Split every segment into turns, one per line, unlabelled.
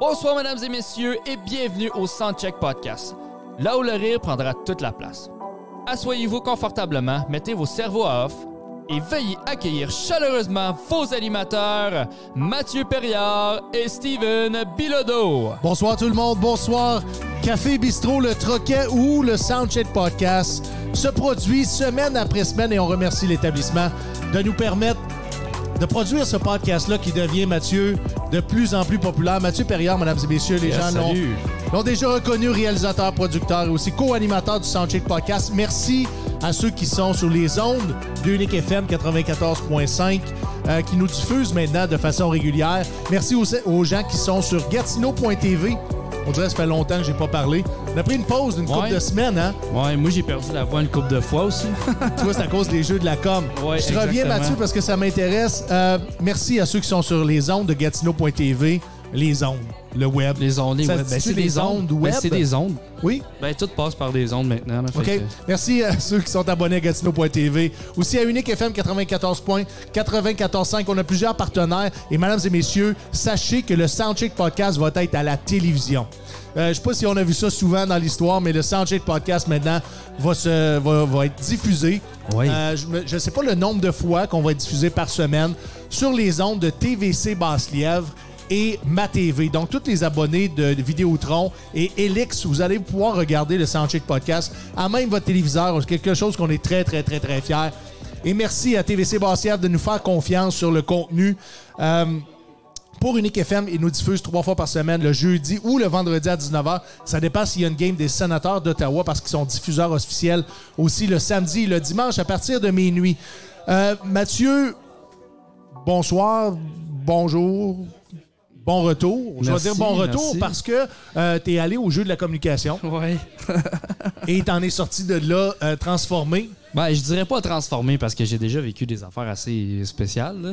Bonsoir, mesdames et messieurs, et bienvenue au Soundcheck Podcast, là où le rire prendra toute la place. Assoyez-vous confortablement, mettez vos cerveaux à off et veuillez accueillir chaleureusement vos animateurs, Mathieu Perriard et Steven Bilodeau.
Bonsoir tout le monde, bonsoir. Café Bistrot, le Troquet ou le Soundcheck Podcast se produit semaine après semaine et on remercie l'établissement de nous permettre de produire ce podcast-là qui devient, Mathieu, de plus en plus populaire. Mathieu Perriard, mesdames et messieurs, les
Yes,
gens l'ont-
salut.
l'ont déjà reconnu, réalisateur, producteur et aussi co-animateur du Soundcheck Podcast. Merci à ceux qui sont sur les ondes d'Unique FM 94.5 euh, qui nous diffusent maintenant de façon régulière. Merci aux, aux gens qui sont sur Gatineau.tv. On dirait que ça fait longtemps que j'ai pas parlé. On a pris une pause d'une couple
Ouais.
de semaines, hein?
Ouais, moi j'ai perdu la voix une couple de fois aussi.
Tu vois, c'est à cause des jeux de la com.
Ouais,
Je reviens,
exactement.
Mathieu, parce que ça m'intéresse. Euh, merci à ceux qui sont sur les ondes de Gatineau.tv. Les ondes, le web.
les ondes, les
Ça
web.
se
Ben,
dit-tu
c'est des
les
ondes,
ondes
Ben,
web?
c'est des ondes.
Oui?
Ben, tout passe par des ondes maintenant. là, fait
OK.
que-
Merci à ceux qui sont abonnés à Gatineau.tv. Aussi à Unique FM 94.94.5. On a plusieurs partenaires. Et mesdames et messieurs, sachez que le Soundcheck Podcast va être à la télévision. Euh, je sais pas si on a vu ça souvent dans l'histoire, mais le Soundcheck Podcast maintenant va, se, va, va être diffusé.
Oui.
Euh, je me- je ne sais pas le nombre de fois qu'on va être diffusé par semaine sur les ondes de TVC Basse-Lièvre et MaTV. Donc, tous les abonnés de, de Vidéotron et Elix, vous allez pouvoir regarder le Soundcheck Podcast à même votre téléviseur. C'est quelque chose qu'on est très, très, très, très fiers. Et merci à TVC Basse-Lièvre de nous faire confiance sur le contenu. Euh, pour Unique FM, ils nous diffusent trois fois par semaine, le jeudi ou le vendredi à 19h. Ça dépend s'il y a une game des sénateurs d'Ottawa parce qu'ils sont diffuseurs officiels aussi le samedi et le dimanche à partir de minuit. Euh, Mathieu, bonsoir, bonjour, bon retour. Je vais
Merci,
dire bon retour
merci.
parce que tu es allé au jeu de la communication
Ouais.
et t'en es sorti de là euh, transformé.
Ben, je dirais pas transformé parce que j'ai déjà vécu des affaires assez spéciales là,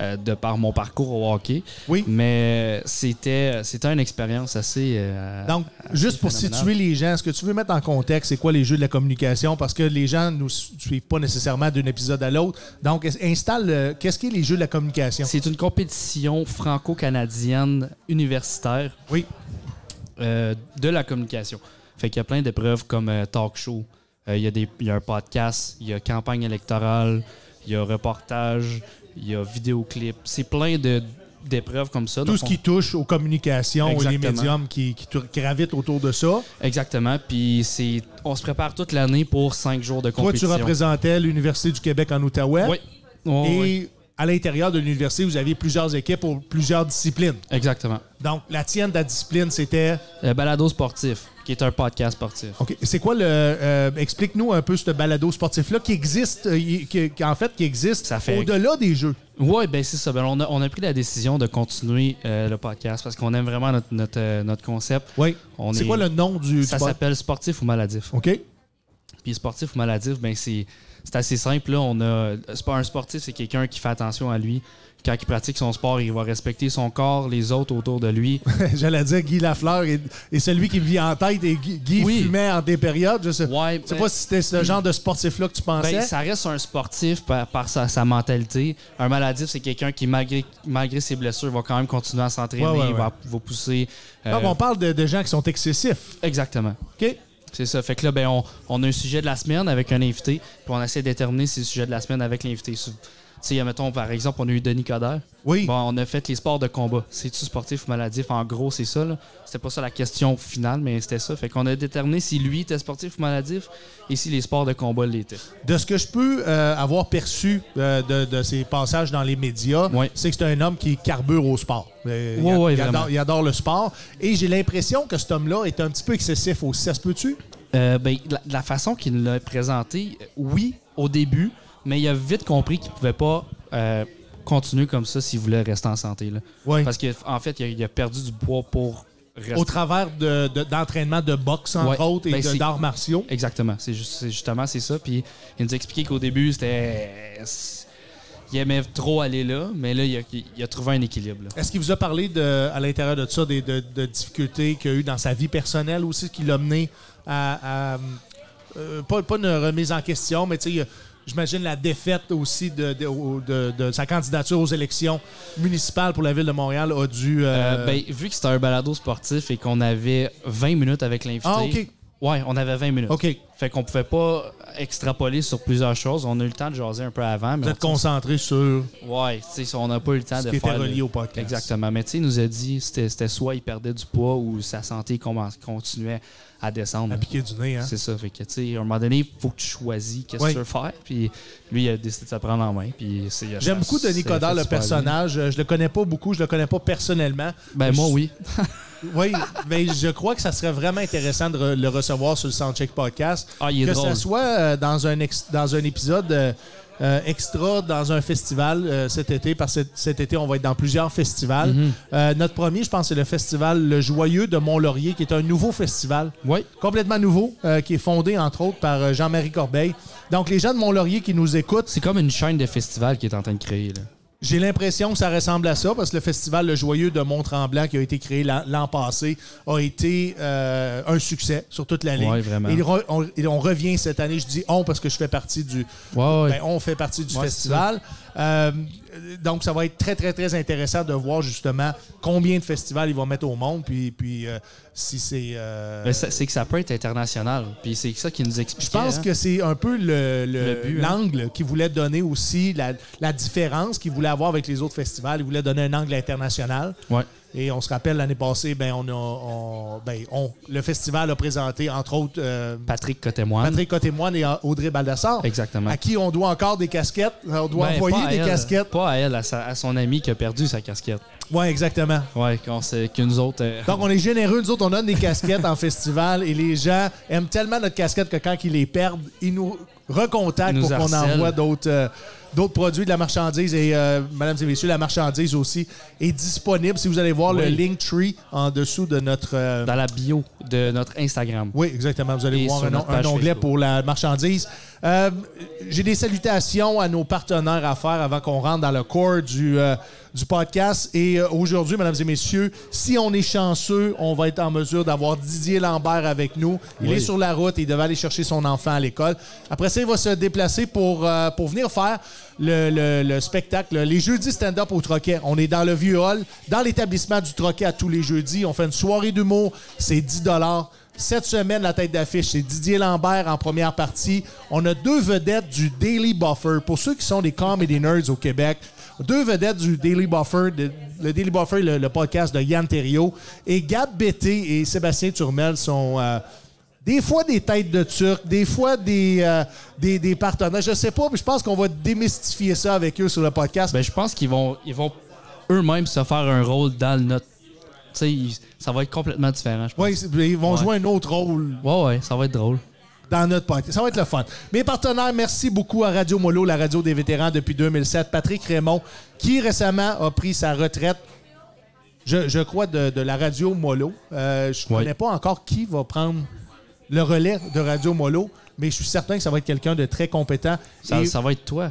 euh, de par mon parcours au hockey.
Oui.
Mais c'était c'était une expérience assez. euh,
Donc, juste pour
phénoménal.
situer les gens, est-ce que tu veux mettre en contexte c'est quoi les jeux de la communication? Parce que les gens ne nous su- suivent pas nécessairement d'un épisode à l'autre. Donc, es- installe, euh, qu'est-ce qu'est les jeux de la communication?
c'est une compétition franco-canadienne universitaire
Oui.
euh, de la communication. Fait qu'il y a plein d'épreuves comme euh, talk show, euh, il y, a des- il y a un podcast, il y a campagne électorale, il y a reportage, il y a vidéoclip. C'est plein de- d'épreuves comme ça.
Tout
Donc,
ce qui touche aux communications et les
Exactement.
médiums qui, qui tour- qui gravitent autour de ça.
Exactement. Puis c'est, on se prépare toute l'année pour cinq jours de
Toi, tu
compétition.
représentais l'Université du Québec en Outaouais.
Oui. Oh,
Et
oui.
à l'intérieur de l'université, vous aviez plusieurs équipes pour plusieurs disciplines.
Exactement.
Donc, la tienne, ta discipline, c'était...
Euh, balado sportif, qui est un podcast sportif.
OK. C'est quoi le. euh, Explique-nous un peu ce balado sportif-là qui existe, euh, y- qui, qui- en fait, qui existe
Ça fait-
au-delà des jeux.
Oui, ben c'est ça. Ben, on, a, on a pris la décision de continuer euh, le podcast parce qu'on aime vraiment notre, notre, euh, notre concept.
Oui.
On
C'est
est-
quoi le nom du.
Ça
du pod-
s'appelle sportif ou maladif.
OK.
Puis sportif ou maladif, ben c'est c'est assez simple. Là. On a, c'est pas un sportif, c'est quelqu'un qui fait attention à lui. Quand il pratique son sport, il va respecter son corps, les autres autour de lui.
J'allais dire Guy Lafleur et, et celui qui me vient en tête et Guy, Guy
Oui.
fumait en des périodes. Je sais,
Ouais,
je sais
ben-
pas si c'était ce genre de sportif-là que tu pensais.
Ben, ça reste un sportif par, par sa, sa mentalité. Un maladif, c'est quelqu'un qui, malgré, malgré ses blessures, va quand même continuer à s'entraîner,
Ouais, ouais, ouais.
il va, va pousser. euh,
Non, mais on parle de, de gens qui sont excessifs.
Exactement.
OK.
C'est ça. Fait que là, ben, on, on a un sujet de la semaine avec un invité, puis on essaie de déterminer si le sujet de la semaine avec l'invité. Tu sais, mettons, par exemple, on a eu Denis Coderre.
Oui.
Bon, on a fait les sports de combat. C'est-tu sportif ou maladif? En gros, c'est ça. là. C'était pas ça la question finale, mais c'était ça. Fait qu'on a déterminé si lui était sportif ou maladif et si les sports de combat l'étaient.
De ce que je peux euh, avoir perçu euh, de, de ses passages dans les médias,
Ouais.
c'est que c'est un homme qui carbure au sport.
Ouais,
Euh, il,
ouais,
il adore,
vraiment.
il adore le sport. Et j'ai l'impression que cet homme-là est un petit peu excessif aussi. Ça se peut-tu?
Euh, ben, de la, de la façon qu'il l'a présenté, euh, oui, au début, mais il a vite compris qu'il pouvait pas euh, continuer comme ça s'il voulait rester en santé. Là.
Oui.
Parce qu'en fait, il a, il a perdu du poids pour rester.
Au travers de- de- d'entraînements de, boxe, entre
Ouais.
autres, et
Ben,
de-
c'est-
d'arts martiaux.
Exactement. C'est juste- c'est justement c'est ça. Puis il nous a expliqué qu'au début, c'était. Il aimait trop aller là, mais là, il a, il a trouvé un équilibre. là.
Est-ce qu'il vous a parlé de, à l'intérieur de ça des de, de difficultés qu'il a eues dans sa vie personnelle aussi, qui l'a mené à. à, euh, pas, pas une remise en question, mais tu sais, il a- J'imagine la défaite aussi de, de- au- de- de sa candidature aux élections municipales pour la ville de Montréal a dû. euh,
Euh, ben, vu que c'était un balado sportif et qu'on avait 20 minutes avec l'invité.
Ah, ok.
Ouais, on avait 20 minutes.
OK.
Fait qu'on pouvait pas extrapoler sur plusieurs choses. On a eu le temps de jaser un peu avant.
Vous
Mais
êtes concentré sur.
on, ouais, tu sais, on n'a pas eu le temps
Ce
de
qui était
faire. le-
relié au podcast.
Exactement. Mais tu sais, il nous a dit c'était c'était soit il perdait du poids ou sa santé commen- continuait à descendre.
À piquer du nez, hein?
C'est ça. Fait que, tu sais, à un moment donné, il faut que tu choisis qu'est-ce
Oui.
que tu veux faire. Puis lui, il a décidé de se prendre en main. Puis c'est- il a-
J'aime beaucoup
ça-
Denis
ça
Coderre,
fait
le
super bien.
personnage. Euh, Je le connais pas beaucoup, je le connais pas personnellement.
Ben, moi, oui.
Oui, mais je crois que ça serait vraiment intéressant de re- le recevoir sur le Soundcheck Podcast.
Ah, il est
que
drôle.
ça soit euh, dans un, ex- dans un épisode euh, euh, extra, dans un festival euh, cet été, parce que cet- cet été, on va être dans plusieurs festivals.
Mhm.
Euh, notre premier, je pense, c'est le festival Le Joyeux de Mont-Laurier, qui est un nouveau festival
Oui.
complètement nouveau, euh, qui est fondé, entre autres, par euh, Jean-Marie Corbeil. Donc, les gens de Mont-Laurier qui nous écoutent,
C'est comme une chaîne de festivals qui est en train de créer. Là.
j'ai l'impression que ça ressemble à ça parce que le festival Le Joyeux de Mont-Tremblant qui a été créé l'an l'an passé a été euh, un succès sur toute l'année.
Ouais, vraiment.
Et il re- on, et on revient cette année, je dis on parce que je fais partie du
Ouais, ouais.
ben, on fait partie du
Ouais,
festival. Euh, donc ça va être très très très intéressant de voir justement combien de festivals ils vont mettre au monde puis puis euh, si c'est euh,
Mais Ben, ça- c'est que ça peut être international. Puis c'est ça qui nous hein. explique.
je pense que c'est un peu le-
Le but,
le-
hein.
l'angle qu'il voulait donner aussi, la, la différence qu'il voulait avoir avec les autres festivals. Il voulait donner un angle international.
Ouais.
Et on se rappelle, l'année passée, ben, on a, on- ben, on- le festival a présenté, entre autres, euh,
Patrick Cotemoine.
Patrick Côté-Moine et Audrey Baldassar,
Exactement.
à qui on doit encore des casquettes. On doit
Ben, pas à
envoyer des
elle,
casquettes.
Pas à elle, à, sa- à son ami qui a perdu sa casquette.
Oui, exactement.
Ouais, qu'on sait que nous autres. euh,
Donc, on est généreux. Nous autres, on donne des casquettes en festival et les gens aiment tellement notre casquette que quand ils les perdent, ils nous recontactent
Ils nous
pour qu'on
harcèlent.
envoie d'autres euh, d'autres produits, de la marchandise. Et, euh, mesdames et messieurs, la marchandise aussi est disponible. Si vous allez voir le
Oui.
Linktree en dessous de notre... euh,
dans la bio de notre Instagram.
Oui, exactement. Vous allez
Et
voir
sur
un,
notre
on- un
page
onglet
Facebook.
pour la marchandise. Euh, J'ai des salutations à nos partenaires à faire avant qu'on rentre dans le corps du, euh, du podcast. Et euh, aujourd'hui, mesdames et messieurs, si on est chanceux, on va être en mesure d'avoir Didier Lambert avec nous. Il
Oui.
est sur la route, il devait aller chercher son enfant à l'école. Après ça, il va se déplacer pour, euh, pour venir faire le, le- le spectacle, les jeudis stand-up au Troquet. On est dans le vieux hall, dans l'établissement du Troquet à tous les jeudis. On fait une soirée d'humour, c'est 10 cette semaine, la tête d'affiche, c'est Didier Lambert en première partie. On a deux vedettes du Daily Buffer. Pour ceux qui sont des coms et des nerds au Québec, deux vedettes du Daily Buffer, de- le Daily Buffer, le, le podcast de Yann Terriot. Et Gab Bété et Sébastien Turmel sont euh, des fois des têtes de Turc, des fois des, euh, des, des partenaires. Je sais pas, mais je pense qu'on va démystifier ça avec eux sur le podcast.
Ben, je pense qu'ils vont, ils vont eux-mêmes se faire un rôle dans le notre. Tu sais, ils- ça va être complètement différent. je pense.
Ouais, c'est- ben, ils vont
Ouais.
jouer un autre rôle.
Ouais, ouais, ça va être drôle.
dans notre podcast. Ça va être le fun. Mes partenaires, merci beaucoup à Radio Molo, la radio des vétérans depuis 2007. Patrick Raymond, qui récemment a pris sa retraite, je, je crois, de, de la Radio Molo. Euh, je ne
Oui.
connais pas encore qui va prendre le relais de Radio Molo, mais je suis certain que ça va être quelqu'un de très compétent.
Ça,
Et
ça va être toi.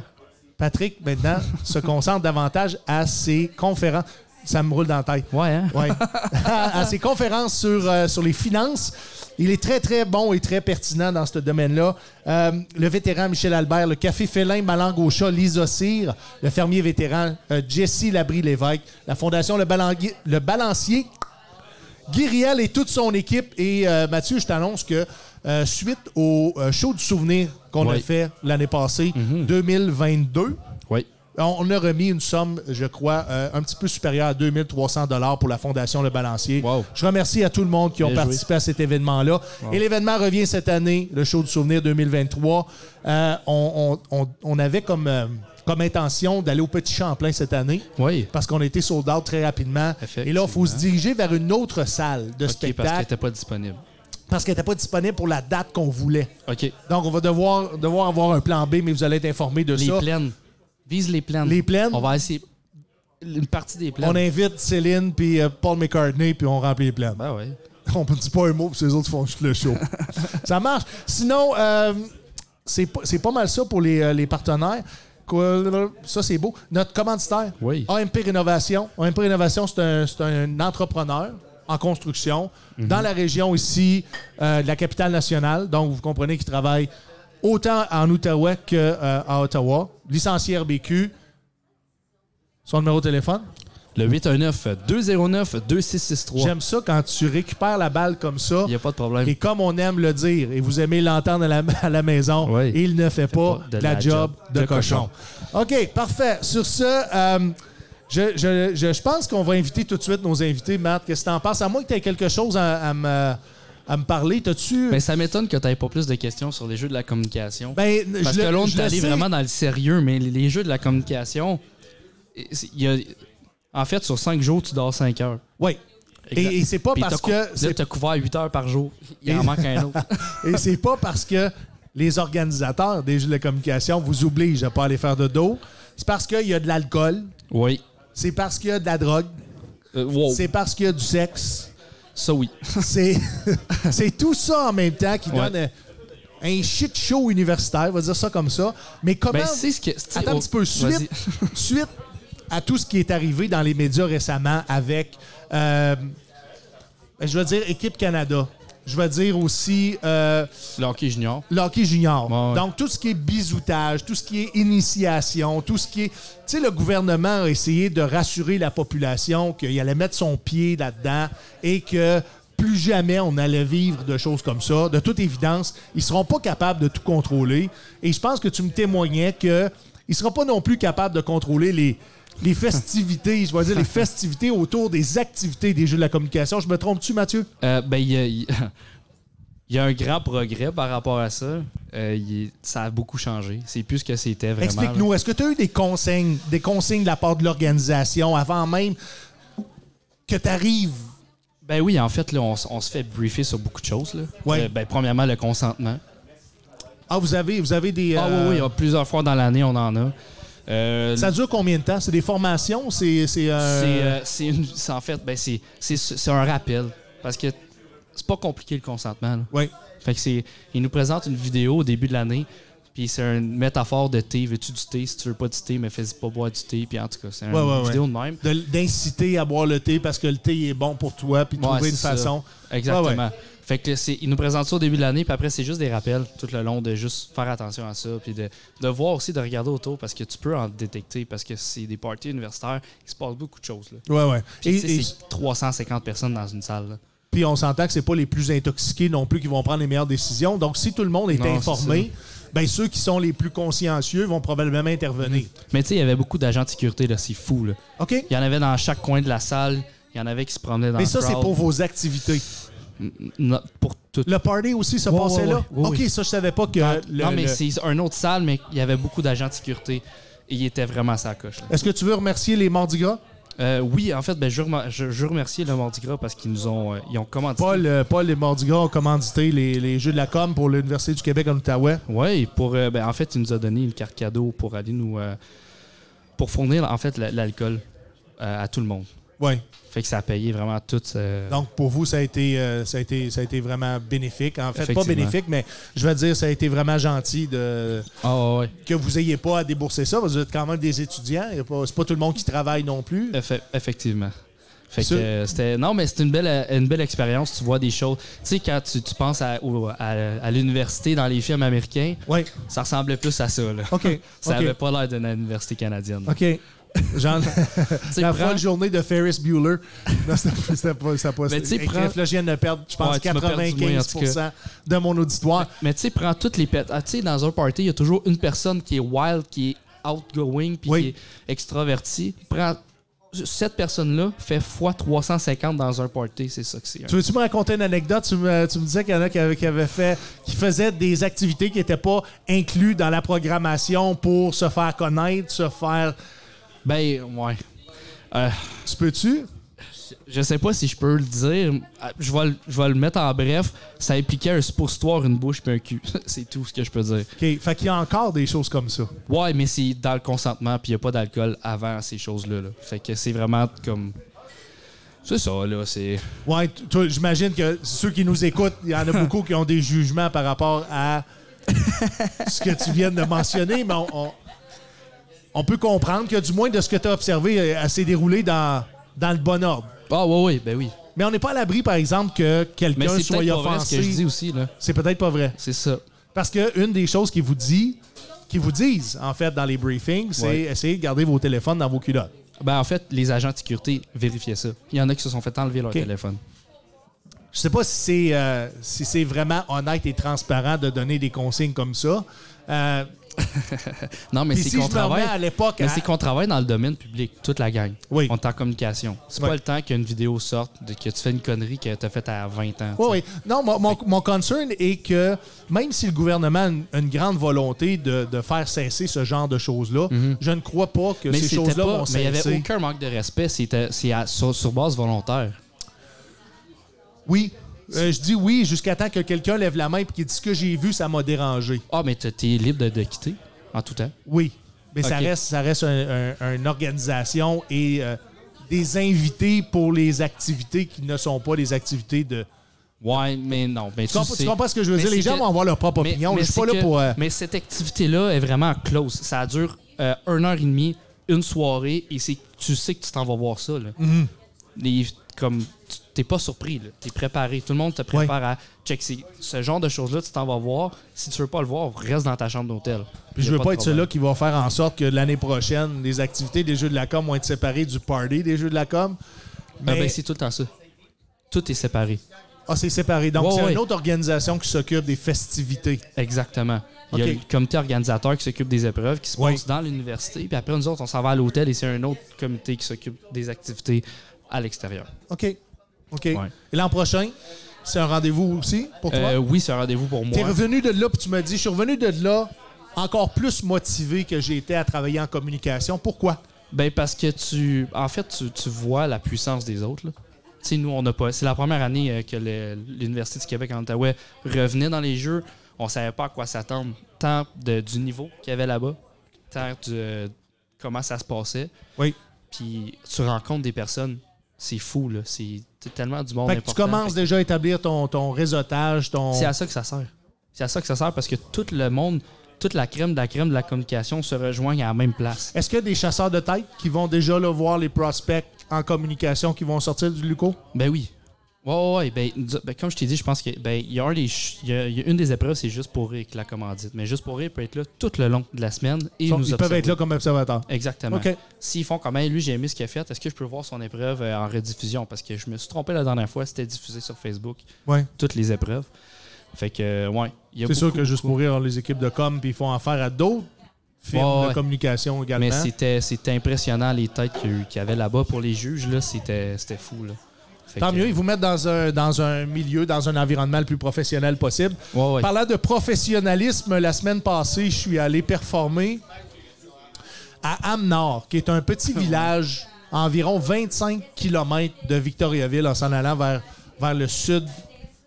Patrick, maintenant, se concentre davantage à ses conférences. Ça me roule dans la tête.
Ouais, hein?
Ouais. à, à ses conférences sur, euh, sur les finances. Il est très, très bon et très pertinent dans ce domaine-là. Euh, le vétéran Michel Albert, le café félin Malangue au chat Lisa Cyr, le fermier vétéran euh, Jesse Labrie-Lévesque, la fondation Le, Balangui- le Balancier Guiriel et toute son équipe. Et euh, Mathieu, je t'annonce que euh, suite au euh, show du souvenir qu'on a
Oui.
fait l'année passée, 2022,
Oui.
on on a remis une somme, je crois, euh, un petit peu supérieure à 2300 dollars pour la Fondation Le Balancier.
Wow.
Je remercie à tout le monde qui ont
Bien joué.
participé à cet événement-là. Et l'événement revient cette année, le show du souvenir 2023. Euh, on, on- on- on avait comme, euh, comme intention d'aller au Petit Champlain cette année
Oui.
parce qu'on a été sold out très rapidement. Et là, il faut
Effectivement.
se diriger vers une autre salle de
OK, parce qu'elle
spectacle
n'était pas disponible.
parce qu'elle n'était pas disponible pour la date qu'on voulait.
OK.
Donc, on va devoir, devoir avoir un plan B, mais vous allez être informé de
Les
ça.
plaines. Vise les plaines.
Les plaines?
On va essayer une partie des plaines.
On invite Céline puis euh, Paul McCartney puis on remplit les plans.
Ben ouais.
On ne dit pas un mot puis les autres font juste le show. ça marche. Sinon, euh, c'est pas, c'est pas mal ça pour les, euh, les partenaires. Quoi- Ça, c'est beau. Notre commanditaire,
Oui.
AMP Rénovation. AMP Rénovation, c'est un, c'est un entrepreneur en construction dans la région ici euh, de la capitale nationale. Donc, vous comprenez qu'il travaille autant en Outaouais qu'à Ottawa. Licencié RBQ. Son numéro de téléphone.
Le 819-209-2663.
J'aime ça quand tu récupères la balle comme ça.
Il n'y a pas de problème.
Et comme on aime le dire, et vous aimez l'entendre à la, à la maison,
Oui.
il ne fait pas, de la, job de, cochon.
cochon.
OK, parfait. Sur ce, euh, je, je- je- je pense qu'on va inviter tout de suite nos invités. Matt, qu'est-ce que t'en penses? À moins que tu aies quelque chose à, à me, à me parler, t'as-tu...
Mais ça m'étonne que tu n'aies pas plus de questions sur les jeux de la communication.
Ben,
Parce
je
que
le-
là, on
je
est
le
allé
sais.
vraiment dans le sérieux, mais les- les jeux de la communication, et c'est- il y a- en fait, sur 5 jours, tu dors 5 heures.
Oui.
Exact.
Et, et c'est pas
Puis
parce
t'as cou-
que...
Là,
c'est-
tu as couvert 8 heures par jour. Il
Et-
en manque un autre.
Et c'est pas parce que les organisateurs des jeux de communication vous obligent à pas aller faire de dos. C'est parce qu'il y a de l'alcool.
Oui.
C'est parce qu'il y a de la drogue.
Euh, wow.
C'est parce qu'il y a du sexe.
Ça, oui.
C'est, c'est tout ça en même temps qui
Ouais.
donne euh, un shit show universitaire, on va dire ça comme ça. Mais comment.
Ben, c'est ce que. c'est-
Attends un
oh,
petit peu.
vas-y.
Suite, suite à tout ce qui est arrivé dans les médias récemment avec, euh, ben, je veux dire, Équipe Canada. Je veux dire aussi euh,
Le hockey junior.
le hockey junior.
Ouais, ouais.
Donc, tout ce qui est bisoutage, tout ce qui est initiation, tout ce qui est. Tu sais, le gouvernement a essayé de rassurer la population qu'il allait mettre son pied là-dedans et que plus jamais on allait vivre de choses comme ça. De toute évidence, ils ne seront pas capables de tout contrôler. Et je pense que tu me témoignais que ils ne seront pas non plus capables de contrôler les. Les festivités, je vais dire les festivités autour des activités des jeux de la communication. Je me trompe-tu, Mathieu?
Euh, ben, il y a, il- il y a un grand progrès par rapport à ça. Euh, il- ça a beaucoup changé. C'est plus ce que c'était vraiment.
Explique-nous, est-ce que tu as eu des consignes, des consignes de la part de l'organisation avant même que tu arrives?
Ben oui, en fait, là, on, s- on se fait briefer sur beaucoup de choses. Là.
Ouais.
Euh, ben, premièrement, le consentement.
Ah, vous avez, vous avez des.
Ah
euh,
oui, oui, euh, plusieurs fois dans l'année, on en a. Euh,
Ça dure combien de temps? C'est des formations? C'est. C'est. euh,
c'est, euh, c'est une- c'est en fait, ben, c'est c'est- c'est un rappel. Parce que c'est pas compliqué le consentement. là.
ouais.
Fait que c'est. Il nous présente une vidéo au début de l'année. Puis c'est une métaphore de thé. Veux-tu du thé? Si tu veux pas du thé, mais fais-y pas boire du thé. Puis en tout cas, c'est
Ouais,
une
ouais, ouais.
vidéo de même.
De- D'inciter à boire le thé parce que le thé est bon pour toi, puis
Ouais,
trouver une
c'est ça.
façon.
Exactement.
Ah Ouais,
Fait que c'est, ils nous présentent ça au début de l'année, puis après, c'est juste des rappels tout le long de juste faire attention à ça, puis de, de voir aussi, de regarder autour, parce que tu peux en détecter, parce que c'est des parties universitaires, il se passe beaucoup de choses. Là.
Ouais, ouais.
Puis, tu sais,
Et, et-
c'est 350 personnes dans une salle. là.
puis on s'entend que c'est pas les plus intoxiqués non plus qui vont prendre les meilleures décisions. Donc si tout le monde est
Non, c'est
informé, ben ceux qui sont les plus consciencieux vont probablement intervenir.
Mais tu sais, il y avait beaucoup d'agents de sécurité, là, c'est fou. Là.
OK?
Il y en avait dans chaque coin de la salle, il y en avait qui se promenaient dans
Mais
le
ça, c'est
crowd.
pour vos activités.
N- n- pour tout.
Le party aussi se
Ouais,
passait
ouais,
là?
ouais, ouais,
OK,
oui.
ça, je savais pas que... le-
non, mais
le-
c'est un autre salle, mais il y avait beaucoup d'agents de sécurité, et ils étaient vraiment sa coche. là.
Est-ce que tu veux remercier les Mardi Gras?
Euh, oui, en fait, ben, je, remer- je, je remercie le Mardi Gras parce qu'ils nous ont, euh, ils ont commandité.
Paul, euh, Paul les Mardi Gras ont commandité les, les Jeux de la com pour l'Université du Québec en Outaouais.
Oui, pour euh, ben, en fait, il nous a donné une carte cadeau pour aller nous euh, pour fournir en fait la- l'alcool euh, à tout le monde.
Oui.
Fait que ça a payé vraiment tout. euh,
Donc, pour vous, ça a, été, euh, ça, a été, ça a été vraiment bénéfique. En fait, pas
Effectivement.
bénéfique, mais je veux dire, ça a été vraiment gentil de,
Ah, ouais, ouais.
que vous ayez pas à débourser ça. Vous êtes quand même des étudiants. Il y a pas- C'est pas tout le monde qui travaille non plus.
Effe- effectivement. Fait que
Sûr.
euh, c'était non mais c'est une belle euh, une belle expérience. Tu vois des choses. Tu sais quand tu, tu penses à, au- à, à l'université dans les films américains,
Oui.
ça ressemblait plus à ça. Là.
OK.
Ça
OK.
avait pas l'air d'une université canadienne.
OK. Genre,
Tu sais,
la
prends-
folle journée de Ferris Bueller. Non, c'était pas- c'était pas. c'était pas-
Mais tu sais,
Écrif,
prends-
là, je viens de perdre, je pense,
Ouais, tu m'as perdu, moi, en
95
tout cas.
de mon auditoire.
Mais tu sais, prends toutes les pet- ah, Tu sais, dans un party, il y a toujours une personne qui est wild, qui est outgoing, puis
Oui.
qui est extravertie. Prends cette personne-là, fait x 350 dans un party, c'est ça que c'est.
Tu veux-tu me raconter une anecdote? Tu me, tu me disais qu'il y en a qui, avaient- qui avaient fait, qui faisaient des activités qui n'étaient pas incluses dans la programmation pour se faire connaître, se faire.
Ben, ouais. Euh,
Tu peux-tu?
je sais pas si je peux le dire. Ah, Je vais, le- je vais le mettre en bref. Ça impliquait un suppositoire, une bouche, puis un cul. c'est tout ce que je peux dire.
OK. Fait qu'il y a encore des choses comme ça.
Ouais, mais c'est dans le consentement, puis il n'y a pas d'alcool avant ces choses-là. là. Fait que c'est vraiment comme. C'est ça, là. C'est.
Ouais, t- toi, j'imagine que ceux qui nous écoutent, il y en a beaucoup qui ont des jugements par rapport à ce que tu viens de mentionner, mais on, on- on peut comprendre que du moins de ce que tu as observé, euh, elle s'est déroulée dans, dans le bon ordre.
Ah, ouais, ouais, ben oui.
Mais on n'est pas à l'abri, par exemple, que
Mais
quelqu'un
c'est
soit
peut-être pas vrai ce que je
offensé.
dis aussi, là.
C'est peut-être pas vrai.
C'est ça.
Parce que une des choses qu'ils vous dit, qu'ils vous disent, en fait, dans les briefings, c'est
Ouais.
essayer de garder vos téléphones dans vos culottes.
Ben, en fait, les agents de sécurité vérifiaient ça. Il y en a qui se sont fait enlever leur
Ok.
téléphone.
Je sais pas si c'est euh, si c'est vraiment honnête et transparent de donner des consignes comme ça. Euh,
Non, mais
Puis
c'est
si
qu'on
je me remets
travaille.
à l'époque, hein.
Mais
à-
c'est qu'on travaille dans le domaine public, toute la gang.
Oui.
On est en communication. C'est
Ouais.
pas le temps qu'une vidéo sorte, de, que tu fais une connerie que t'as faite à 20 ans.
Oui, oui. Non, mon, mon, mon concern est que même si le gouvernement a une, une grande volonté de, de faire cesser ce genre de choses-là, je ne crois pas que
Mhm. Mais
ces
c'était
choses-là
pas-
vont
mais il y
cesser.
avait aucun manque de respect. C'était c'est à- sur, sur base volontaire.
Oui. Euh, je dis oui jusqu'à temps que quelqu'un lève la main et qu'il dit ce que j'ai vu, ça m'a dérangé.
Ah, mais t'es t'es libre de, de quitter en tout temps.
Oui. Mais ça
Ok.
reste, ça reste un- un- une organisation et euh, des invités pour les activités qui ne sont pas des activités de.
Ouais, mais non. Mais
Tu
tu,
comprends, tu
sais-
comprends ce que je veux
mais
dire? Les
c'est
gens
que-
vont avoir leur propre
mais-
opinion.
mais
je suis pas
c'est
là
que-
pour. euh,
Mais cette activité-là est vraiment close. Ça dure euh, une heure et demie, une soirée, et c'est tu sais que tu t'en vas voir ça. Là.
Mhm.
Les- comme tu- t'es pas surpris, là. t'es préparé. Tout le monde te prépare à check. c'est- Ce genre de choses-là, tu t'en vas voir. Si tu veux pas le voir, reste dans ta chambre d'hôtel.
Puis
Y
je
a
veux pas
de
être
problème.
celui-là qui va faire en sorte que l'année prochaine, les activités des jeux de la com vont être séparées du party des jeux de la com.
Ah
Mais
ben, c'est tout le temps ça. Tout est séparé.
ah, c'est séparé. Donc,
Ouais,
c'est
ouais.
une autre organisation qui s'occupe des festivités.
Exactement. Il y a
Ok.
le comité organisateur qui s'occupe des épreuves qui se
Oui.
passe dans l'université. Puis après, nous autres, on s'en va à l'hôtel et c'est un autre comité qui s'occupe des activités à l'extérieur.
OK. OK.
Ouais.
Et l'an prochain, c'est un rendez-vous aussi pour toi?
Euh, oui, c'est un rendez-vous pour
T'es
moi.
revenu de là, puis tu me dis, je suis revenu de là encore plus motivé que j'ai été à travailler en communication. Pourquoi?
Ben parce que tu, en fait, tu, tu vois la puissance des autres. là. Tu sais, nous, on n'a pas. C'est la première année euh, que le- l'université du Québec en Outaouais revenait dans les jeux. On savait pas à quoi s'attendre, tant de- du niveau qu'il y avait là-bas, tant de comment ça se passait.
Oui.
Puis tu rencontres des personnes, c'est fou là. C'est t'as tellement du monde
Fait que tu
important.
commences
Fait
déjà à établir ton, ton réseautage, ton...
que C'est à ça que ça sert. C'est à ça que ça sert parce que tout le monde, toute la crème de la crème de la communication se rejoignent à la même place.
Est-ce qu'il y a des chasseurs de tête qui vont déjà là, voir les prospects en communication qui vont sortir du LUCO?
Ben oui. Ouais, ouais, ouais. Ben, du- ben, comme je t'ai dit, je pense que ben, il y, a un des ch- il y a- il y a une des épreuves, c'est juste pour rire avec la commandite. Mais juste pour rire peut être là tout le long de la semaine et
Ils, sont-
nous
ils peuvent
observer.
être là comme observateurs.
Exactement.
OK.
S'ils font comment, lui, j'ai aimé ce qu'il a fait, est-ce que je peux voir son épreuve euh, en rediffusion? Parce que je me suis trompé la dernière fois, c'était diffusé sur Facebook,
Ouais.
toutes les épreuves. Fait que, euh, ouais. il y a
C'est sûr
beaucoup,
que Juste
beaucoup.
pour rire, les équipes de com, puis ils font affaire à d'autres firmes
Ouais,
de
ouais.
communication
Mais
également.
c'était c'était impressionnant les têtes qu'il y a eu- qu'il y avait là-bas pour les juges, là, c'était c'était fou, là. Fait
Tant
que-
mieux, euh, ils vous mettent dans un, dans un milieu, dans un environnement le plus professionnel possible.
Ouais, ouais.
Parlant de professionnalisme, la semaine passée, je suis allé performer à Amnor, qui est un petit
Ah
village à environ 25 km de Victoriaville en s'en allant vers, vers le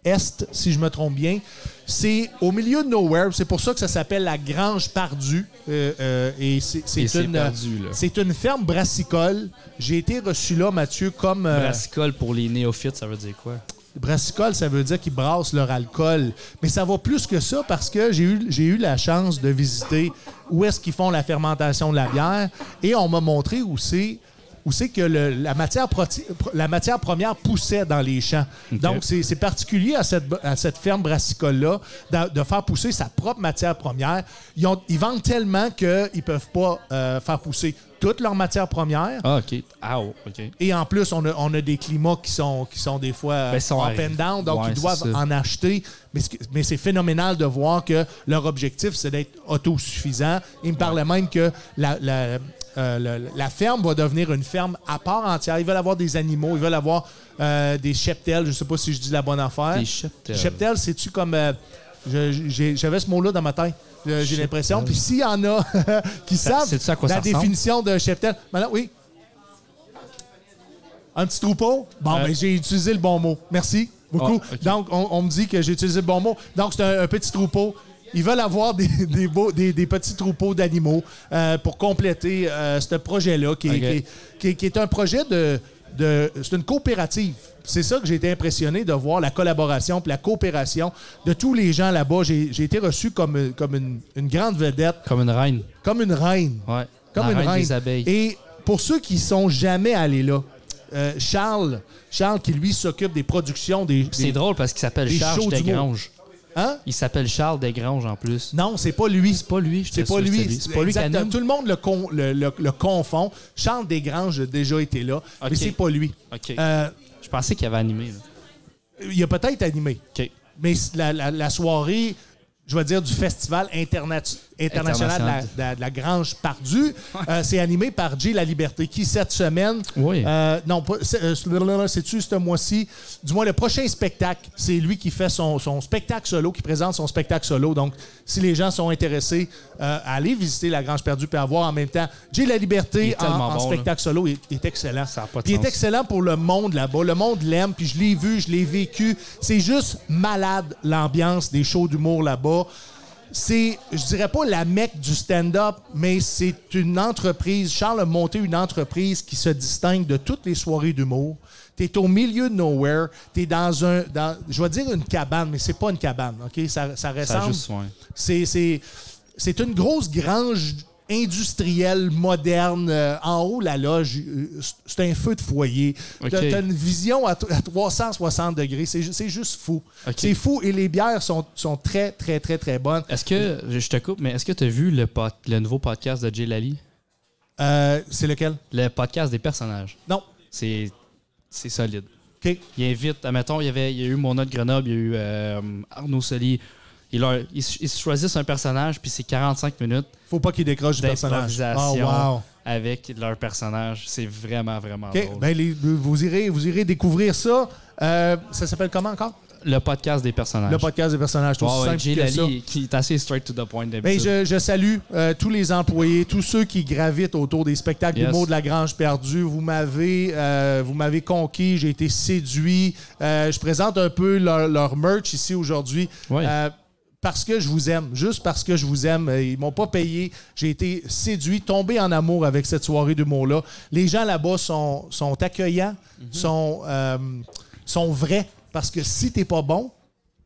sud-est, si je me trompe bien. C'est au milieu de nowhere. C'est pour ça que ça s'appelle la Grange Pardue. Euh, euh, et c'est c'est
Et c'est
une,
perdu, là.
c'est une ferme brassicole. J'ai été reçu là, Mathieu, comme... euh,
Brassicole pour les néophytes, ça veut dire quoi?
Brassicole, ça veut dire qu'ils brassent leur alcool. Mais ça va plus que ça parce que j'ai eu, j'ai eu la chance de visiter où est-ce qu'ils font la fermentation de la bière et on m'a montré où c'est, où c'est que le- la, matière proti- pro- la matière première poussait dans les champs. Donc, c'est, c'est particulier à cette, à cette ferme brassicole-là d'a- de, faire pousser sa propre matière première. Ils, ont- ils vendent tellement qu'ils ne peuvent pas euh, faire pousser toute leur matière première.
Ah, OK. Ah, oh, OK.
Et en plus, on a, on a des climats qui sont, qui sont des fois euh,
Ben, ils sont
up
arides.
and down, donc
Ouais,
ils
c'est
doivent
ça.
en acheter. Mais, ce que- mais c'est phénoménal de voir que leur objectif, c'est d'être autosuffisant. Ils me parlaient même que la, la, euh, la- la ferme va devenir une ferme à part entière. Ils veulent avoir des animaux, ils veulent avoir euh, des cheptels. Je ne sais pas si je dis la bonne affaire.
Des cheptels.
Cheptel, c'est-tu comme. euh, je- j'ai- J'avais ce mot-là dans ma tête. Euh, J'ai
Cheptel.
l'impression. Puis s'il y en a qui
Ça-
savent
sais-tu à quoi
la
ça ressemble?
définition de cheptel. Madame, oui. Un petit troupeau? Bon,
Euh.
ben, j'ai utilisé le bon mot. Merci beaucoup.
Ah, ok.
Donc, on, on me dit que j'ai utilisé le bon mot. Donc, c'est un, un petit troupeau. Ils veulent avoir des, des beaux- des- des petits troupeaux d'animaux euh, pour compléter euh, ce projet-là, qui, est-
Ok.
qui est- qui est- qui est un projet de. de- c'est une coopérative. C'est ça que j'ai été impressionné de voir, la collaboration puis la coopération de tous les gens là-bas. J'ai j'ai été reçu comme, comme une, une grande vedette,
Comme une reine.
comme une reine.
Ouais.
Comme
La
une reine.
des abeilles.
Et pour ceux qui sont jamais allés là, euh, Charles, Charles qui lui s'occupe des productions des,
Puis C'est
des-
drôle parce qu'il s'appelle
des
Charles
shows d'humour.
Desgranges.
Hein?
Il s'appelle Charles Desgranges en plus.
Non, c'est pas lui.
C'est pas lui, je
C'est
t'assure,
pas lui.
C'est pas lui qui
Exactement.
anime.
Tout le monde le, con- le, le- le confond. Charles Desgranges a déjà été là, mais
Ok.
c'est pas lui.
Ok.
Euh,
Je pensais qu'il avait animé. là.
il a peut-être animé,
Ok.
mais c- la, la- la soirée, je vais dire, du festival internatu- international de la, de la- de la Grange Pardue, euh, c'est animé par J. La Liberté, qui cette semaine.
Oui.
euh, non, pas- c'est- euh, c'est-tu ce mois-ci? Du moins, le prochain spectacle, c'est lui qui fait son, son spectacle solo, qui présente son spectacle solo. Donc, si les gens sont intéressés euh, à aller visiter la Grange Perdue et à voir en même temps, J. La
Il
Liberté
est
en,
tellement
en
bon, là.
spectacle solo il est excellent.
Ça a pas de
Puis il est
sens.
excellent pour le monde là-bas. Le monde l'aime, puis je l'ai vu, je l'ai vécu. C'est juste malade l'ambiance des shows d'humour là-bas. C'est, je dirais pas la mecque du stand-up, mais c'est une entreprise. Charles a monté une entreprise qui se distingue de toutes les soirées d'humour. T'es au milieu de nowhere. T'es dans un, dans, je vais dire une cabane, mais c'est pas une cabane, ok Ça, ça
Ça a
ressemble.
juste soin.
C'est- C'est c'est une grosse grange industrielle, moderne. Euh, en haut, la loge, euh, c'est un feu de foyer.
Ok.
T'as- T'as une vision à, t- à 360 degrés. C'est ju- c'est juste fou.
Ok.
C'est fou et les bières sont, sont très, très, très, très bonnes.
Est-ce que, je te coupe, mais est-ce que tu as vu le, pod- le nouveau podcast de Jay Lally?
Euh, c'est lequel?
Le podcast des personnages.
Non.
C'est c'est solide.
OK.
Il invite, admettons, il y, avait, il y a eu Mona de Grenoble, il y a eu euh, Arnaud Soli. Il leur- Ils, se- ils se choisissent un personnage, puis c'est 45 minutes
Faut pas qu'il décroche du personnage.
d'improvisation
Oh, wow.
avec leur personnage. C'est vraiment, vraiment
OK.
drôle.
Ben, les- vous, irez, vous irez découvrir ça. Euh, ça s'appelle comment encore?
le podcast des personnages.
Le podcast des personnages. C'est aussi
Ah, Ouais, ouais, Jay
simple que ça.
Lally, qui est assez straight to the point
Mais
d'habitude.
Ben, je, je salue euh, tous les employés, tous ceux qui gravitent autour des spectacles
Yes.
d'humour de la Grange perdue. Vous m'avez, euh, vous m'avez conquis, j'ai été séduit. Euh, je présente un peu leur, leur merch ici aujourd'hui.
Ouais.
Euh, parce que je vous aime, juste parce que je vous aime. Euh, Ils m'ont pas payé. J'ai été séduit, tombé en amour avec cette soirée d'humour-là. Les gens là-bas sont, sont accueillants,
Mhm.
sont, euh, sont vrais. Parce que si t'es pas bon,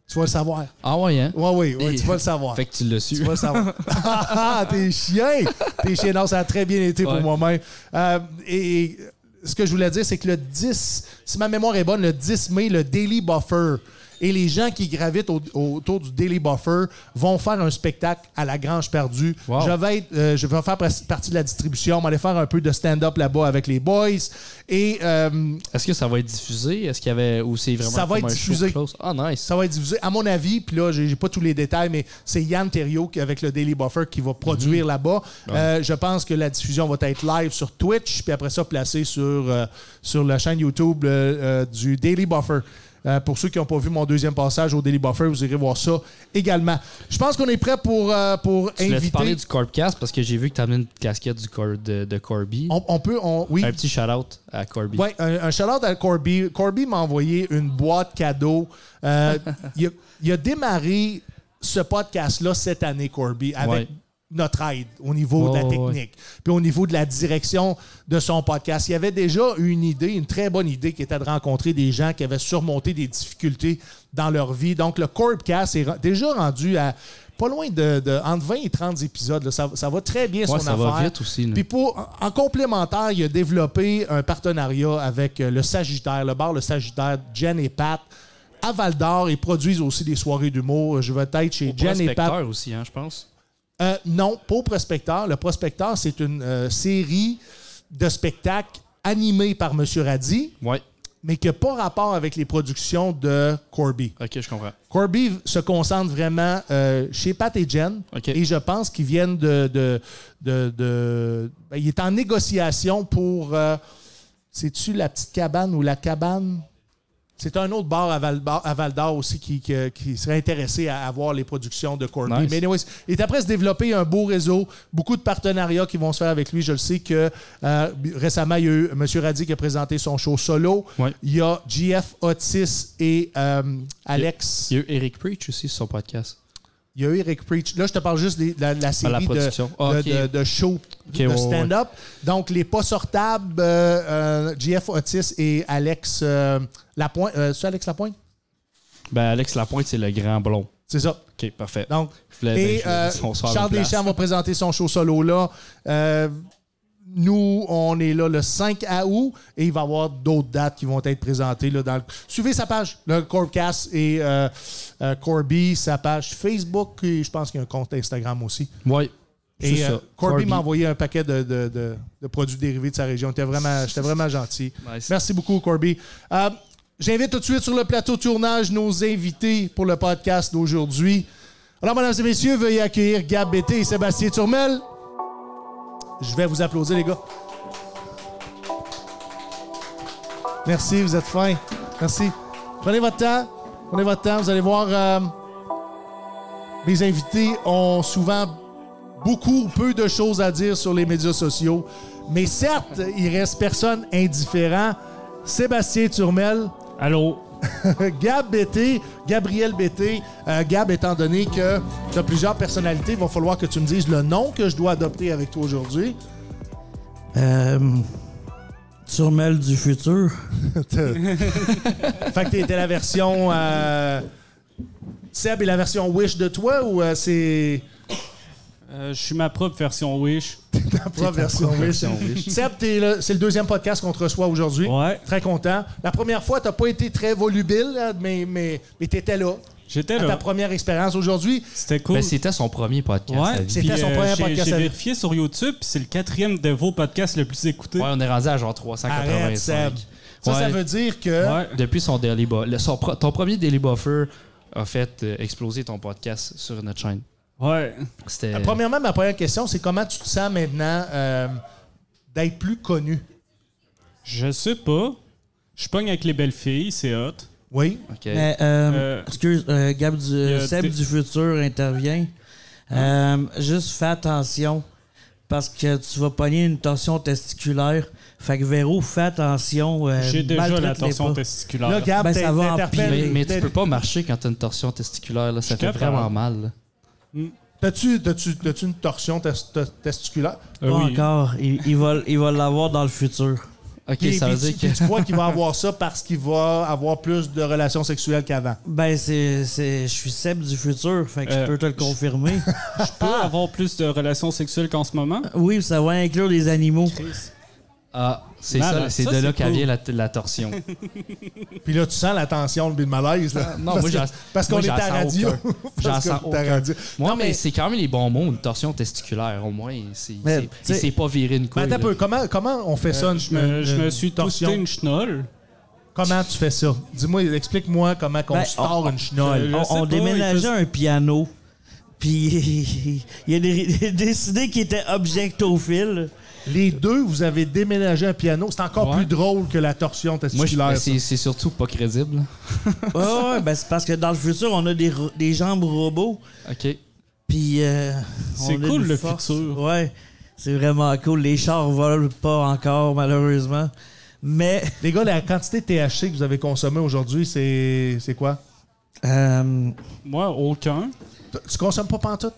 tu vas le savoir.
Ah ouais, hein?
Oui, oui, oui,
Et-
tu vas le savoir.
Fait que tu l'as su.
Tu vas savoir. Ah, t'es chien! T'es chien. Non, ça a très bien été
Ouais.
pour moi-même. Euh, et, et ce que je voulais dire, c'est que le 10, si ma mémoire est bonne, le 10 mai, le Daily Buffer et les gens qui gravitent au- autour du Daily Buffer vont faire un spectacle à la Grange perdue.
Wow.
Je vais, être, euh, je vais faire pres- partie de la distribution, m'aller faire un peu de stand-up là-bas avec les boys. Et euh,
Est-ce que ça va être diffusé? Est-ce qu'il y avait. Ou c'est vraiment.
Ça va
comme
être
un show
diffusé.
close? Ah, nice.
Ça va être diffusé, à mon avis, puis là, j'ai j'ai pas tous les détails, mais c'est Yann Thériault qui- avec le Daily Buffer qui va
Mhm.
produire là-bas. Euh, je pense que la diffusion va être live sur Twitch, puis après ça, placée sur, euh, sur la chaîne YouTube euh, euh, du Daily Buffer. Euh, pour ceux qui n'ont pas vu mon deuxième passage au Daily Buffer, vous irez voir ça également. Je pense qu'on est prêt pour, euh, pour
Tu voulais-tu
inviter.
parler du Corbcast parce que j'ai vu que tu as amené une casquette du cor de, de Corby.
On, on peut, on, oui.
Un petit shout-out à Corby.
Ouais, un, un shout-out à Corby. Corby m'a envoyé une boîte cadeau. Euh, il, a, il a démarré ce podcast-là cette année, Corby, avec
Ouais.
notre aide au niveau de la
Ouais, ouais,
technique, puis au niveau de la direction de son podcast. Il y avait déjà une idée, une très bonne idée, qui était de rencontrer des gens qui avaient surmonté des difficultés dans leur vie. Donc, le Corbcast est re- déjà rendu à pas loin de, de- entre 20 et 30 épisodes. là. Ça, ça va très bien, son
Ouais, ça va
affaire.
vite aussi, là.
Puis pour, en- en complémentaire, il a développé un partenariat avec euh, le Sagittaire, le bar Le Sagittaire, Jen et Pat. À Val d'Or, ils produisent aussi des soirées d'humour. Je vais être chez Jen et Pat.
prospecteur aussi, hein, je pense.
Euh, non, pas au prospecteur. Le prospecteur, c'est une euh, série de spectacles animés par M. Radi,
Ouais.
mais qui n'a pas rapport avec les productions de Corby.
Ok, je comprends.
Corby se concentre vraiment euh, chez Pat et Jen.
Ok.
Et je pense qu'ils viennent de. de, de- de- ben, il est en négociation pour. euh, C'est-tu la petite cabane ou la cabane? C'est un autre bar à Val, à Val d'Or aussi qui, qui, qui serait intéressé à avoir les productions de Corby.
Nice.
Mais anyways, il est après se développer un beau réseau, beaucoup de partenariats qui vont se faire avec lui. Je le sais que euh, récemment, il y a eu M. Radi qui a présenté son show solo.
Ouais.
Il y a GF Otis et euh, Alex.
Il y a eu Eric Preach aussi sur son podcast.
Il y a eu Eric Preach. Là, je te parle juste des- de la, de la série
la
de-
production. Ah,
de,
ok.
de- de show,
Ok,
de
ouais, ouais,
stand-up. Donc, les pas sortables, euh, euh, JF Otis et Alex euh, Lapointe. Euh, c'est Alex Lapointe?
Ben, Alex Lapointe, c'est le grand blond.
C'est ça.
Ok, parfait.
Donc,
Je voulais- ben,
et
je voulais-
euh,
on se fait à la
Charles
place.
Deschamps va présenter son show solo là. Euh, nous, on est là le 5 à août et il va y avoir d'autres dates qui vont être présentées. Là, dans le- Suivez sa page, le Corbcast et euh, euh, Corby, sa page Facebook et je pense qu'il y a un compte Instagram aussi.
Oui.
Et
C'est
euh,
ça.
Corby,
Corby.
m'a envoyé un paquet de, de- de- de produits dérivés de sa région. T'es vraiment- J'étais vraiment, gentil.
Nice.
Merci beaucoup, Corby. Euh, J'invite tout de suite sur le plateau de tournage nos invités pour le podcast d'aujourd'hui. Alors, mesdames et messieurs, veuillez accueillir Gab Bété et Sébastien Turmel. Je vais vous applaudir, les gars. Merci, vous êtes fins. Merci. Prenez votre temps. Prenez votre temps. Vous allez voir, euh, mes invités ont souvent beaucoup ou peu de choses à dire sur les médias sociaux. Mais certes, il reste personne indifférent. Sébastien Turmel,
Allô?
Gab Bété, Gabriel Bété. Euh, Gab, étant donné que tu as plusieurs personnalités, il va falloir que tu me dises le nom que je dois adopter avec toi aujourd'hui.
Euh, Turmel du futur.
Fait que t'es t'es la version. euh, Seb est la version Wish de toi ou euh, c'est
Euh, je suis ma propre version Wish.
ta propre version Wish? Seb, t'es le- c'est le deuxième podcast qu'on te reçoit aujourd'hui.
Ouais.
Très content. La première fois, t'as pas été très volubile, hein, mais, mais, mais t'étais là.
J'étais
À Ah, ta
là.
première expérience aujourd'hui.
C'était cool.
Ben, c'était son premier podcast. à
ouais,
vie.
C'était
puis, euh,
son premier
j'ai-
podcast à
J'ai
vie.
vérifié sur YouTube, puis c'est le quatrième de vos podcasts le plus écouté.
Ouais, on est rendu à genre
Arrête, Seb.
385.
Ça, ça
Ouais.
veut dire que.
Ouais.
Depuis son Daily Buffer, le- son pro- ton premier Daily Buffer a fait euh, exploser ton podcast sur notre chaîne.
Ouais.
C'était.
Euh, Premièrement, ma première question, c'est comment tu te sens maintenant euh, d'être plus connu?
Je sais pas. Je pogne avec les belles filles, c'est hot.
Oui.
Ok.
Mais, euh,
Euh,
excuse, euh, Gab du,
y a
Seb
des- Ah.
du futur intervient. Euh, juste fais attention parce que tu vas pogner une tension testiculaire. Fait que Véro, fais attention. euh,
J'ai déjà la
maltraite-les
tension
pas.
testiculaire.
Là, Gab,
Ben,
t'es-
ça va
t'interpelles-
empirer.
mais, mais tu peux pas marcher quand t'as une torsion testiculaire, là, ça
Je
fait
capable.
vraiment mal. là.
T'as-tu t'as-tu- t'as-tu une torsion tes- te- testiculaire?
Euh,
Pas
oui.
encore. Il, il va il va l'avoir dans le futur.
Ok,
Puis-
ça
puis
veut dire
tu-
que.
puis tu crois qu'il va avoir ça parce qu'il va avoir plus de relations sexuelles qu'avant.
Ben, c'est, c'est- je suis Seb du futur, fait que
Euh,
je peux te le confirmer.
Je peux
Ah!
avoir plus de relations sexuelles qu'en ce
Euh,
moment?
oui, ça va inclure les animaux.
Ah, c'est
Malade.
ça, c'est
Ça,
de là
c'est
qu'elle
cool.
vient la, la torsion.
Puis là, tu sens la tension, le bit de malaise. Là.
Ah, non, moi,
parce que-
j'en-
Parce qu'on
moi,
est
j'en
à
sens
radio.
aucun.
Parce
J'en
qu'on
sens
est à radio.
Moi,
Non,
mais, c'est quand même les bons mots, une torsion testiculaire, au moins. C'est,
Mais,
c'est-
tu sais-
il s'est pas viré une
Mais
couille.
attends un
là.
peu, comment, comment on fait ça? une-
Euh, je me, je
une
me suis
euh, torsion?
toasté une schnoll.
Comment tu fais ça? Dis-moi, explique-moi comment on
Ben,
sort
oh,
on-
une
euh,
chenole.
Je
on,
sais
on
pas,
déménageait
il fais-
un piano. Puis il a dé- il a décidé qu'il était objectophile.
Les deux, vous avez déménagé un piano. C'est encore
Ouais.
plus drôle que la torsion
Moi, je,
testiculaire.
mais
ça.
c'est, c'est surtout pas crédible. là.
Ouais, ouais, ben c'est parce que dans le futur, on a des, ro- des jambes robots.
Ok.
Puis euh,
C'est
on a
cool,
des
le
forces.
futur.
Ouais, c'est vraiment cool. Les chars volent pas encore, malheureusement. Mais
Les gars, la quantité de THC que vous avez consommée aujourd'hui, c'est c'est quoi?
euh,
Moi, aucun.
T- Tu consommes pas pantoute?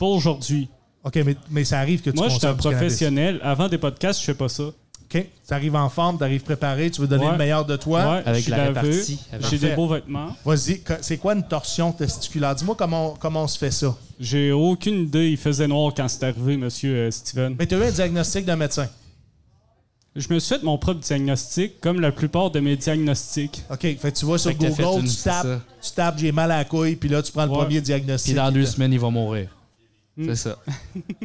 Pas aujourd'hui.
OK, mais, mais ça arrive que tu
Moi, je suis un
consommes du cannabis.
professionnel. Avant des podcasts, je fais pas ça.
OK. Tu arrives en forme, tu arrives préparé, tu veux donner
Ouais.
le meilleur de toi.
Ouais,
Avec
je suis
la
laveux,
répartie, avec-
J'ai des
Parfait.
beaux vêtements.
Vas-y, co- c'est quoi une torsion testiculaire? Dis-moi comment, comment on se fait ça.
J'ai aucune idée. Il faisait noir quand c'est arrivé, monsieur euh, Steven.
Mais tu as eu un diagnostic d'un médecin.
Je me suis fait mon propre diagnostic, comme la plupart de mes diagnostics.
OK, fait que tu vas sur
Fait que t'as fait
Google,
une-
tu
c'est
tapes,
ça.
tu tapes, j'ai mal à la couille, puis là, tu prends le
Ouais.
premier
Puis
diagnostic.
dans deux semaines, il va mourir. C'est ça.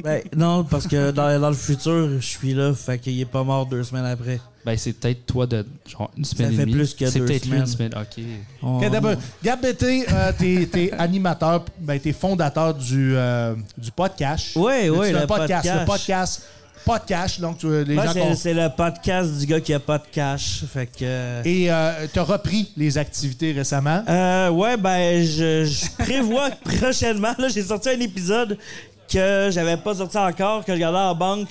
ben, non, parce que dans, dans le futur, je suis là, fait qu'il est pas mort deux semaines après.
Ben, c'est peut-être toi de genre une semaine
Ça
et
fait
demie.
plus que
C'est
deux
peut-être lui une
semaines.
semaine. Ok.
On-
OK, d'abord, Gab Bété, euh, t'es, t'es animateur, ben, t'es fondateur du, euh, du podcast.
Ouais,
Le-
ouais,
c'est
le
un podcast.
podcast.
Le podcast. Podcast, donc tu- les
Moi,
gens
c'est-
qu'on-
c'est le podcast du gars qui a pas de cash. Fait que.
Et euh, t'as repris les activités récemment.
Euh, ouais, ben, je, je prévois que prochainement. Là, j'ai sorti un épisode que j'avais pas sorti encore, que je gardais en banque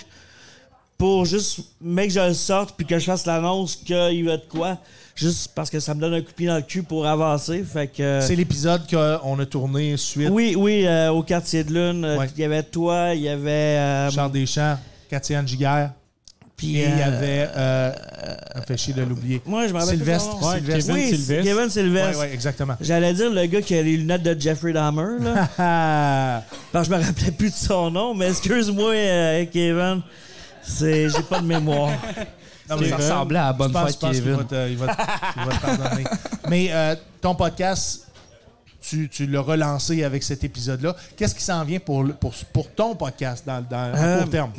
pour juste, mec, que je le sorte puis que je fasse l'annonce qu'il y a de quoi. Juste parce que ça me donne un coup de pied dans le cul pour avancer. Fait que.
C'est l'épisode qu'on a tourné suite.
Oui, oui, euh, au quartier de lune. euh,
Ouais.
Il y avait toi, il y avait. euh,
Charles Deschamps, Katiane Giguère.
puis,
Et il y
euh,
avait. Euh, Ah, ça me fait chier de l'oublier.
Moi, je me rappelle plus
Sylvestre.
son nom.
Ouais,
Sylvestre.
Kevin
oui,
Sylvestre.
Kevin
Ouais,
Sylvestre.
ouais, exactement.
J'allais dire le gars qui a les lunettes de Jeffrey Dahmer, là.
Ah,
Parce que je me rappelais plus de son nom, mais excuse-moi, euh, Kevin. C'est, j'ai pas de mémoire.
Ça
Non, mais-
ressemblait à la bonne
Je pense-
fête,
je pense qu'il
Kevin.
va te- Il va te il va te pardonner. Mais euh, ton podcast, tu, tu l'as relancé avec cet épisode-là. Qu'est-ce qui s'en vient pour, le- pour, pour ton podcast dans, dans, à
Euh,
court terme?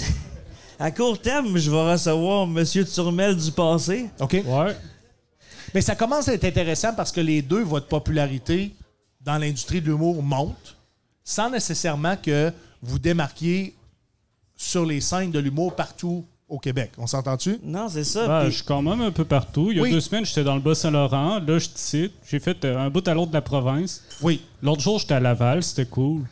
À court terme, je vais recevoir Monsieur Turmel du passé.
OK?
Ouais.
Mais ça commence à être intéressant parce que les deux, votre popularité dans l'industrie de l'humour monte sans nécessairement que vous démarquiez sur les scènes de l'humour partout au Québec. On s'entend-tu?
Non, c'est ça.
Ben,
puis-
je suis quand même un peu partout. Il y
Ah,
a
Oui.
deux semaines, j'étais dans le Bas-Saint-Laurent. Là, je cite. J'ai fait euh, un bout à l'autre de la province.
Oui.
L'autre jour, j'étais à Laval. C'était cool.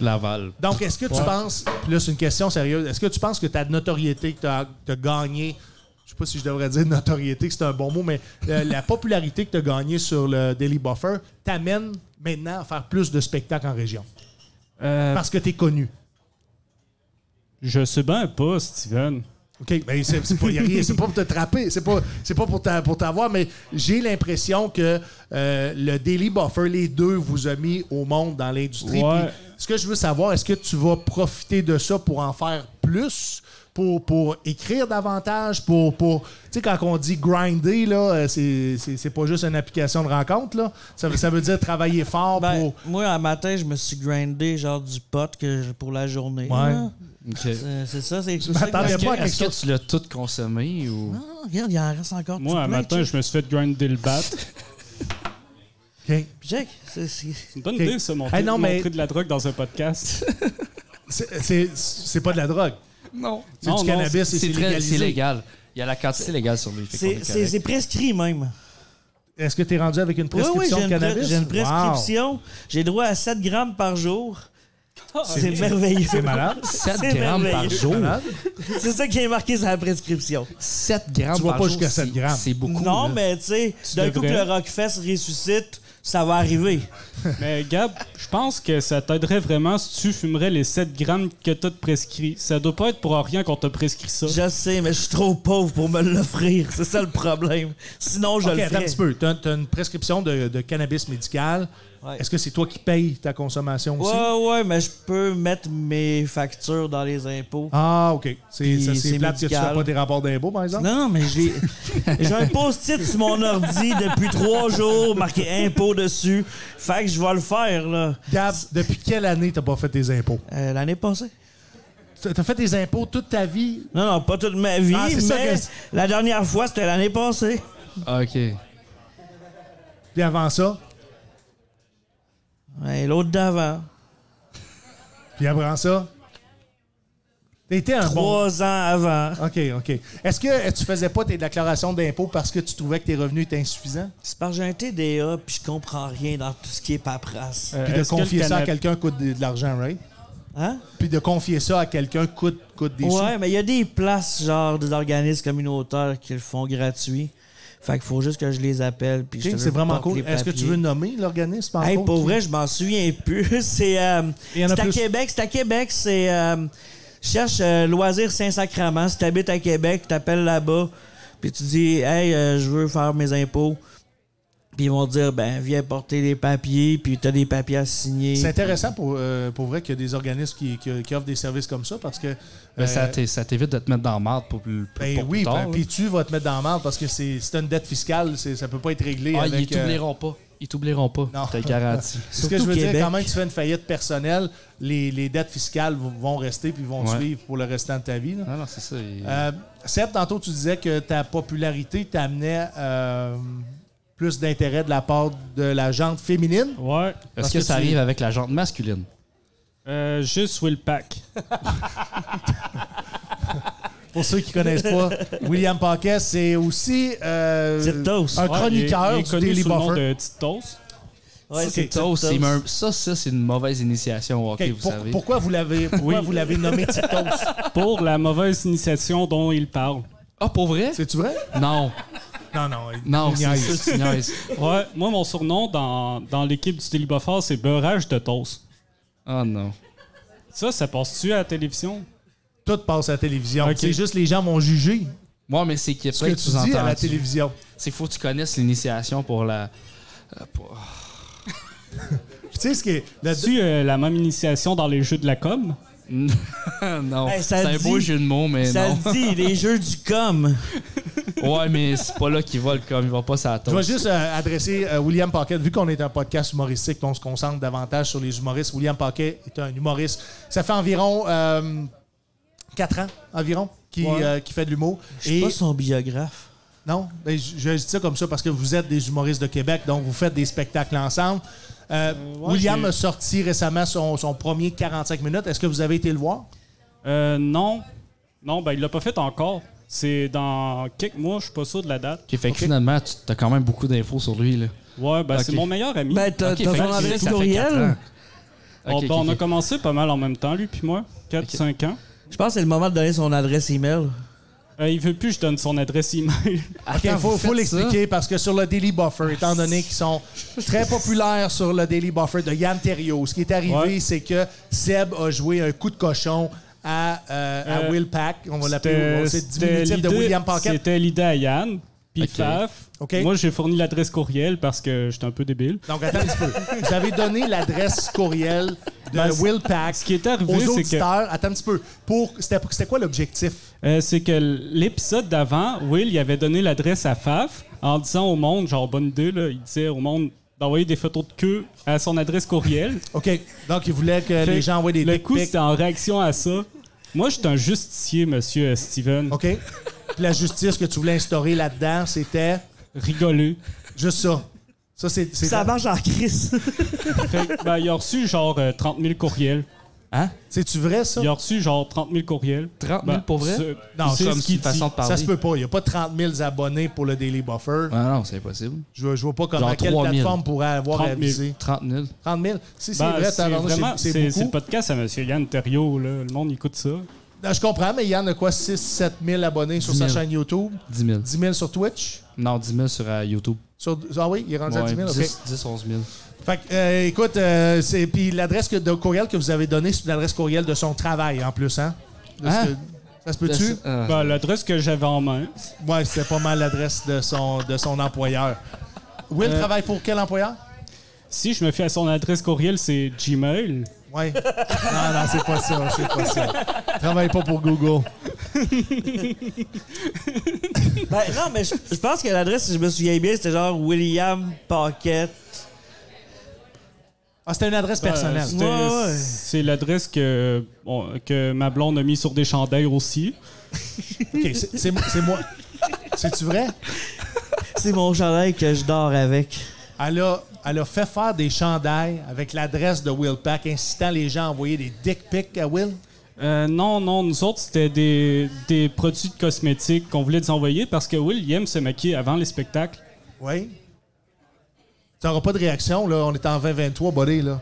Laval.
Donc, est-ce que tu penses, puis là, c'est une question sérieuse, est-ce que tu penses que ta notoriété que tu as, gagnée, je sais pas si je devrais dire notoriété, que c'est un bon mot, mais euh, la popularité que tu as gagnée sur le Daily Buffer t'amène maintenant à faire plus de spectacles en région?
Euh,
Parce que tu es connu.
je sais bien pas, Steven.
OK, ben c'est c'est pas, y a rien, c'est pas pour te trapper, c'est pas, c'est pas pour t'a- pour t'avoir, mais j'ai l'impression que euh, le Daily Buffer, les deux, vous a mis au monde dans l'industrie.
Ouais.
Puis, Ce que je veux savoir, est-ce que tu vas profiter de ça pour en faire plus, pour, pour écrire davantage, pour... pour tu sais, quand on dit grinder, là, euh, c'est- c'est c'est pas juste une application de rencontre, là. Ça, veut- ça veut dire travailler fort
Ben,
pour...
Moi, un matin, je me suis grindé genre du pot que je- pour la journée.
Ouais.
là.
Ok.
C'est c'est ça, c'est c'est
Je
ça. que-
Est-ce
m'attendais Est-ce
que,
que- est-ce
tu
que
l'as tout consommé ou.
Non, regarde, il en reste encore.
Moi,
tout
un
plein,
matin,
check.
je me suis fait grinder le bat.
OK.
Check, c'est- c'est-
C'est une bonne
Ok.
idée, ça, montrer,
Hey, non, mais-
montrer de la drogue dans un podcast.
C'est- C'est c'est pas de la drogue.
Non.
C'est
Non,
du
non,
cannabis et c'est
C'est très- c'est
légalisé.
légal. Il y a la quantité légale sur lui. fait qu'on
c'est-
est
c'est-
correct.
c'est prescrit même.
Est-ce que tu es rendu avec une
Oui, oui,
prescription
j'ai
de
une, pre-
cannabis?
j'ai une
Wow.
prescription. J'ai droit à 7 grammes par jour. C'est merveilleux.
C'est malade.
7
c'est
grammes par
merveilleux.
jour.
C'est ça qui est marqué sur la prescription.
7 grammes
Tu vas
par
pas
jour.
jusqu'à
c'est-
7 grammes.
C'est beaucoup.
non,
là.
mais tu sais, d'un coup que
devrais.
le Rockfest ressuscite, ça va arriver.
Mais Gab, je pense que ça t'aiderait vraiment si tu fumerais les 7 grammes que t'as de prescrit. Ça doit pas être pour rien qu'on t'a prescrit ça.
Je sais, mais je suis trop pauvre pour me l'offrir. C'est ça le problème. Sinon, je
OK,
le
attends un
ferais.
petit peu. Tu as, une prescription de, de cannabis médical.
Ouais.
Est-ce que c'est toi qui payes ta consommation aussi?
Ouais, ouais, mais je peux mettre mes factures dans les impôts.
Ah, OK. C'est
Puis
ça,
c'est
c'est plate que tu
médical.
fais pas tes rapports d'impôts, par exemple?
Non, non, mais j'ai j'ai un post-it sur mon ordi depuis trois jours marqué impôts dessus. Fait que je vais le faire, là.
Gab, depuis quelle année t'as pas fait tes impôts?
Euh, L'année passée.
T'as t'as fait tes impôts toute ta vie?
Non, non, pas toute ma vie,
Ah, c'est ça
mais
que-
la dernière fois, c'était l'année passée.
Ah, OK.
Puis avant ça?
Ouais, L'autre d'avant.
Puis avant ça? T'étais un Ah bon...
Trois ans avant.
OK, OK. Est-ce que euh, tu faisais pas tes déclarations d'impôts parce que tu trouvais que tes revenus étaient insuffisants?
C'est parce que j'ai un TDA, puis je comprends rien dans tout ce qui est paperasse.
Euh,
Puis de
est-ce que le
confier ça à
cannab-
quelqu'un coûte de, de l'argent, right?
Hein?
Puis de confier ça à quelqu'un coûte, coûte des sous.
Ouais, mais il y a des places, genre, des organismes communautaires qui le font gratuit. Fait qu'il faut juste que je les appelle. Puis je
Ok,
te
C'est vraiment
porte
cool.
les
Est-ce que tu
papiers.
veux nommer l'organisme en
Hey,
cours,
pour
toi?
vrai, je m'en souviens plus. C'est euh,
Il y en a
c'est à
plus.
Québec. C'est à Québec. C'est euh, cherche euh, loisirs Saint-Sacrement. Si t'habites à Québec, t'appelles là-bas, puis tu dis, hey, euh, je veux faire mes impôts. Puis ils vont te dire, ben viens porter les papiers, puis t'as des papiers à signer.
C'est intéressant pour, euh, pour vrai qu'il y a des organismes qui, qui- qui offrent des services comme ça parce que.
Mais ça
euh,
t'é- ça t'évite de te mettre dans la marde pour, plus
ben oui, ben, puis tu vas te mettre dans la merde parce que c'est c'est une dette fiscale, c'est- ça peut pas être réglé
ah, ils
avec. euh,
t'oublieront pas. Ils t'oublieront pas.
Non.
Je te le garantis.
ce que
Surtout
je veux dire,
Québec.
quand même, tu fais une faillite personnelle, les, les dettes fiscales vont- vont rester puis vont te
Ouais.
suivre pour le restant de ta vie. là.
non, non, c'est ça. il-
Euh, Seb, tantôt, tu disais que ta popularité t'amenait euh, plus d'intérêt de la part de la gente féminine.
Ouais.
Est-ce
parce
que,
que
ça
tu-
arrive avec la jante masculine?
Euh, juste Will Pack.
Pour ceux qui connaissent pas, William Paquet, c'est aussi euh,
Titos.
un
Ouais,
chroniqueur
il est- il est
du
connu
Daily
sous le nom
Buffer.
de Titos.
Ouais,
Ok.
c'est
Tito,
Titos.
c'est un- ça, ça c'est une mauvaise initiation au hockey,
Ok,
vous
pour-
savez.
pourquoi vous l'avez pourquoi
Oui.
vous l'avez nommé Titos
Pour la mauvaise initiation dont il parle.
Ah, pour vrai?
C'est tu vrai
Non,
Non non. il-
non,
il
c'est
niaise.
sûr que tu niaises.
Ouais, moi, mon surnom dans, dans l'équipe du Daily Buffer, c'est Beurrage de Toast.
Ah non.
Ça, ça passe-tu à la télévision?
Tout passe à la télévision.
Ok.
C'est juste les gens vont juger
Moi, mais c'est qui
ce que tu dis à la télévision.
C'est faut que tu connaisses l'initiation pour la. euh, pour-
Tu sais ce qui est le-
As-tu euh, la même initiation dans les jeux de la com?
Ah, non,
Hey, ça
c'est un
dit-
beau jeu de mots, mais
Ça
non.
le dit, les jeux du com.
Ouais, mais c'est pas là qu'il vole comme il va pas sur la
Je vais
tombe.
juste euh, adresser euh, William Paquet. Vu qu'on est un podcast humoristique, on se concentre davantage sur les humoristes. William Paquet est un humoriste. Ça fait environ 4 ans, environ, qu'il
Ouais.
euh, qu'il fait de l'humour.
Je suis
Et-
pas son biographe.
Non, ben, je, je dis ça comme ça parce que vous êtes des humoristes de Québec, donc vous faites des spectacles ensemble. Euh,
ouais,
William
j'ai-
a sorti récemment son, son premier 45 minutes. Est-ce que vous avez été le voir?
Euh, non. Non, ben, il l'a pas fait encore. C'est dans quelques mois, je suis pas sûr de la date.
Ok, fait que finalement, tu as quand même beaucoup d'infos sur lui. Là.
Ouais, ben,
Ok.
c'est mon meilleur ami.
Ben, t'as
Ok,
t'as
fait
son
que
adresse
ça fait quatre
courriel.
ans.
on,
Ok,
ben, on
ok,
a
ok.
commencé pas mal en même temps, lui puis moi. 4-5 ans.
Je pense que c'est le moment de donner son adresse email.
Euh, il veut plus que je donne son adresse email.
Il
Attends,
faut,
vous
faut
faites
l'expliquer parce que sur le Daily Buffer,
Ah,
étant donné qu'ils sont très populaires sur le Daily Buffer de Yann Terriot, ce qui est arrivé,
Ouais.
c'est que Seb a joué un coup de cochon à, euh, à
Euh,
Will Pack. On va l'appeler.
C'était-
C'est le
c'était
diminutif de
l'idée-
William Paquet.
C'était l'idée à Yann. Puis
Ok.
Faf.
Ok.
Moi, j'ai fourni l'adresse courriel parce que j'étais un peu débile.
Donc, attends un petit peu. Vous avez donné l'adresse courriel de
Ben, c-
Will Pack
Ce qui est arrivé,
aux
c'est que
auditeurs. Attends un petit peu. Pour, c'était, c'était quoi l'objectif?
Euh, c'est que l'épisode d'avant, Will, il avait donné l'adresse à Faf en disant au monde, genre bonne idée, là, il disait au monde d'envoyer des photos de queue à son adresse courriel.
OK. Donc, il voulait que
Fait
les gens envoient des
Le
dick
coup,
pics.
c'était en réaction à ça. Moi, je suis un justicier, monsieur euh, Steven.
OK. Puis la justice que tu voulais instaurer là-dedans, c'était
Rigoleux.
juste ça. Ça, c'est, c'est-
Ça marche en crise.
Fait que, ben, il a reçu genre euh, 30 000 courriels.
C'est-tu vrai, ça?
Il a reçu genre 30 000 courriels.
30 000
Ben,
pour vrai?
ce-
Non,
c'est
comme
ce qu'il
une façon
dit.
de parler.
Ça se peut pas. Il n'y a pas 30 000 abonnés pour le Daily Buffer.
Ah non, c'est impossible.
Je, ne vois pas comment
Genre
quelle
3 000.
plateforme pourrait avoir
30 000.
avisé.
30 000.
30 000? Si c'est
Ben,
vrai, t'as raison,
vraiment-
c'est,
c'est-
c'est
c'est le
beaucoup.
podcast à monsieur Yann Thériault, là. Le monde écoute ça.
Non, je comprends, mais Yann a quoi? 6 7 000 abonnés sur
10
sa
000.
chaîne YouTube?
10 000.
10 000 sur Twitch?
Non, 10 000 sur euh, YouTube.
Sur- ah oui, il est rendu à
Ouais,
10 000? OK.
10, 10, 11 000.
Fait que, euh, écoute, euh, c'est puis l'adresse que- de courriel que vous avez donnée, c'est une adresse courriel de son travail en plus, hein? Parce
Hein?
que- ça se peut-tu?
Ah,
Ben, l'adresse que j'avais en main,
Ouais, c'était pas mal l'adresse de son, de son employeur. Will travaille pour quel employeur?
si je me fie à son adresse courriel, c'est Gmail. Euh,
Ouais. Non, non, c'est pas ça, c'est pas ça. Travaille pas pour Google.
Ben, non, mais je, je pense que l'adresse, si je me souviens bien, c'était genre William Paquette.
Ah, c'était une adresse personnelle.
C'était-
Ouais, ouais.
C'est l'adresse que, bon, que ma blonde a mis sur des chandelles aussi.
OK, c'est- c'est c'est moi. C'est-tu vrai?
C'est mon chandail que je dors avec.
Elle a, elle a fait faire des chandails avec l'adresse de Will Pack, incitant les gens à envoyer des dick pics à Will.
Euh, non, non, nous autres, c'était des, des produits de cosmétiques qu'on voulait les envoyer parce que Will il aime se maquiller avant les spectacles.
Oui. Tu n'auras pas de réaction, là. On est en 2023, buddy, là.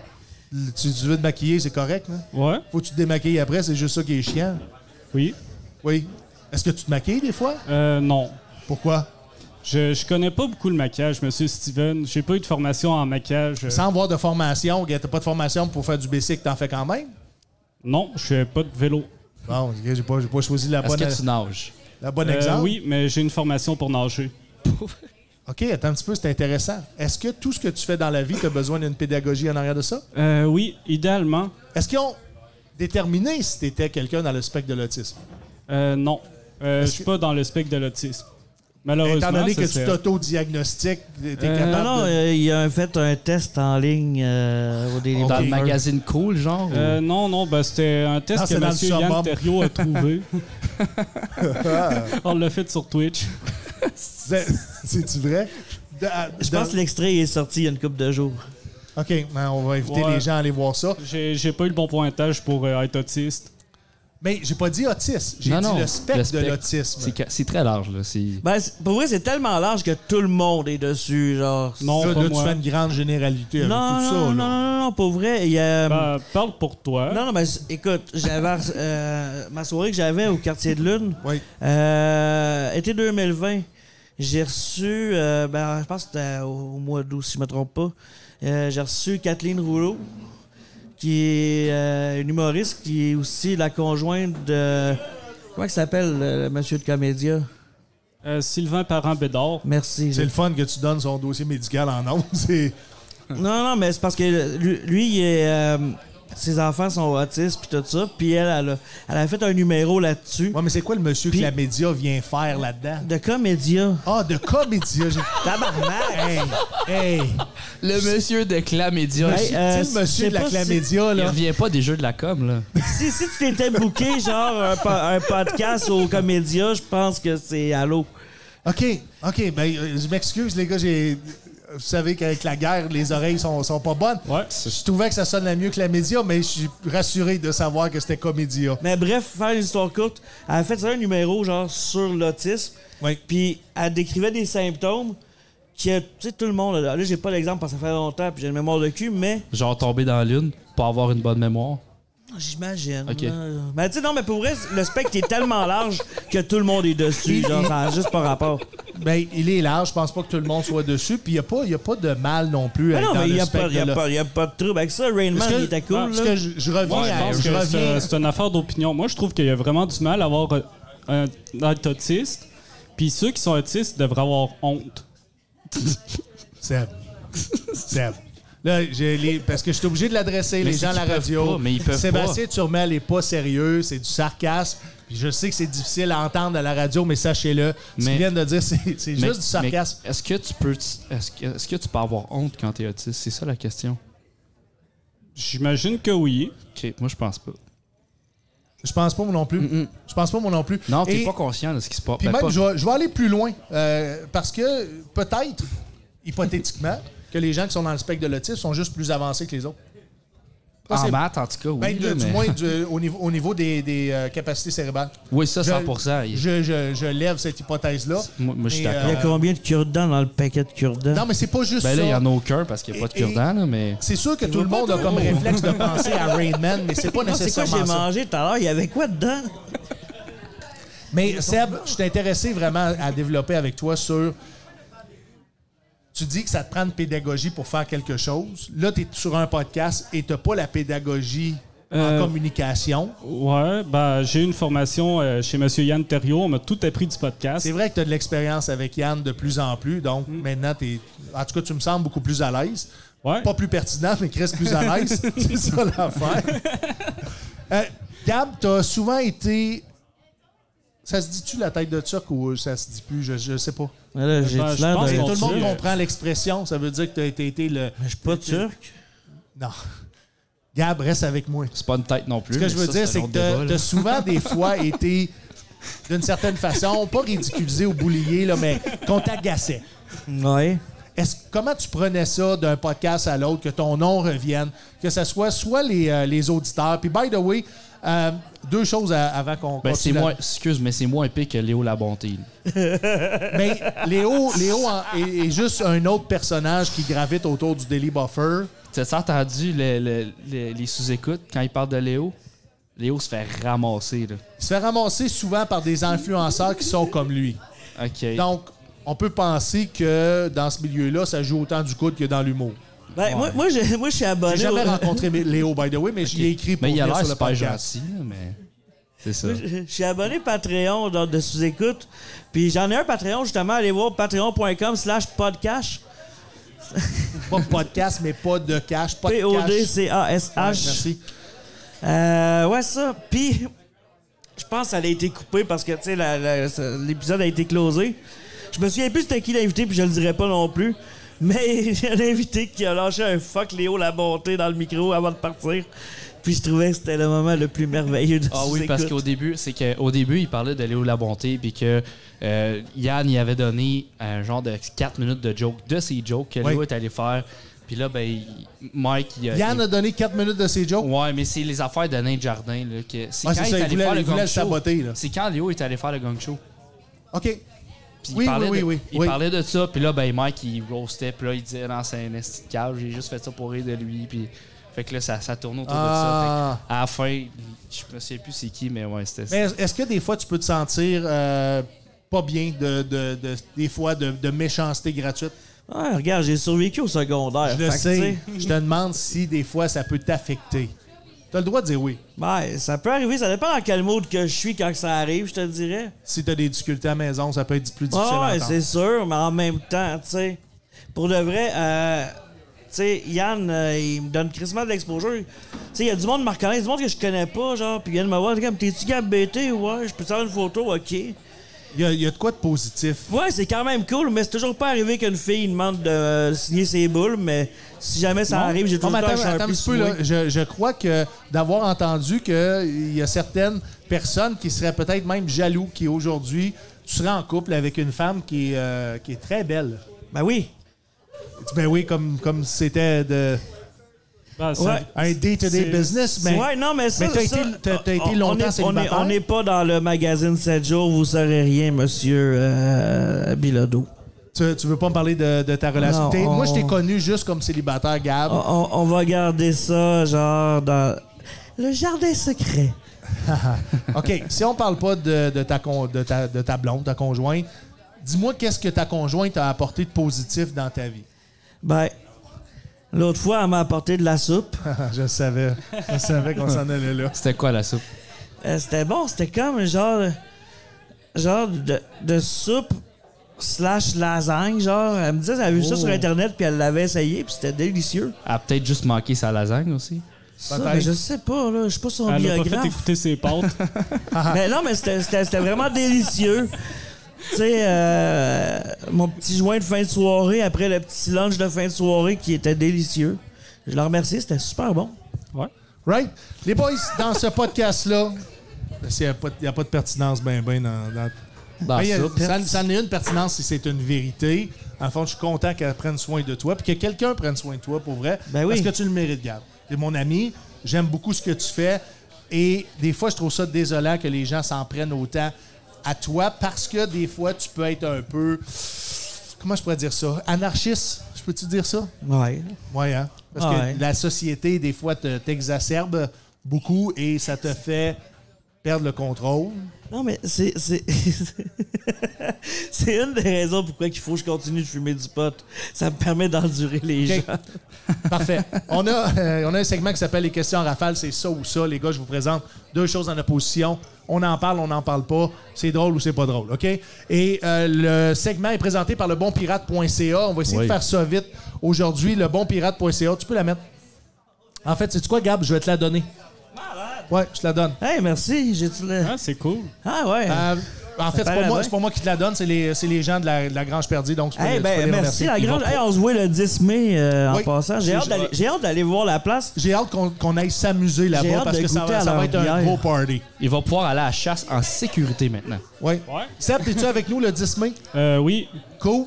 Le- Tu, tu veux te maquiller, c'est correct, là.
Ouais,
Faut que tu te démaquilles après, c'est juste ça qui est chiant.
oui.
Oui. Est-ce que tu te maquilles des fois?
Euh, non.
Pourquoi?
Je, je connais pas beaucoup le maquillage, monsieur Steven. J'ai pas eu de formation en maquillage. Euh,
Sans avoir de formation, gars, t'as pas de formation pour faire du basic, t'en fais quand même?
Non, je fais pas de vélo.
Bon, gars, j'ai pas, j'ai pas choisi la
Est-ce
bonne,
que tu nages?
la bonne
Euh,
exemple.
oui, mais j'ai une formation pour nager.
OK, attends un petit peu, c'est intéressant. Est-ce que tout ce que tu fais dans la vie, tu as besoin d'une pédagogie en arrière de ça?
Euh, oui, idéalement.
Est-ce qu'ils ont déterminé si tu étais quelqu'un dans le spectre de l'autisme?
Euh, non. Euh,
Est-ce
je suis
que-
pas dans le spectre de l'autisme. Malheureusement.
Étant donné
ça,
que
c'est-
tu t'auto-diagnostiques, tu es
Euh,
capable
Non, non,
de...
euh, il a fait un test en ligne euh, au Daily
Ok.
Dans
Buffer.
le magazine cool, genre?
Euh, non, non, ben, c'était un
Non,
test
c'est
que
dans le
monsieur Yann
summum.
Thériault a trouvé. On l'a fait sur Twitch.
C'est- C'est-tu vrai? De- à-
Je pense que
de-
l'extrait est sorti il y a une couple de jours.
OK, ben, on va inviter
Ouais.
les gens à aller voir ça.
J'ai j'ai pas eu le bon pointage pour euh, être autiste.
Mais j'ai pas dit autisme, j'ai
Non,
dit
non,
le spectre
le
de
spectre.
l'autisme.
C'est ca- C'est très large, là. C'est
Ben, c'est- pour vrai, c'est tellement large que tout le monde est dessus, genre.
Non,
Là,
pas
là, tu
moi.
fais une grande généralité
Non,
avec
non,
tout ça.
non,
là.
non, non, non, pour vrai, il y a... euh,
Ben, parle pour toi.
Non, non, mais c- écoute, j'avais euh, ma soirée que j'avais au quartier de Lune,
Oui.
euh, été 2020, j'ai reçu, euh, ben, je pense que c'était au, au mois d'août, si je me trompe pas, euh, j'ai reçu Kathleen Rouleau, qui est euh, une humoriste, qui est aussi la conjointe de. Comment il s'appelle, le, le monsieur de Comédia
Euh, Sylvain Parent-Bédard.
Merci.
C'est le fun que tu donnes son dossier médical en ondes. c'est-
Non, non, mais c'est parce que lui, lui, il est. euh, ses enfants sont autistes, puis tout ça. Puis elle, elle a, elle a fait un numéro là-dessus.
Ouais, mais c'est quoi le monsieur
Puis-
que la média vient faire là-dedans?
De comédia.
Ah, de comédia. j'ai-
Tabarnak!
hey, hey.
Le monsieur de Clamédia.
Hey,
Tu sais,
euh,
le
je
monsieur
sais
de la
pas si-
clamédia,
Ben, Il
là.
revient pas des jeux de la com, là.
si, si tu t'étais booké, genre, un, po- un podcast au comédia, je pense que c'est allô.
OK, OK. Ben, euh, je m'excuse, les gars. J'ai... Vous savez qu'avec la guerre, les oreilles sont, sont pas bonnes.
Ouais.
Je trouvais que ça sonnait mieux que la média, mais je suis rassuré de savoir que c'était comédia.
Mais bref, faire une histoire courte, elle a fait ça, un numéro, genre, sur l'autisme.
Oui.
Puis elle décrivait des symptômes que, tu sais, tout le monde. Là, Là, j'ai pas l'exemple parce que ça fait longtemps, puis j'ai une mémoire de cul, mais.
Genre tomber dans la lune, pas avoir une bonne mémoire.
Oh, J'imagine.
Ok.
là. Mais tu sais, non, mais pour vrai, le spectre est tellement large que tout le monde est dessus. Genre, ça a juste pas rapport.
Ben, il est large. Je pense pas que tout le monde soit dessus. Puis il n'y a, pas- il y a pas de mal non plus à
Mais
être
non,
dans
mais
le
il y a, pas-
spectre,
y a
là.
pas- y a pas de trouble avec ça. Rain Man,
Parce que-
il était cool.
parce
là.
que je, je reviens,
Ouais, je
à,
pense
je
que
reviens-
c'est- c'est une affaire d'opinion. Moi, je trouve qu'il y a vraiment du mal à avoir euh, un, d'être autiste. Puis ceux qui sont autistes devraient avoir honte.
Seb. Seb. Là, j'ai les- parce que je suis obligé de l'adresser, les
c'est
gens à la
qu'ils peuvent
radio.
pas, mais ils peuvent
Sébastien Turmel n'est pas sérieux, c'est du sarcasme. Puis Je sais que c'est difficile à entendre à la radio, mais sachez-le. Ce
Mais-
qu'il vient de dire, c'est c'est
Mais-
juste du sarcasme.
mais Est-ce que tu peux est-ce que, est-ce que tu peux avoir honte quand t'es autiste? C'est ça la question.
J'imagine que oui.
Ok, moi je pense pas.
Je pense pas, moi non plus. Je pense pas, moi non plus.
Non,
Et-
t'es pas conscient de ce qui se passe.
Puis
Ben,
même,
pas-
je, vais, je vais aller plus loin. euh, parce que peut-être, hypothétiquement, que les gens qui sont dans le spectre de l'autisme sont juste plus avancés que les autres. Ça,
En
c'est-
maths, en tout cas, oui.
Ben, de-
là,
Du
mais-
moins, du- au niveau, au niveau des, des, euh, capacités cérébrales.
Oui, ça,
Je-
100%. il-
Je, je- je lève cette hypothèse-là.
Moi, moi, je suis
Mais,
d'accord.
Il y a
Euh,
combien de cure-dents dans le paquet de cure-dents?
Non, mais c'est pas juste
Ben là,
ça.
il y en a aucun parce qu'il n'y a pas de
Et- et-
cure-dent, là, mais.
C'est sûr que tout le
vois
monde
pas
a comme réflexe de penser à Rain Man, mais c'est pas
Non, c'est quoi
nécessairement
j'ai
ça.
mangé tout à l'heure? Il y avait quoi dedans?
Mais Seb, je suis intéressé vraiment à développer avec toi sur. Tu dis que ça te prend une pédagogie pour faire quelque chose. Là, tu es sur un podcast et tu n'as pas la pédagogie
Euh,
en communication.
Ouais, ben, j'ai eu une formation euh, chez M. Yann Thériault. On m'a tout appris du podcast.
C'est vrai que tu as de l'expérience avec Yann de plus en plus. Donc, maintenant, t'es, en tout cas, tu me sembles beaucoup plus à l'aise.
Ouais.
Pas plus pertinent, mais qui reste plus à l'aise. C'est ça l'affaire. Euh, Gab, tu as souvent été. Ça se dit-tu la tête de turc ou ça se dit plus? Je, je sais pas.
Mais là, j'ai
Ben,
du
je
l'air
pense
d'un-
que-
Tout le monde
turc.
comprend l'expression. Ça veut dire que tu as été, été le.
Mais Je suis pas turc.
Non. Gab, reste avec moi.
C'est pas une tête non plus.
Ce que
mais
je veux
ça,
dire,
un
c'est
autre
que
débat,
tu
là.
as souvent des fois été, d'une certaine façon, pas ridiculisé ou boulié, là, mais qu'on t'agaçait.
Ouais.
Est-ce- comment tu prenais ça d'un podcast à l'autre, que ton nom revienne, que ce soit soit les, euh, les auditeurs. Puis, by the way, euh, deux choses à- avant qu'on
Ben, c'est
continue.
moins, excuse, mais c'est moins épique que Léo la bonté. là.
Mais Ben, Léo, Léo en- est, est juste un autre personnage qui gravite autour du Daily Buffer.
T'as t'as entendu le- le- le- les sous-écoutes quand ils parlent de Léo? Léo se fait ramasser, là.
Il se fait ramasser souvent par des influenceurs qui sont comme lui.
OK.
Donc, on peut penser que dans ce milieu-là, ça joue autant du coude que dans l'humour.
Ben, moi, moi, je, moi, je suis
J'ai
abonné.
jamais
au-
rencontré Léo, by the way, mais j'y ai écrit pour
mais il a
venir
l'air
sur le
super
podcast.
gentil, là, mais. C'est ça.
Je suis abonné Patreon dans- de sous-écoute. Puis j'en ai un Patreon, justement. Allez voir patreon.com slash podcast.
Pas podcast, mais pas de cash. Pas de cash. Ouais,
P-O-D-C-A-S-H.
merci.
Euh, ouais, ça. Puis je pense que ça a été coupé parce que, tu sais, la- la- ça- l'épisode a été closé. Je me souviens plus c'était qui l'invité, puis je le dirai pas non plus. Mais j'ai un invité qui a lâché un fuck Léo la bonté dans le micro avant de partir. Puis je trouvais que c'était le moment le plus merveilleux de
Ah oui, parce
sous-écoute.
qu'au début, c'est que au début, il parlait de Léo la bonté puis que euh, Yann y avait donné un genre de 4 minutes de joke de ses jokes que
Oui.
Léo est allé faire. Puis là, ben, il- Mike, il a.
Yann
il-
a donné 4 minutes de ses jokes.
Euh, Ouais, mais c'est les affaires de Nain Jardin. Là, que c'est
Ouais,
quand il
c'est ça,
est
il
allé
voulait-
faire
il
le
voulait
gong
le
show.
saboter, là. Euh,
C'est quand Léo est allé faire le gang show.
OK.
Puis
Oui,
il parlait
oui,
de,
oui,
il
oui.
parlait de ça, puis là, ben, Mike, il roastait, puis là, il disait, non, c'est un esti de cave, j'ai juste fait ça pour rire de lui, puis. Fait que là, ça, ça tourne autour
Ah.
de ça. Fait que à la fin, je me sais plus c'est qui, mais ouais, c'était ça.
Mais est-ce que des fois, tu peux te sentir euh, pas bien de, de- de- des fois de, de méchanceté gratuite?
Ouais, regarde, j'ai survécu au
Euh,
secondaire.
Je
Fait
le
que,
sais.
tu sais,
Je te demande si des fois ça peut t'affecter. T'as le droit de dire oui,
ben, ça peut arriver. Ça dépend dans quel mode que je suis quand que ça arrive, je te dirais.
si t'as des difficultés à la maison, ça peut
Ah
être plus difficile.
Ah Ouais,
à
ouais,
entendre.
c'est sûr, mais en même temps, tu sais, pour de vrai, euh, tu sais, Tu sais, Yann, euh, il me donne crissement de l'exposure. Tu sais, il y a du monde qui me reconnaît, du monde que je connais pas, genre. Puis Yann me voit, comme, t'es-tu Gab BT? Ouais, je peux te faire une photo, OK.
Il y, a- il y a de quoi de positif?
Ouais, c'est quand même cool, mais c'est toujours pas arrivé qu'une fille demande de euh, signer ses boules, mais si jamais ça arrive, j'ai
Non,
toujours
mais
le temps
attends,
de
attends un
charpie
petit
sous
peu,
moi.
là. Je, je crois que d'avoir entendu qu'il y a certaines personnes qui seraient peut-être même jaloux qui aujourd'hui, tu serais en couple avec une femme qui, est, euh, qui est très belle.
Ben oui.
Tu dis, Ben oui, comme comme si c'était de-
Ben, ça-
Ouais.
un day-to-day
C'est-
business, mais
ouais, non, mais ça.
mais t'as
ça-
été- t'as- t'as été
on- on
longtemps
est- on est-
célibataire?
On n'est pas dans le magazine 7 jours, vous saurez rien, monsieur euh, Bilodeau.
tu, tu veux pas me parler de, de ta relation.
Non,
T'es- Moi,
on-
je t'ai connu juste comme célibataire, Gab.
On, on- on va garder ça, genre, dans le jardin secret.
OK, si on parle pas de, de ta, con- de, ta, de ta blonde, ta conjointe, dis-moi qu'est-ce que ta conjointe a apporté de positif dans ta vie.
Ben, l'autre fois, elle m'a apporté de la soupe.
je savais. Je savais qu'on s'en allait là.
C'était quoi la soupe?
Euh, c'était bon, c'était comme un genre, genre de, de soupe slash lasagne, genre. Elle me disait, elle avait vu
Oh.
ça sur Internet, puis elle l'avait essayé, puis c'était délicieux.
a peut-être juste manqué sa lasagne aussi.
Ça,
Peut-être.
ben, je sais pas, là, je suis pas son
Elle a pas fait
biographe.
écouter ses pâtes.
Ah.
Mais non, mais c'était- c'était c'était vraiment délicieux. Tu sais, euh, mon petit joint de fin de soirée, après le petit lunch de fin de soirée qui était délicieux. Je le remercie, c'était super bon.
Ouais.
Right? Les boys, dans ce podcast-là, il n'y a, pas de- y a pas de pertinence ben ben dans... dans-
Dans
Ah,
Ben, y a-
soupe.
ça, ça en est une pertinence si c'est une vérité. En fond, je suis content qu'elle prenne soin de toi puis que quelqu'un prenne soin de toi pour vrai.
Ben oui.
Parce que tu le mérites, Gab. T'es mon ami, j'aime beaucoup ce que tu fais et des fois, je trouve ça désolant que les gens s'en prennent autant à toi parce que des fois, tu peux être un peu... Comment je pourrais dire ça? Anarchiste, je peux-tu dire ça?
Ouais.
Oui, hein? Parce
Ah
que
ouais.
la société, des fois, te- t'exacerbe beaucoup et ça te fait perdre le contrôle.
Non, mais c'est. C'est c'est une des raisons pourquoi il faut que je continue de fumer du pot. Ça me permet d'endurer les
OK.
gens.
Parfait. On a, euh, on a un segment qui s'appelle Les questions en rafale. C'est ça ou ça. Les gars, je vous présente deux choses en opposition. On en parle, on n'en parle pas. C'est drôle ou c'est pas drôle. OK? Et euh, le segment est présenté par lebonpirate.ca. On va essayer de faire ça vite aujourd'hui. Lebonpirate.ca. Tu peux la mettre. En fait, c'est quoi, Gab? Je vais te la donner. Ouais, je te la donne.
Hey, merci. J'ai-tu le.
Hein?
Ah, c'est cool.
Ah, ouais.
Euh, en fait, c'est pas,
paraît
moi,
bien.
c'est pas moi qui te la donne, c'est les, c'est les gens de la, de la Grange Perdue. Donc, tu peux,
Hey,
tu peux les
ben, merci.
remercier.
La
Ils vont
grande.
pas-
Hey, on se voit le 10 mai euh,
Oui.
en passant. J'ai
Je-
hâte d'aller- J'ai hâte d'aller voir la place.
J'ai hâte qu'on, qu'on aille s'amuser
J'ai
là-bas
hâte
parce
de
que ça
goûter
va,
à
ça va
leur
être un
bière.
gros party.
Il va pouvoir aller à la chasse en sécurité maintenant.
Ouais.
Ouais.
Seb, es-tu avec nous le 10 mai?
Euh, oui,
Cool.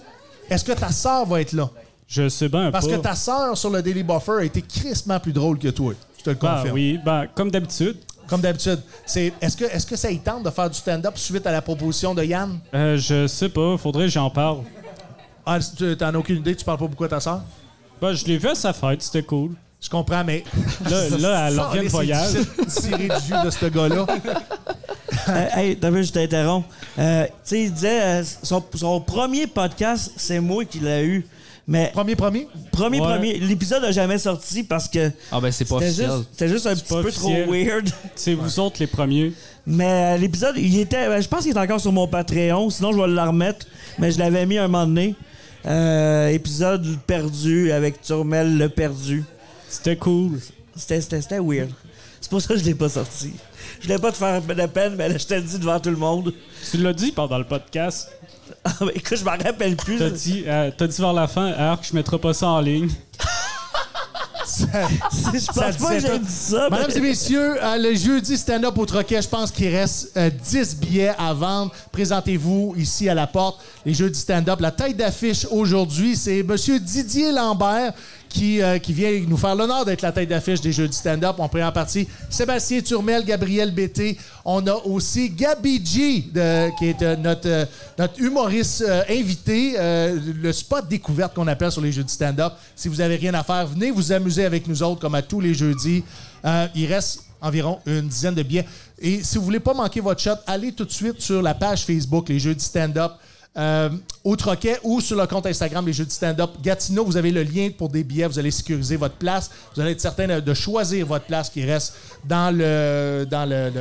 Est-ce que ta sœur va être là?
je sais bien
Parce
pas.
que ta sœur sur le Daily Buffer a été crissement plus drôle que toi. Je te le
Ben
confirme.
oui, ben, comme d'habitude.
Comme d'habitude. C'est, est-ce, que, est-ce que ça y tente de faire du stand-up suite à la proposition de Yann?
Euh, je sais pas, faudrait que j'en parle.
Ah, tu, t'en as aucune idée, tu parles pas beaucoup à ta sœur?
Ben, je l'ai vu à sa fête, c'était cool.
Je comprends, mais.
Là, Euh, là elle revient de voyage.
Tirer du jus de ce gars-là.
Euh, hey, t'as vu, je t'interromps. Euh, tu sais, il disait, euh, son, son premier podcast, c'est moi qui l'ai eu. Mais
Premier, premier?
premier,
Ouais.
premier, l'épisode n'a jamais sorti parce que
Ah ben c'est pas
c'était
officiel.
juste, c'était juste un
pas
petit peu trop
officiel.
weird.
C'est vous autres les premiers.
Mais euh, l'épisode, il était, euh, je pense qu'il est encore sur mon Patreon, sinon je vais le remettre. Mais je l'avais mis un moment donné. Euh, épisode perdu avec Turmel le perdu.
C'était cool.
C'était- C'était c'était weird. C'est pour ça que je l'ai pas sorti. Je voulais pas te faire de peine, mais là, je te le dis devant tout le monde.
Tu l'as dit pendant le podcast.
Ah, mais écoute, je m'en rappelle plus.
T'as dit, euh, t'as dit vers la fin, Arc, je mettrai pas ça en ligne.
Je pense
Ça
pas que
disait
j'ai
tout.
dit ça. mais-
Mesdames et messieurs, euh, le jeudi stand-up au Troquet, je pense qu'il reste euh, 10 billets à vendre. Présentez-vous ici à la porte. Les jeudis stand-up, la tête d'affiche aujourd'hui, c'est Monsieur Didier Lambert qui, euh, qui vient nous faire l'honneur d'être la tête d'affiche des jeudis stand-up. On prend en partie Sébastien Turmel, Gabriel Bété. On a aussi Gabi G, de- qui est euh, notre, euh, notre humoriste euh, invité, euh, le spot découverte qu'on appelle sur les jeudis stand-up. Si vous avez rien à faire, venez vous amuser avec nous autres comme à tous les jeudis. Euh, il reste environ une dizaine de billets. Et si vous voulez pas manquer votre shot, allez tout de suite sur la page Facebook, les Jeudis Stand-Up, euh, au Troquet ou sur le compte Instagram, les Jeudis Stand-Up Gatineau. Vous avez le lien pour des billets. Vous allez sécuriser votre place. Vous allez être certain de- de choisir votre place qui reste dans le, dans le,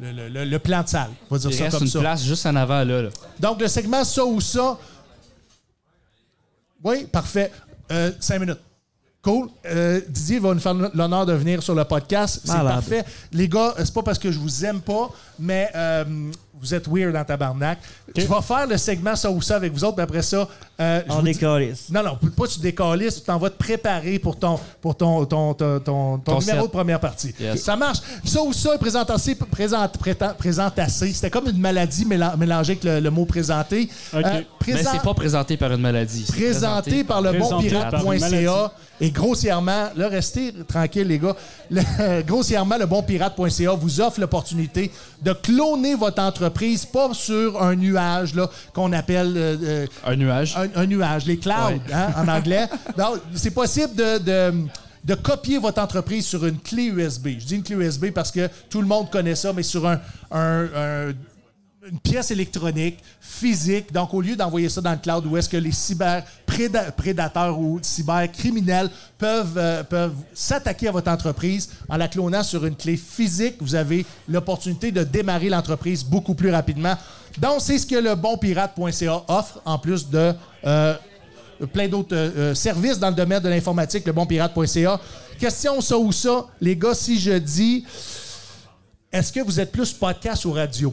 le, le- le- le plan de salle. On va dire
Il
ça
reste
comme
une
ça.
place juste en avant là. là.
Donc, le segment ça ou ça. Oui, parfait. Euh, cinq minutes. Cool. Euh, Didier va nous faire l'honneur de venir sur le podcast. C'est
Malade.
parfait. Les gars, c'est pas parce que je vous aime pas, mais euh, vous êtes weird en tabarnak. Je vais faire le segment ça ou ça avec vous autres, puis après ça, euh, je
On
vous dis-
décalisse.
non, non, pas tu décolles, tu t'en vas te préparer pour ton, pour ton, ton, ton, ton- ton
Ton
numéro
set.
de première partie.
Yes.
Ça marche. Ça ou ça, présentassé, présent, prétent- présentassé. C'était comme une maladie méla- mélangée avec le, le mot présenté.
Ok. Ben,
Mais
présent-
c'est pas présenté par une maladie. c'est
présenté par le bon
présenté par une maladie.
pirate.ca et grossièrement, là, restez tranquille, les gars. Le- grossièrement, le bon pirate.ca vous offre l'opportunité de cloner votre entreprise, pas sur un nuage là, qu'on appelle euh, euh,
un nuage.
un, un nuage, les clouds
Ouais.
hein, en anglais. Donc, c'est possible de, de- de copier votre entreprise sur une clé USB. Je dis une clé USB parce que tout le monde connaît ça, mais sur un- un- un- une pièce électronique physique. Donc, au lieu d'envoyer ça dans le cloud, où est-ce que les cyberprédateurs ou cybercriminels peuvent, euh, peuvent s'attaquer à votre entreprise en la clonant sur une clé physique, vous avez l'opportunité de démarrer l'entreprise beaucoup plus rapidement. Donc, c'est ce que le bonpirate.ca offre en plus de euh, plein d'autres euh, euh, services dans le domaine de l'informatique, le bonpirate.ca. Question ça ou ça, les gars, si je dis, est-ce que vous êtes plus podcast ou radio?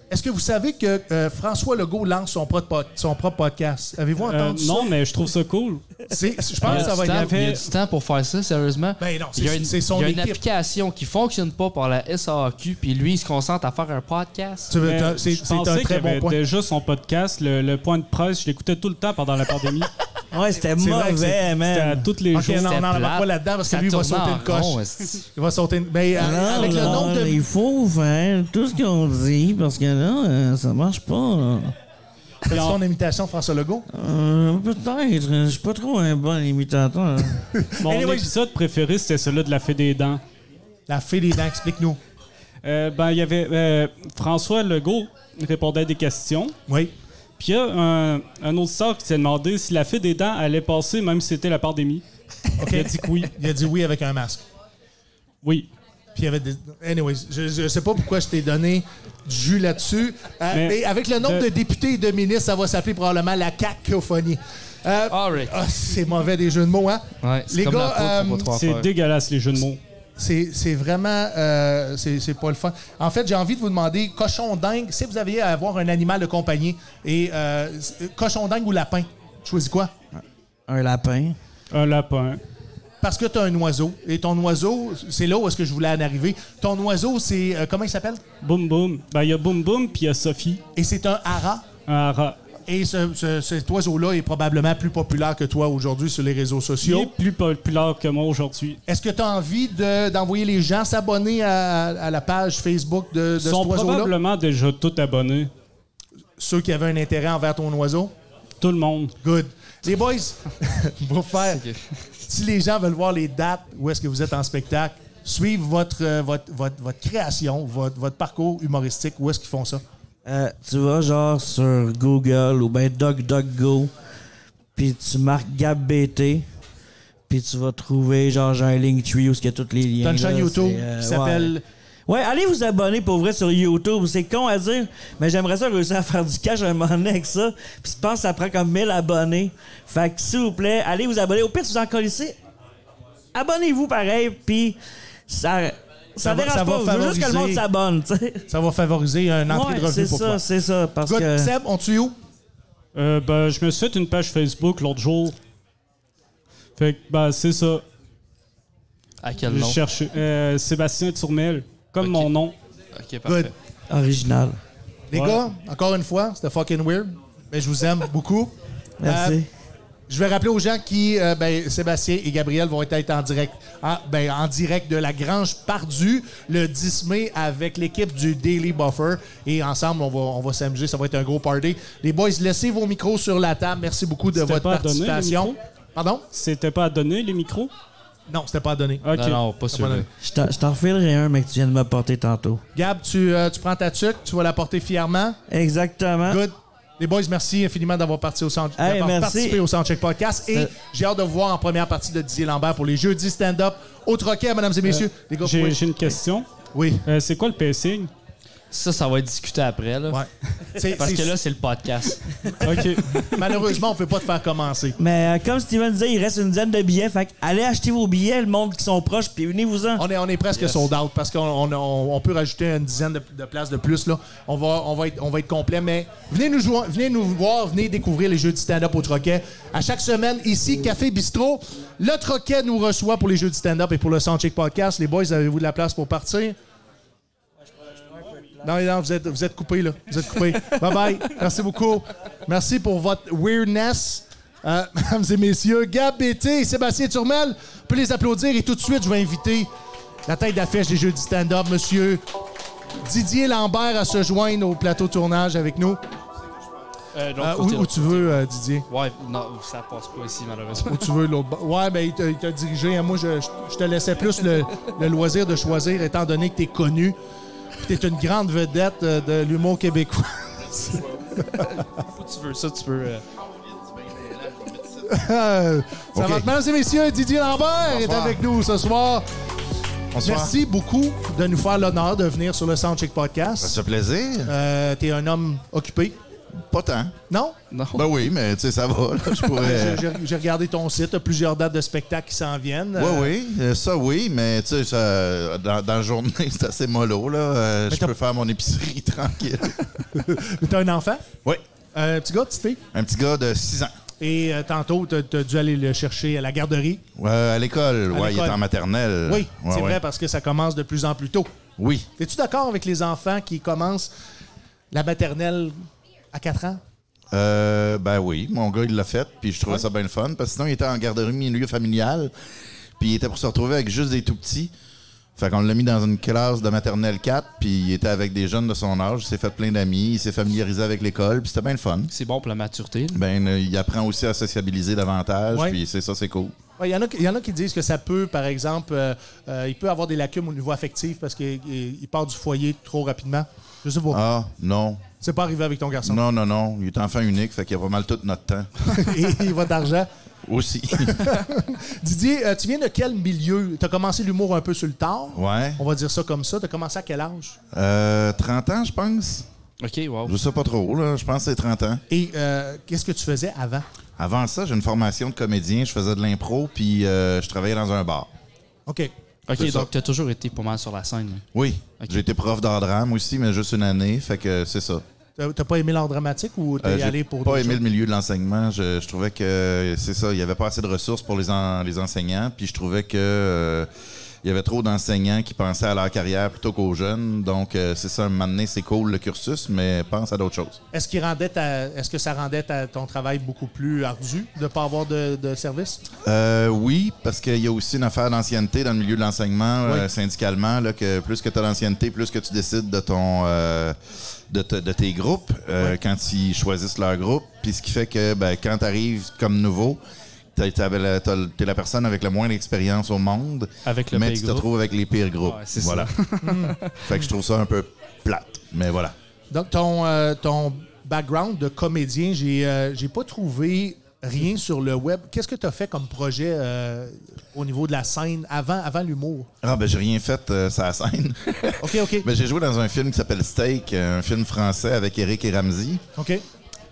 Est-ce que vous savez que euh, François Legault lance son propre, pod- son propre podcast? Avez-vous
Euh,
entendu ça?
non, mais je trouve ça cool.
C'est- Je pense que ça va
Il y a
être...
du temps- Il y a du temps pour faire ça, sérieusement.
Ben non, c'est-
il y a une,
c'est son
il y a une
équipe.
application qui fonctionne pas par la SAQ, puis lui, il se concentre à faire un podcast.
Tu veux-
Mais
t'as- C'est
Euh, je
c'est
pensais
un
qu'il y
très bon
avait
point.
déjà son podcast, le, le point de presse. Je l'écoutais tout le temps pendant la pandémie.
Ouais, c'était
C'est vrai que
mauvais,
C'était à
man.
toutes les
Ok,
jours.
non,
C'était
non, on va
plate.
pas là-dedans parce que
Ça
lui, il va
tournait
sauter
en
une coche.
rond, esti.
Il va sauter une... Mais euh,
Non,
avec le
non,
nombre
mais
de...
Il faut faire tout ce qu'on dit parce que là, euh, ça marche pas. là.
C'est son imitation de François Legault?
Euh, Peut-être, je suis pas trop un bon imitateur.
Mon
Anyway,
épisode préféré, c'était celui de la fée des dents.
La fée des dents, explique-nous.
Euh, ben, il y avait euh, François Legault répondait à des questions.
Oui.
Puis il y a un, un auditeur qui s'est demandé si la fée des dents allait passer même si c'était la pandémie. Il a dit que oui.
Il a dit oui avec un masque.
Oui.
Puis il y avait des... Anyways, je, je sais pas pourquoi je t'ai donné du jus là-dessus. Euh,
Mais-
mais avec le nombre de...
de-
députés et de ministres, ça va s'appeler probablement la cacophonie. Euh,
Alright.
ah, c'est mauvais des jeux de mots, hein?
Ouais, c'est
Les
comme
gars,
la poudre, faut
euh,
pas trop en
C'est
faire.
dégueulasse, les jeux de mots.
C'est c'est vraiment... euh, c'est c'est pas le fun. En fait, j'ai envie de vous demander, cochon dingue, si vous aviez à avoir un animal de compagnie, et euh, c'est- cochon dingue ou lapin, tu choisis quoi?
un lapin.
Un lapin.
Parce que t'as un oiseau. Et ton oiseau, c'est là où est-ce que je voulais en arriver. Ton oiseau, c'est... euh, comment il s'appelle?
Boum boum. Ben, il y a boum boum, puis il y a Sophie.
Et c'est un hara.
Un hara.
Et ce- ce- cet oiseau-là est probablement plus populaire que toi aujourd'hui sur les réseaux
Il
sociaux.
est plus populaire que moi aujourd'hui.
Est-ce que tu as envie de- d'envoyer les gens s'abonner à, à la page Facebook de, de
Ils
cet
sont
oiseau-là?
probablement déjà tous abonnés.
Ceux qui avaient un intérêt envers ton oiseau?
Tout le monde.
Good. Les boys, pour faire,
C'est que-
si les gens veulent voir les dates où est-ce que vous êtes en spectacle, suivre votre, euh, votre, votre, votre création, votre, votre parcours humoristique, où est-ce qu'ils font ça?
Euh, tu vas genre sur Google ou ben DuckDuckGo, puis tu marques GabBT, puis tu vas trouver genre j'ai un Linktree où il y a tous les liens.
T'as une chaîne
là,
YouTube
c'est, euh,
qui
ouais.
s'appelle...
Ouais, allez vous abonner pour vrai sur YouTube. C'est con à dire, mais j'aimerais ça réussir à faire du cash un moment donné avec ça. Puis je pense que ça prend comme 1000 abonnés. Fait que s'il vous plaît, allez vous abonner. Au pire, si vous en connaissez, abonnez-vous pareil, puis ça, ça,
Ça va-
dérange
ça va
pas. Je veux juste que le monde
favoriser-
s'abonne, tu sais.
Ça va favoriser un entrée de
Ouais, c'est
revenus pour
ça,
toi.
c'est ça. Parce
Good.
que...
Seb, on tue où?
Euh, ben, je me suis fait une page Facebook l'autre jour. Fait que, ben, c'est ça.
À Ah, quel
Je
nom?
cherche euh, Sébastien Tourmel, comme
Ok.
mon nom.
Ok, parfait.
Good.
Original.
Les
Ouais.
gars, encore une fois, c'était fucking weird. Mais je vous aime beaucoup.
Merci.
Euh, je vais rappeler aux gens qui, euh, ben, Sébastien et Gabriel vont être en direct, en, ben, en direct de la Grange Pardue le 10 mai avec l'équipe du Daily Buffer. Et ensemble, on va, on va s'amuser. Ça va être un gros party. Les boys, laissez vos micros sur la table. Merci beaucoup de
C'était
votre
pas à donner, les
participation.
micros?
Pardon?
C'était pas à donner, les micros?
Non, c'était pas donné.
OK.
Non, non,
Ah,
pas sûr.
Abonne-
Je t'en- je t'en refilerai un, mais que tu viens de me porter tantôt.
Gab, tu, euh, tu prends ta tuque, tu vas la porter fièrement.
Exactement.
Good. Les boys, merci infiniment d'avoir parti au sound-
Ah. Hey,
d'avoir
merci.
participé au Soundcheck Podcast. Et
Euh,
j'ai hâte de vous voir en première partie de Didier Lambert pour les jeudis stand-up au troquet, mesdames et messieurs. les gars,
J'ai
oui.
j'ai une question.
oui.
Euh, c'est quoi le pacing?
Ça, ça va être discuté après. Là,
Ouais. C'est-
Parce
c'est-
que là, c'est le podcast.
OK.
malheureusement, on peut pas te faire commencer.
Mais euh, comme Steven disait, il reste une dizaine de billets. Fait que allez acheter vos billets, le monde qui sont proches, puis venez-vous-en.
On est, on est presque sold out parce qu'on on- on- on peut rajouter une dizaine de, de places de plus. Là. On, va, on, va être, on va être complet, mais venez nous, joindre- venez nous voir, venez découvrir les jeux du stand-up au Troquet. À chaque semaine, ici, Café Bistrot, le Troquet nous reçoit pour les jeux du stand-up et pour le Soundcheck Podcast. Les boys, avez-vous de la place pour partir? Non, non, vous êtes, vous êtes coupés, là. Vous êtes coupés. Bye-bye. Merci beaucoup. Merci pour votre weirdness. Euh, mesdames et messieurs, Gab Bété et Sébastien Turmel, on peut les applaudir. Et tout de suite, je vais inviter la tête d'affiche des Jeux du stand-up, monsieur Didier Lambert, à se joindre au plateau tournage avec nous.
Euh, l'autre
Euh, où,
côté,
où
l'autre
tu veux, euh, Didier?
côté. Ouais, non, ça passe pas ici, malheureusement.
Où tu veux l'autre bord? Ouais, ben, il t'a- il t'a dirigé. hein. Moi, je, je- je te laissais plus le, le loisir de choisir, étant donné que t'es connu. Tu t'es une grande vedette euh, de l'humour québécois.
Où tu veux, ça, tu peux. euh,
Euh, Ça
Ok.
va, mesdames et messieurs, Didier Lambert est
Bonsoir.
avec nous ce soir.
Bonsoir.
Merci beaucoup de nous faire l'honneur de venir sur le Soundcheck
Ça se
Podcast.
fait plaisir?
Euh, T'es un homme occupé,
Pas tant.
non?
Non.
Ben oui, mais tu sais, ça va. là, je pourrais...
J'ai- j'ai- J'ai regardé ton site, t'as plusieurs dates de spectacles qui s'en viennent.
Oui,
Euh,
oui, euh, ça oui, mais tu sais, ça, dans, dans la journée, c'est assez mollo, là. Euh, je
t'as-
peux faire mon épicerie tranquille.
Mais T'as un enfant,
oui,
un petit gars, petite fille,
un petit gars de 6 ans.
et euh, tantôt, t'as t'as dû aller le chercher à la garderie.
Euh, à l'école,
À
ouais, il est
l'école.
en maternelle.
Oui,
Euh, Ouais,
c'est
ouais.
vrai, parce que ça commence de plus en plus tôt.
Oui.
Es-tu d'accord avec les enfants qui commencent la maternelle à 4 ans?
Euh, ben oui, mon gars, il l'a fait, puis je trouvais ça bien le fun, parce que sinon, il était en garderie milieu familial, puis il était pour se retrouver avec juste des tout petits. Fait qu'on l'a mis dans une classe de maternelle 4, puis il était avec des jeunes de son âge, il s'est fait plein d'amis, il s'est familiarisé avec l'école, puis c'était bien le fun.
C'est bon pour la maturité. là.
Ben, euh, il apprend aussi à sociabiliser davantage,
Ouais.
puis c'est ça, c'est cool.
Ouais, Il y, en a qui- il y en a qui disent que ça peut, par exemple, euh, euh, il peut avoir des lacunes au niveau affectif parce qu'il il- il part du foyer trop rapidement. Je sais pas.
Ah, non.
C'est pas arrivé avec ton garçon.
Non, non, non. Il est enfant unique, fait qu'il a pas mal tout notre temps.
Et il va d'argent.
Aussi.
Didier, euh, tu viens de quel milieu? Tu as commencé l'humour un peu sur le tard.
ouais.
On va dire ça comme ça. Tu as commencé à quel âge?
Euh, 30 ans, je pense.
OK, wow.
Je sais pas trop, là. Je pense que c'est 30 ans.
Et euh, qu'est-ce que tu faisais avant?
Avant ça, j'ai une formation de comédien. Je faisais de l'impro, puis euh, je travaillais dans un bar.
OK.
OK,
C'est ça.
donc t'as toujours été pas mal sur la scène. là.
Oui.
Ok.
J'ai été prof d'art drame aussi, mais juste une année, fait que c'est ça.
T'as t'as pas aimé l'art dramatique ou t'es
Euh, j'ai
allé pour
pas
d'autres
aimé le
choses?
milieu de l'enseignement. Je, je trouvais que c'est ça, il y avait pas assez de ressources pour les, en- les enseignants. Puis je trouvais que euh, il y avait trop d'enseignants qui pensaient à leur carrière plutôt qu'aux jeunes. Donc euh, c'est ça, un moment donné, c'est cool le cursus, mais pense à d'autres choses.
Est-ce qu'il rendait ta- est-ce que ça rendait ta- ton travail beaucoup plus ardu de pas avoir de, de service?
Euh, oui, parce qu'il y a aussi une affaire d'ancienneté dans le milieu de l'enseignement
Oui.
euh, syndicalement, là, que plus que tu as d'ancienneté, plus que tu décides de ton euh, de, te- de tes groupes euh, quand ils choisissent leur groupe. Puis ce qui fait que ben, quand tu arrives comme nouveau, t'as- t'avais la- t'as le- t'es la personne avec le moins d'expérience au monde,
Avec le
mais
pire
tu te
groupe.
retrouves avec les pires groupes.
Ouais, c'est ça. Hmm.
voilà. fait que je trouve ça un peu plate, mais voilà.
Donc, ton, euh, ton background de comédien, j'ai euh, j'ai pas trouvé rien sur le web. Qu'est-ce que tu as fait comme projet euh, au niveau de la scène avant, avant l'humour?
Ah ben j'ai rien fait, euh, ça la scène.
OK, OK.
mais j'ai joué dans un film qui s'appelle Steak, un film français avec Eric et Ramsey.
OK.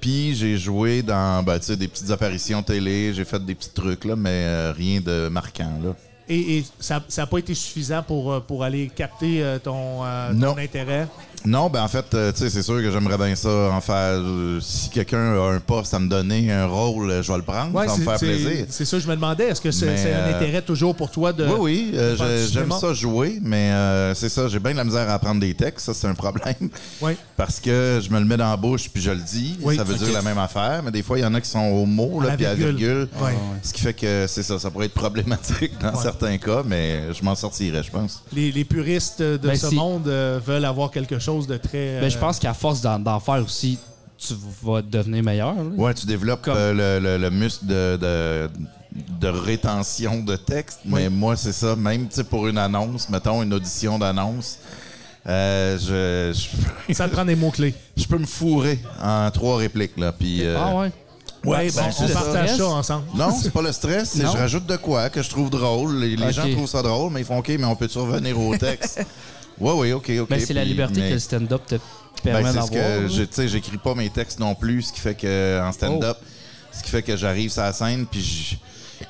Puis j'ai joué dans ben, tu sais, des petites apparitions télé, j'ai fait des petits trucs, là, mais euh, rien de marquant. Là.
Et, et ça n'a pas été suffisant pour, euh, pour aller capter euh, ton, euh,
Non.
ton intérêt?
Non, ben en fait, euh, tu sais, c'est sûr que j'aimerais bien ça en faire. euh, si quelqu'un a un poste à me donner, un rôle, euh, je vais le prendre, ça va me
c'est-
faire
c'est-
plaisir.
C'est ça que je me demandais. Est-ce que c'est
Mais,
c'est un
euh,
intérêt toujours pour toi de.
Oui, oui, euh,
faire
j'ai-
du
j'aime
cinéma?
ça jouer, mais euh, c'est ça, j'ai bien de la misère à apprendre des textes, ça c'est un problème.
Ouais.
Parce que je me le mets dans la bouche puis je le dis,
Oui,
ça veut
ok.
dire la même affaire, mais des fois il y en a qui sont au mot,
À la
là, puis à la
virgule.
virgule.
Ouais.
Ce qui fait que c'est ça, ça pourrait être problématique dans
Ouais.
certains cas, mais je m'en sortirai, je pense.
Les, les puristes de
Ben,
ce
si-
monde euh, veulent avoir quelque chose de très.
Ben,
Mais Ben, je
euh,
pense qu'à force d'en d'en faire aussi, tu vas devenir meilleur. là.
Ouais, tu développes
Comme-
euh, le, le- le muscle de, de- de rétention de texte, mais moi, c'est ça. Même tu sais, pour une annonce, mettons une audition d'annonce, euh, je, je,
Ça te prend des mots-clés.
je peux me fourrer en trois répliques. Là, puis, euh,
Ah ouais.
ouais, ben,
on
c'est ça.
partage
stress.
ça ensemble.
Non, c'est pas le stress, c'est
Non.
je rajoute de quoi que je trouve drôle. Les, les
Ok.
gens trouvent ça drôle, mais ils font OK, mais on peut-tu revenir au texte? Ouais, oui, OK, OK.
Mais Ben, c'est la
puis-
liberté
mais-
que le stand-up te
Ben,
permet
c'est
d'avoir.
ce que je- tu sais, j'écris pas mes textes non plus, ce qui fait que en stand-up,
Oh.
ce qui fait que j'arrive sur la scène puis je-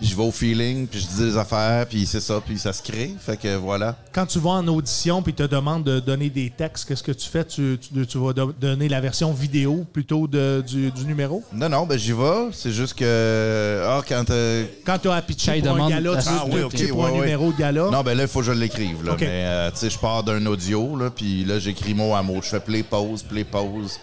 je vais au feeling, puis je dis des affaires, puis c'est ça, puis ça se crée. Fait que voilà.
Quand tu vas en audition puis te demandent de donner des textes, qu'est-ce que tu fais? Tu, tu- tu vas do- donner la version vidéo plutôt de- du, du numéro?
Non, non, ben j'y vais. C'est juste que. Ah, quand. euh,
Quand tu as à pitcher
Hey,
pour un
demande
gala,
la
tu
suite de
veux
Ah, oui,
tes-
ok,
pitcher pour un
ouais, ouais.
numéro de gala.
Non, ben là, il faut que je l'écrive. là.
Ah. Ok.
Mais, euh, tu sais, je pars d'un audio, là, puis là, j'écris mot à mot. Je fais play, pause, play, pause.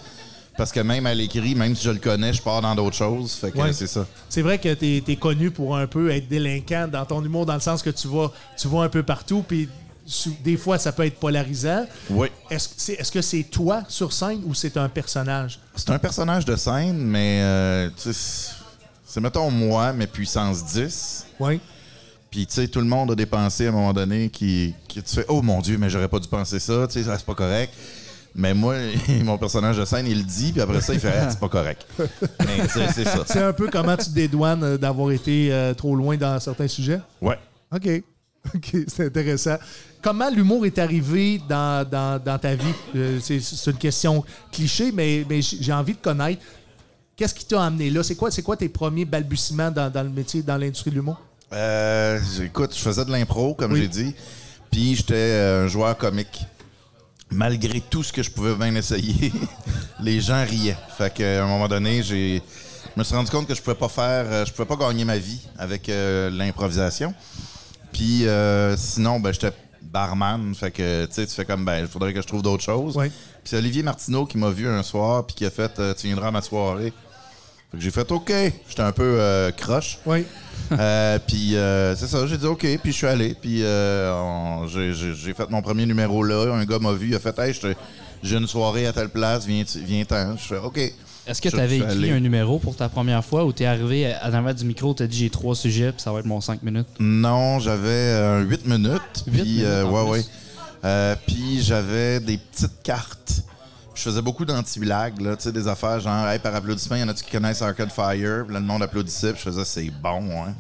Parce que même à l'écrit, même si je le connais, je pars dans d'autres choses. Fait que
Ouais.
euh, c'est ça.
C'est vrai que tu es, connu pour un peu être délinquant dans ton humour, dans le sens que tu vas, tu vas un peu partout, puis sou- des fois, ça peut être polarisant.
Oui.
Est-ce que c'est est-ce que c'est toi sur scène ou c'est un personnage?
C'est un personnage de scène, mais euh, tu sais, c'est- c'est mettons moi, mais puissance 10.
Oui.
Puis, tu sais, tout le monde a des pensées à un moment donné qui, qui tu fais Oh mon Dieu, mais j'aurais pas dû penser ça, tu sais, ça, c'est pas correct. Mais moi, mon personnage de scène, il le dit, puis après ça, il fait Ah, c'est pas correct. mais tu sais, c'est ça.
C'est un peu comment tu te dédouanes euh, d'avoir été euh, trop loin dans certains sujets?
Ouais.
OK. OK, c'est intéressant. Comment l'humour est arrivé dans, dans- dans ta vie? Euh, c'est c'est une question cliché, mais, mais j- j'ai envie de connaître. Qu'est-ce qui t'a amené là? C'est quoi, c'est quoi tes premiers balbutiements dans, dans le métier, dans l'industrie de l'humour?
Euh, écoute, je faisais de l'impro, comme
Oui.
j'ai dit, puis j'étais euh, un joueur comique. Malgré tout ce que je pouvais bien essayer, les gens riaient. Fait qu'à un moment donné, j'ai, je me suis rendu compte que je pouvais pas faire, euh, je pouvais pas gagner ma vie avec euh, l'improvisation. Puis euh, sinon, ben j'étais barman, fait que tu sais, tu fais comme ben, il faudrait que je trouve d'autres choses.
Oui.
Puis c'est Olivier Martineau qui m'a vu un soir, puis qui a fait, euh, tu viendras à ma soirée. Fait que j'ai fait, ok, j'étais un peu euh, croche.
Oui.
Euh, puis euh, c'est ça, j'ai dit OK, puis je suis allé, puis euh, on- j'ai- j'ai j'ai fait mon premier numéro là, un gars m'a vu, il a fait Hey, je te- j'ai une soirée à telle place, viens viens ten. Je fais OK.
Est-ce que
Je-
tu avais
je suis
écrit
allé.
un numéro pour ta première fois ou t'es arrivé à l'avant du micro, t'as dit j'ai trois sujets, puis ça va être mon cinq minutes?
Non, j'avais euh, 8 minutes,
Huit
puis euh,
minutes en plus.
ouais ouais. Euh, puis j'avais des petites cartes. Je faisais beaucoup d'anti-blagues, là, tu sais, des affaires genre, hey, par applaudissement, il y en a-tu qui connaissent Arcade Fire? Puis là, le monde applaudissait, puis je faisais, c'est bon, hein.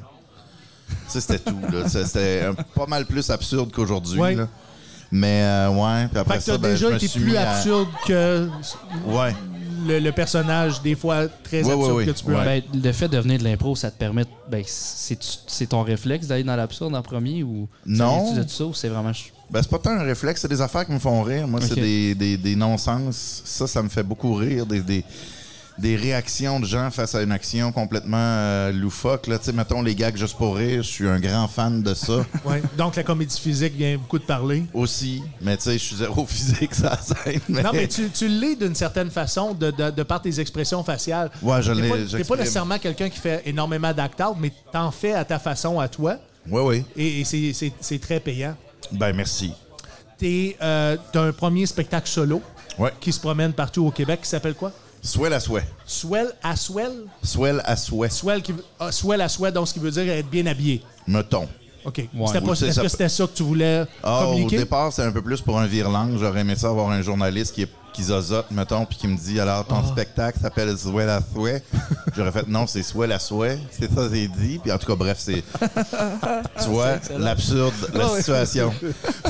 Tu sais, c'était tout, là. C'était- C'était euh, pas mal plus absurde qu'aujourd'hui,
Ouais.
là. Mais, euh, ouais, puis après
Fait que t'as
ça, ben, je
déjà
me
été
suis
plus
mis à-
absurde que
Ouais.
le, le personnage, des fois très
Ouais, ouais,
absurde
ouais.
que tu peux être.
Ben, le fait de venir de l'impro, ça te permet. Ben, c'est c'est ton réflexe d'aller dans l'absurde en premier ou.
Non.
Tu de ça ou c'est vraiment. ch-
Ben, c'est pas tant un réflexe, c'est des affaires qui me font rire. Moi,
Ok.
c'est des, des, des non-sens. Ça, ça me fait beaucoup rire. Des, des, des réactions de gens face à une action complètement euh, loufoque. Là, tu sais, mettons les gags juste pour rire. Je suis un grand fan de ça
Ouais. Donc la comédie physique vient beaucoup de parler.
aussi. Mais tu sais, je suis zéro physique, ça scène. Mais...
Non, mais tu, tu l'es d'une certaine façon de, de, de par tes expressions faciales.
Ouais, je
T'es
l'ai-
pas- T'es pas
j'exprime.
nécessairement quelqu'un qui fait énormément d'act-out, mais t'en fais à ta façon, à toi,
Ouais, ouais.
et, et c'est- c'est c'est très payant.
Ben, merci.
T'es euh, t'as un premier spectacle solo
Ouais.
qui se promène partout au Québec qui s'appelle quoi?
Swell à souhait.
Swell à Swell?
Swell à souhait.
Swell, qui, veut- ah, swell à Swell, donc ce qui veut dire être bien habillé.
Mettons.
OK.
Ouais.
C'était pas-
Ou tu sais,
Est-ce
ça
que
peut-
c'était ça que tu voulais
Ah, au
communiquer?
départ, c'est un peu plus pour un virelangue. J'aurais aimé ça avoir un journaliste qui, est- qui zozote, mettons, puis qui me dit Alors, ton
Ah.
spectacle s'appelle Swell à souhait. J'aurais fait Non, c'est Swell à souhait. C'est ça, c'est dit. Puis en tout cas, bref, c'est. tu vois, l'absurde, la situation.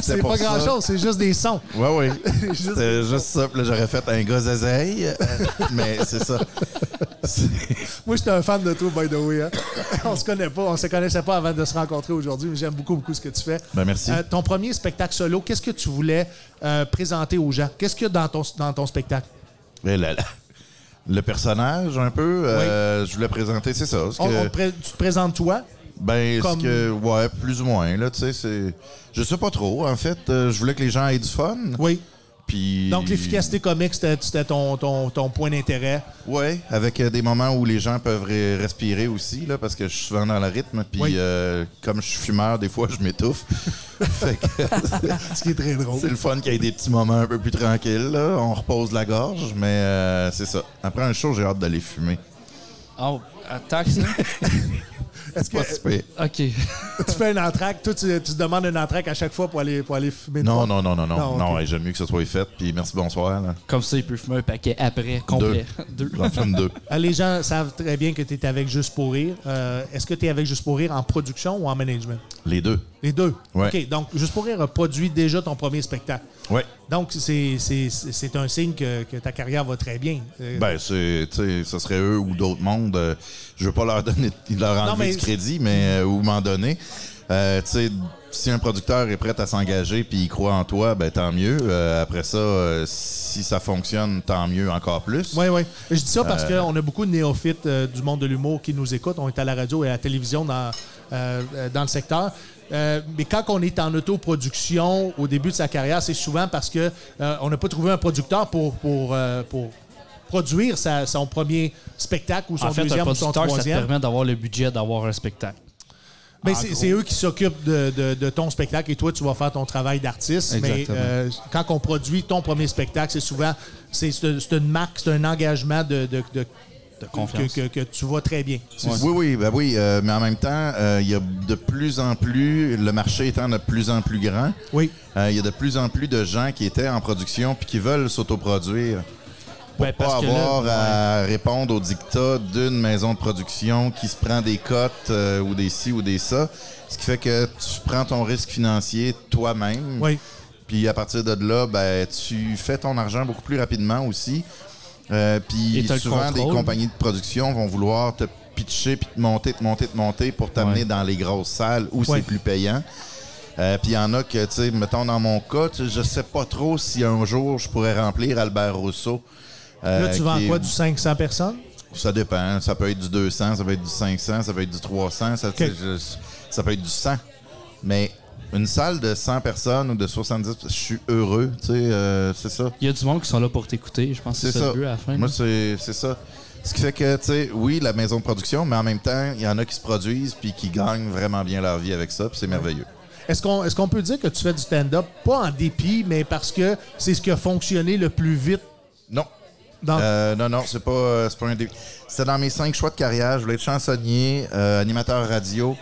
c'est
pour
pas
ça.
grand-chose, c'est juste des sons.
Ouais, oui. C'était juste ça. Puis là, j'aurais fait un gars zézeille. mais c'est ça. C'est-
Moi, j'étais un fan de toi, by the way. hein. on se connaît pas, on se connaissait pas avant de se rencontrer aujourd'hui, mais j'aime beaucoup, beaucoup ce que tu fais.
Ben, merci.
Euh, ton premier spectacle solo, qu'est-ce que tu voulais euh, présenter aux gens? Qu'est-ce qu'il y a dans ton, dans ton spectacle?
Eh là là. Le personnage, un peu, euh, je voulais présenter, c'est ça. ce
On-
que-
on te pré- tu te présentes toi?
Ben,
Comme-
ce que, ouais, plus ou moins, là, tu sais, c'est... Je sais pas trop, en fait. euh, je voulais que les gens aient du fun,
Oui.
puis...
Donc, l'efficacité comique, c'était c'était ton, ton- ton point d'intérêt.
Ouais, avec euh, des moments où les gens peuvent re- respirer aussi, là, parce que je suis souvent dans le rythme, puis
Oui.
euh, comme je suis fumeur, des fois, je m'étouffe. fait que
Ce qui est très drôle.
c'est le fun qu'il y ait des petits moments un peu plus tranquilles, là. On repose la gorge, mais euh, c'est ça. Après un show, j'ai hâte d'aller fumer.
Ah, Attaque, là?
Est-ce que euh,
Pas si pire.
OK.
tu fais un entraque? Toi, tu, tu demandes un entraque à chaque fois pour aller, pour aller fumer de
Non,
quoi?
non, non, non, non.
Non,
Non,
ok.
hey, j'aime mieux que ce soit fait. Puis merci, bonsoir. Là.
Comme ça, il peut fumer un paquet après, complet. Deux.
J'en fume deux.
Euh, Les gens savent très bien que tu es avec Juste pour Rire. Euh, Est-ce que tu es avec Juste pour Rire en production ou en management?
Les deux.
Les deux.
Ouais.
OK, donc Juste pour Rire a produit déjà ton premier spectacle.
Ouais.
Donc, c'est c'est- c'est un signe que, que ta carrière va très bien. Euh,
Ben, c'est, tu sais, ce serait eux ou d'autres mondes. euh, je veux pas leur donner, leur enlever
Non, mais-
du crédit, mais euh, ou m'en donner. Euh, tu sais, si un producteur est prêt à s'engager puis il croit en toi, ben tant mieux. Euh, après ça, euh, si ça fonctionne, tant mieux encore plus.
Oui, oui. Je dis ça parce
euh,
qu'on a beaucoup de néophytes euh, du monde de l'humour qui nous écoutent. On est à la radio et à la télévision dans, euh, euh, dans le secteur. Euh, mais quand on est en autoproduction au début de sa carrière, c'est souvent parce que euh, on n'a pas trouvé un producteur pour, pour, euh, pour produire sa- son premier spectacle ou son
En fait, un
deuxième ou son
producteur, ça te
troisième.
permet d'avoir le budget d'avoir un spectacle.
Ben,
en
c'est
gros.
c'est eux qui s'occupent de, de- de ton spectacle et toi, tu vas faire ton travail d'artiste. Mais
Exactement.
euh, quand on produit ton premier spectacle, c'est souvent c'est c'est- c'est une marque, c'est un engagement de, de- de-
confiance.
Que, que- que tu vois très bien. C'est-
Oui, oui, ben oui, euh, mais en même temps, euh, il y a de plus en plus, le marché étant de plus en plus grand,
Oui.
euh, il y a de plus en plus de gens qui étaient en production puis qui veulent s'autoproduire pour
Ben,
pas
parce que là,
avoir à répondre aux dictats d'une maison de production qui se prend des cotes euh, ou des ci ou des ça, ce qui fait que tu prends ton risque financier toi-même.
Oui.
Puis à partir de là, ben, tu fais ton argent beaucoup plus rapidement aussi. Euh,
Et
puis
t'as le
souvent, des
contrôle.
compagnies de production vont vouloir te pitcher, puis te monter, te monter, te monter pour t'amener dans les grosses salles où
Ouais.
c'est plus payant. Euh, puis il y en a que, tu sais, mettons dans mon cas, tu sais, je sais pas trop si un jour je pourrais remplir Albert Rousseau.
Là,
euh,
tu vends
qui est-
quoi? Du 500 personnes?
Ça dépend. hein. Ça peut être du 200, ça peut être du 500, ça peut être du 300, ça, c'est juste- ça peut être du 100. Mais une salle de 100 personnes ou de 70, je suis heureux, tu sais, euh, c'est ça.
Il y a du monde qui sont là pour t'écouter. Je pense que
C'est
c'est ça
ça.
le but à la fin. hein.
Moi, c'est c'est ça. Ce qui fait que, tu sais, oui, la maison de production, mais en même temps, il y en a qui se produisent puis qui gagnent vraiment bien leur vie avec ça, puis c'est merveilleux.
Est-ce qu'on est qu'on peut dire que tu fais du stand-up, pas en dépit, mais parce que c'est ce qui a fonctionné le plus vite
Non.
dans...
Euh, non, non, c'est pas, euh, c'est pas un dé- C'était dans mes cinq choix de carrière. Je voulais être chansonnier, euh, animateur radio,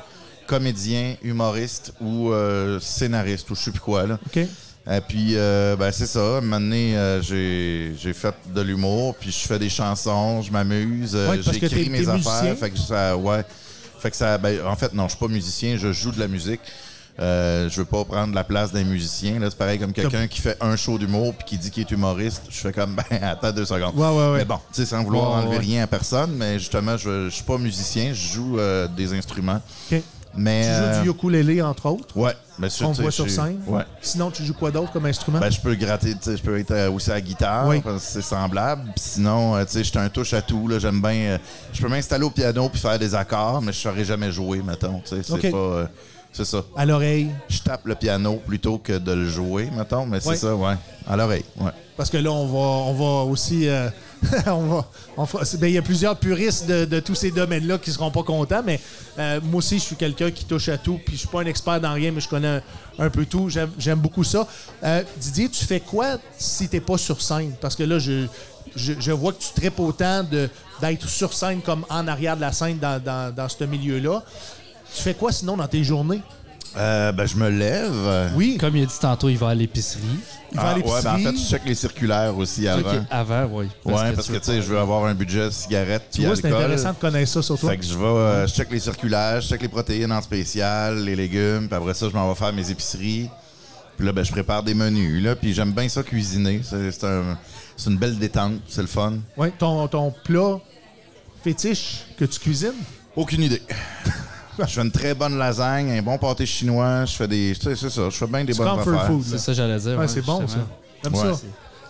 comédien, humoriste ou euh, scénariste ou je sais plus quoi. Là.
OK.
Et puis, euh, ben, c'est ça. Maintenant, euh, j'ai j'ai fait de l'humour, puis je fais des chansons, je m'amuse, euh,
Ouais, parce que
j'écris
t'es-
mes
t'es musicien.
affaires. Fait que ça, ouais. Fait que ça, ben, en fait, non, je suis pas musicien, je joue de la musique. Euh, je veux pas prendre la place d'un musicien. là. C'est pareil comme quelqu'un qui fait un show d'humour puis qui dit qu'il est humoriste. Je fais comme, ben, attends deux secondes.
Ouais, ouais, ouais.
Mais bon, tu sais, sans vouloir
Ouais, ouais,
enlever
ouais.
rien à personne, mais justement, je, je suis pas musicien, je joue euh, des instruments.
OK.
Mais,
Tu joues du ukulélé, entre autres.
Ouais, mais euh, je-
On
tu sais,
voit sur
je-
scène.
Ouais.
Sinon, tu joues quoi d'autre comme instrument?
Ben, je peux gratter, tu sais, je peux être euh, aussi à la guitare,
Hein? Oui.
parce que c'est semblable. Puis sinon, euh, tu sais, je suis un touche à tout. là. J'aime bien. euh, je peux m'installer au piano puis faire des accords, mais je saurais jamais jouer, mettons. tu sais, C'est
Ok.
pas. euh, c'est ça.
À l'oreille.
Je tape le piano plutôt que de le jouer, mettons, mais c'est
Oui.
ça, ouais. À l'oreille, ouais.
Parce que là, on va, on va aussi. euh, on va, on fera- c'est- ben, il y a plusieurs puristes de, de tous ces domaines-là qui seront pas contents, mais euh, moi aussi, je suis quelqu'un qui touche à tout, puis je suis pas un expert dans rien, mais je connais un, un peu tout. J'aime, j'aime beaucoup ça. Euh, Didier, tu fais quoi si t'es pas sur scène? Parce que là, je, je, je vois que tu tripes autant de, d'être sur scène comme en arrière de la scène dans, dans, dans ce milieu-là. Tu fais quoi sinon dans tes journées?
Euh, ben, je me lève.
Oui,
Comme il a dit tantôt, il va à l'épicerie.
il va
Ah,
à
ouais, ben, en
l'épicerie.
fait, je check les circulaires aussi
Ok,
avant.
avant, oui.
ouais, parce que, tu sais, je veux avoir un budget de cigarettes
tu
puis
vois,
alcool.
c'est intéressant de connaître ça sur toi.
Fait que je vais, euh, je check les circulaires, je check les protéines en spécial, les légumes, puis après ça, je m'en vais faire mes épiceries. Puis là, ben, je prépare des menus, là, puis j'aime bien ça cuisiner. C'est c'est un- c'est une belle détente, c'est le fun.
Ouais, ton, ton plat fétiche que tu cuisines.
Aucune idée. je fais une très bonne lasagne, un bon pâté chinois, je fais des... tu sais, C'est ça, je fais bien des
Du
bonnes
comfort
affaires.
food. là.
C'est ça, que j'allais dire.
Ouais,
ouais,
c'est bon, ça.
justement.
Comme
Ouais.
ça.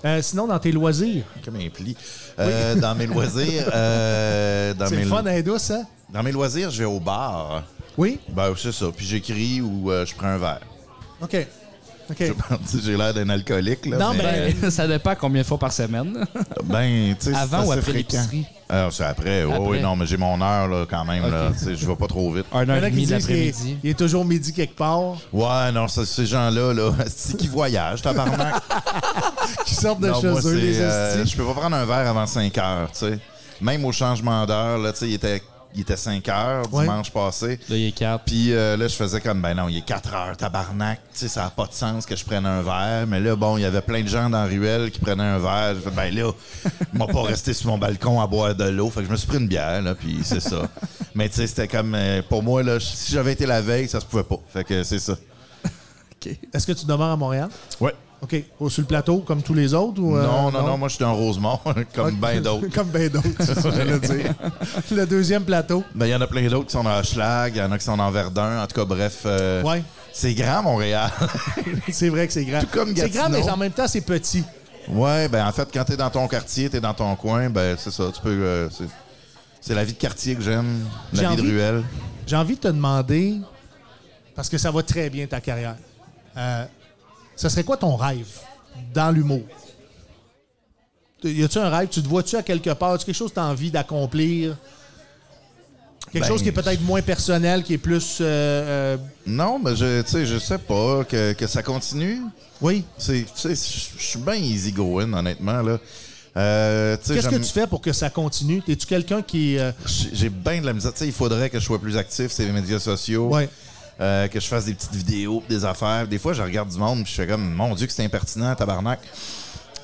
Euh, sinon, dans tes loisirs,
Comme un pli. Euh, Dans mes loisirs... euh, dans,
c'est
mes,
le fun à douce, hein?
dans mes loisirs, je vais au bar.
Oui?
Ben, c'est ça. Puis j'écris ou euh, je prends un verre.
OK. OK.
Je pense que J'ai l'air d'un alcoolique, là.
Non,
mais-
ben,
Ben, ça dépend combien de fois par semaine.
Ben, tu sais, c'est
Avant ou
assez
après
fréquent.
l'épicerie?
Ah, c'est après. Oui,
Après.
oui, non, mais j'ai mon heure là, quand même. là. Tu sais, Je vais pas trop vite.
Un
Il y
heure
en a
et
qui
demie de
disent qu'il est,
l'après-midi.
il est toujours midi quelque part,
Ouais, non, ça, ces gens-là, là, c'est qui voyagent, tabarnak.
qui sortent de
Non,
chez
moi,
eux, les
c'est, euh,
hosties.
Je peux pas prendre un verre avant 5 heures, tu sais. Même au changement d'heure, là, tu sais, il était il était 5 heures
Ouais.
dimanche passé.
Là, il est quatre.
Puis euh, là, je faisais comme, ben non, il est 4 heures, tabarnak. Tu sais, ça n'a pas de sens que je prenne un verre. Mais là, bon, il y avait plein de gens dans la ruelle qui prenaient un verre. Je fais, ben là, ils m'ont pas resté sur mon balcon à boire de l'eau. Fait que je me suis pris une bière, là, puis c'est ça. Mais tu sais, c'était comme, euh, pour moi, là, si j'avais été la veille, ça se pouvait pas. Fait que c'est ça.
Est-ce que tu demeures à Montréal?
Ouais.
OK. Au- Sur le plateau, comme tous les autres? Ou, euh,
non, non, non, moi, je suis dans Rosemont, comme
Ok.
ben d'autres.
comme ben d'autres, c'est ce que j'allais dire. Le deuxième plateau.
Ben, il y en a plein d'autres qui sont dans Schlag, il y en a qui sont dans Verdun. En tout cas, bref, euh,
Ouais.
c'est grand, Montréal.
C'est vrai que c'est grand.
Tout comme
C'est grand,
Gatineau.
mais en même temps, c'est petit.
Ouais, ben en fait, quand t'es dans ton quartier, t'es dans ton coin, ben c'est ça, tu peux. euh, c'est- c'est la vie de quartier que j'aime,
J'ai
la vie de
envie-
ruelle.
J'ai envie de te demander, parce que ça va très bien ta carrière, euh, ça serait quoi ton rêve dans l'humour? Y a-tu un rêve? Tu te vois-tu à quelque part? As-tu quelque chose que tu as envie d'accomplir? Quelque
Ben,
chose qui est peut-être moins personnel, qui est plus. euh, euh,
Non, mais je, tu sais, je sais pas que, que ça continue.
oui.
C'est- Tu sais, je je suis bien easy going, honnêtement là. Euh, tu sais,
Qu'est-ce que
j'aime-
tu fais pour que ça continue? Es-tu quelqu'un qui. euh,
j'ai- J'ai bien de la misère. Tu sais, il faudrait que je sois plus actif sur les médias sociaux.
ouais.
Euh, que je fasse des petites vidéos, pis des affaires. Des fois, je regarde du monde, puis je fais comme, mon Dieu, que c'est impertinent, tabarnak.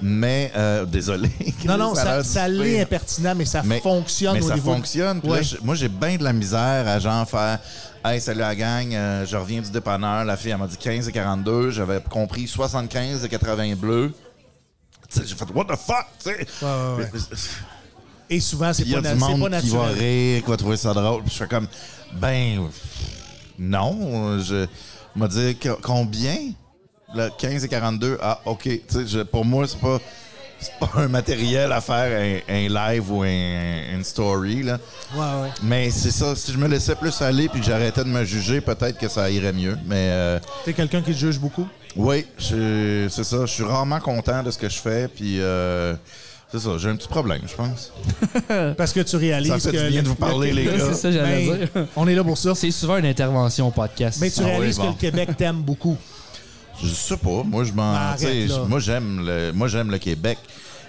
Mais, euh, désolé.
Non, non,
a
ça,
l'air
ça
du
l'est
pire.
impertinent, mais ça
Mais-
fonctionne
mais
au
ça
niveau.
fonctionne. Puis
Ouais.
là, je- moi, j'ai bien de la misère à genre faire Hey, salut la gang, euh, je reviens du dépanneur. La fille, elle m'a dit 15 et 42. J'avais compris 75 et 80 bleus. Tu sais, J'ai fait What the fuck? tu sais?
ouais, ouais. Et souvent, c'est
Il y
pas,
a
na- c'est
du
pas
monde qui va
naturel.
rire, qui va trouver ça drôle. Puis je fais comme Ben, pff, non. Je m'a dit Co- combien? Le 15 et 42. Ah, OK. Tu sais, je- pour moi, c'est pas. C'est pas un matériel à faire un, un live ou un- une story. Là.
Ouais, ouais.
Mais c'est ça, si je me laissais plus aller puis que j'arrêtais de me juger, peut-être que ça irait mieux. Mais euh,
T'es quelqu'un qui te juge beaucoup?
oui, je- c'est ça, je suis rarement content de ce que je fais. Puis euh, c'est ça, j'ai un petit problème, je pense.
Parce que tu réalises
Euh, Ça fait
que.
du bien
le-
de vous parler, les gars.
C'est ça, j'allais
Ben,
dire.
on est là pour ça.
C'est souvent une intervention au podcast.
Mais tu
Ah oui,
réalises que
bon.
le Québec t'aime beaucoup.
Je sais pas, moi je
Ben,
m'en.
arrête,
tu sais,
là.
Moi j'aime le, moi j'aime le Québec.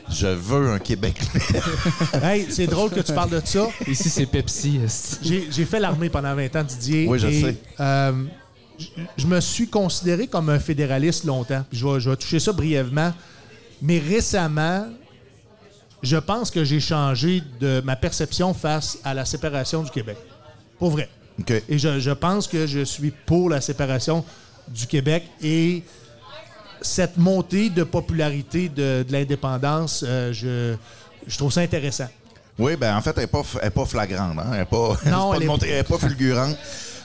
Je veux un Québec.
hey, c'est drôle que tu parles de ça.
Ici, c'est Pepsi. esti.
J'ai j'ai fait l'armée pendant 20 ans, Didier.
Oui, je
et,
sais.
euh, je- je me suis considéré comme un fédéraliste longtemps. Puis je vais, je vais toucher ça brièvement. Mais récemment, je pense que j'ai changé de ma perception face à la séparation du Québec. Pour vrai.
OK.
Et je, je pense que je suis pour la séparation du Québec et cette montée de popularité de, de l'indépendance, euh, je, je trouve ça intéressant.
Oui, ben en fait, elle n'est pas, f- elle est pas flagrante. Hein? Elle n'est pas, c'est
Non,
pas
elle
de
est-
montrer- elle est pas fulgurante.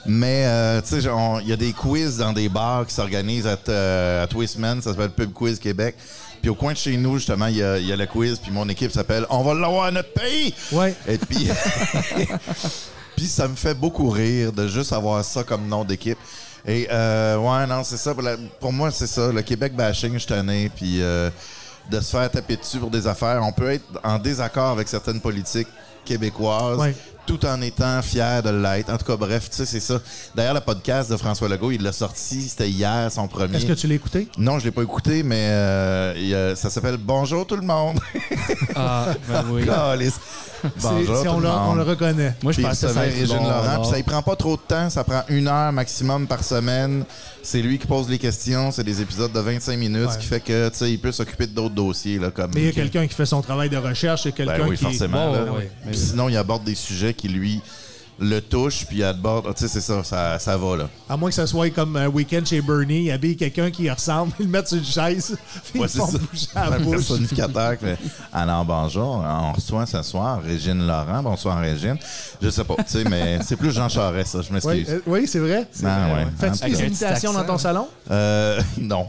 Mais, euh, tu sais, genre, on- il y a des quiz dans des bars qui s'organisent à, t- euh, à tous les semaines. Ça s'appelle Pub Quiz Québec. Puis au coin de chez nous, justement, il y a, il y a le quiz. Puis mon équipe s'appelle On va l'avoir à notre pays.
Ouais.
Et puis, puis ça me fait beaucoup rire de juste avoir ça comme nom d'équipe. Et euh, ouais, non, c'est ça. Pour, la- pour moi, c'est ça. Le Québec bashing, je t'en ai. Puis euh, de se faire taper dessus pour des affaires. On peut être en désaccord avec certaines politiques québécoises.
Ouais.
Tout en étant fier de l'être. En tout cas, bref, tu sais, c'est ça. D'ailleurs, le podcast de François Legault, il l'a sorti, c'était hier, son premier.
Est-ce que tu l'as écouté?
Non, je l'ai pas écouté, mais euh, il, euh, ça s'appelle Bonjour tout le monde.
Ah, ben oui.
Calisse.
C'est-
Bonjour
c'est- on,
tout le
le, on
monde.
le reconnaît.
Moi, je
Puis
pensais
vous
que ça allait
savez,
être
Régine
long,
Laurent,
alors.
puis ça y prend pas trop de temps, ça prend une heure maximum par semaine. C'est lui qui pose les questions, c'est des épisodes de 25 minutes,
Ouais.
ce qui fait que tu sais, il peut s'occuper de d'autres dossiers là, comme.
Mais il y a quelqu'un qui fait son travail de recherche et quelqu'un
Ben oui,
qui.
forcément.
Ouais,
là.
ouais, ouais.
Puis sinon, il aborde des sujets qui lui le touchent, puis il aborde. ah, Tu sais, c'est ça, ça, ça va là.
À moins que ça soit comme un week-end chez Bernie, il habille quelqu'un qui y ressemble, il le met sur une chaise, puis
Ouais,
ils
c'est
font
ça.
bouger à la
Un
bouche.
Personnificateur qui fait, Alors bonjour, on reçoit ce soir Régine Laurent. Bonsoir Régine. Je sais pas, tu sais, mais c'est plus Jean Charest, ça, je
Oui,
m'excuse.
euh, oui, c'est vrai. C'est
Ah,
vrai,
ouais.
Fais-tu des
Avec un petit
imitations dans ton salon?
Euh, non.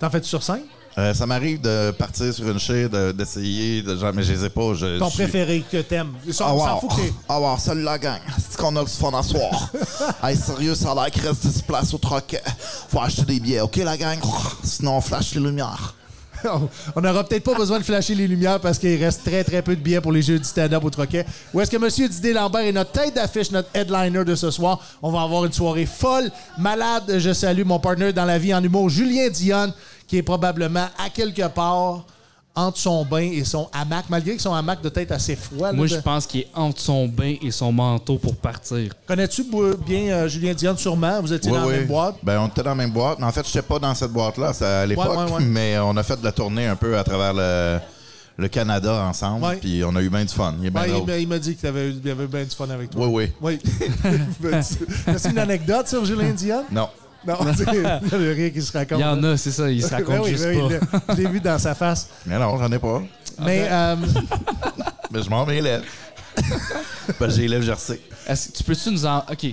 T'en fais-tu sur scène?
Euh, ça m'arrive de partir sur une chaîne, de- d'essayer, de, genre, mais je les ai pas. Je,
Ton
je-
préféré que t'aimes. Ça,
Ah,
on
wow.
s'en fout que t'aies-
Ah, wow, celle-là, gang. C'est ce qu'on a du fun à soir. hey, sérieux, ça a l'air qu'il reste 10 places au troquet. Faut acheter des billets, OK, la gang? Sinon, on flash les lumières.
On n'aura peut-être pas besoin de flasher les lumières parce qu'il reste très, très peu de billets pour les jeux du stand-up au Troquet. Où est-ce que Monsieur Didier Lambert est notre tête d'affiche, notre headliner de ce soir? On va avoir une soirée folle, malade. Je salue mon partner dans la vie en humour, Julien Dionne, qui est probablement à quelque part entre son bain et son hamac, malgré que son hamac doit être assez froid. là,
Moi,
de-
je pense qu'il est entre son bain et son manteau pour partir.
Connais-tu bou- bien euh, Julien Dion sûrement? Vous étiez
Oui,
dans
oui.
la même boîte.
Ben, on était dans la même boîte. Mais en fait, je n'étais pas dans cette boîte-là c'est à l'époque,
ouais, ouais.
mais on a fait de la tournée un peu à travers le, le Canada ensemble.
Ouais.
Puis on a eu bien du fun. Il est bien
Ben, il-
drôle.
ben, il, m'a dit qu'il avait, il avait bien du fun avec toi.
Oui, oui.
Oui. Ben, tu- C'est une anecdote sur Julien Dion?
Non.
Non, c'est le rire qui se raconte.
Il y en a, c'est ça, il se
Ben
raconte
oui,
juste
ben oui,
pas.
le- Je l'ai vu dans sa face.
Mais non, j'en ai pas.
Mais euh,
Mais je m'en m'élève. ben, j'ai les lèvres gercées.
Est-ce- tu peux-tu nous en. OK.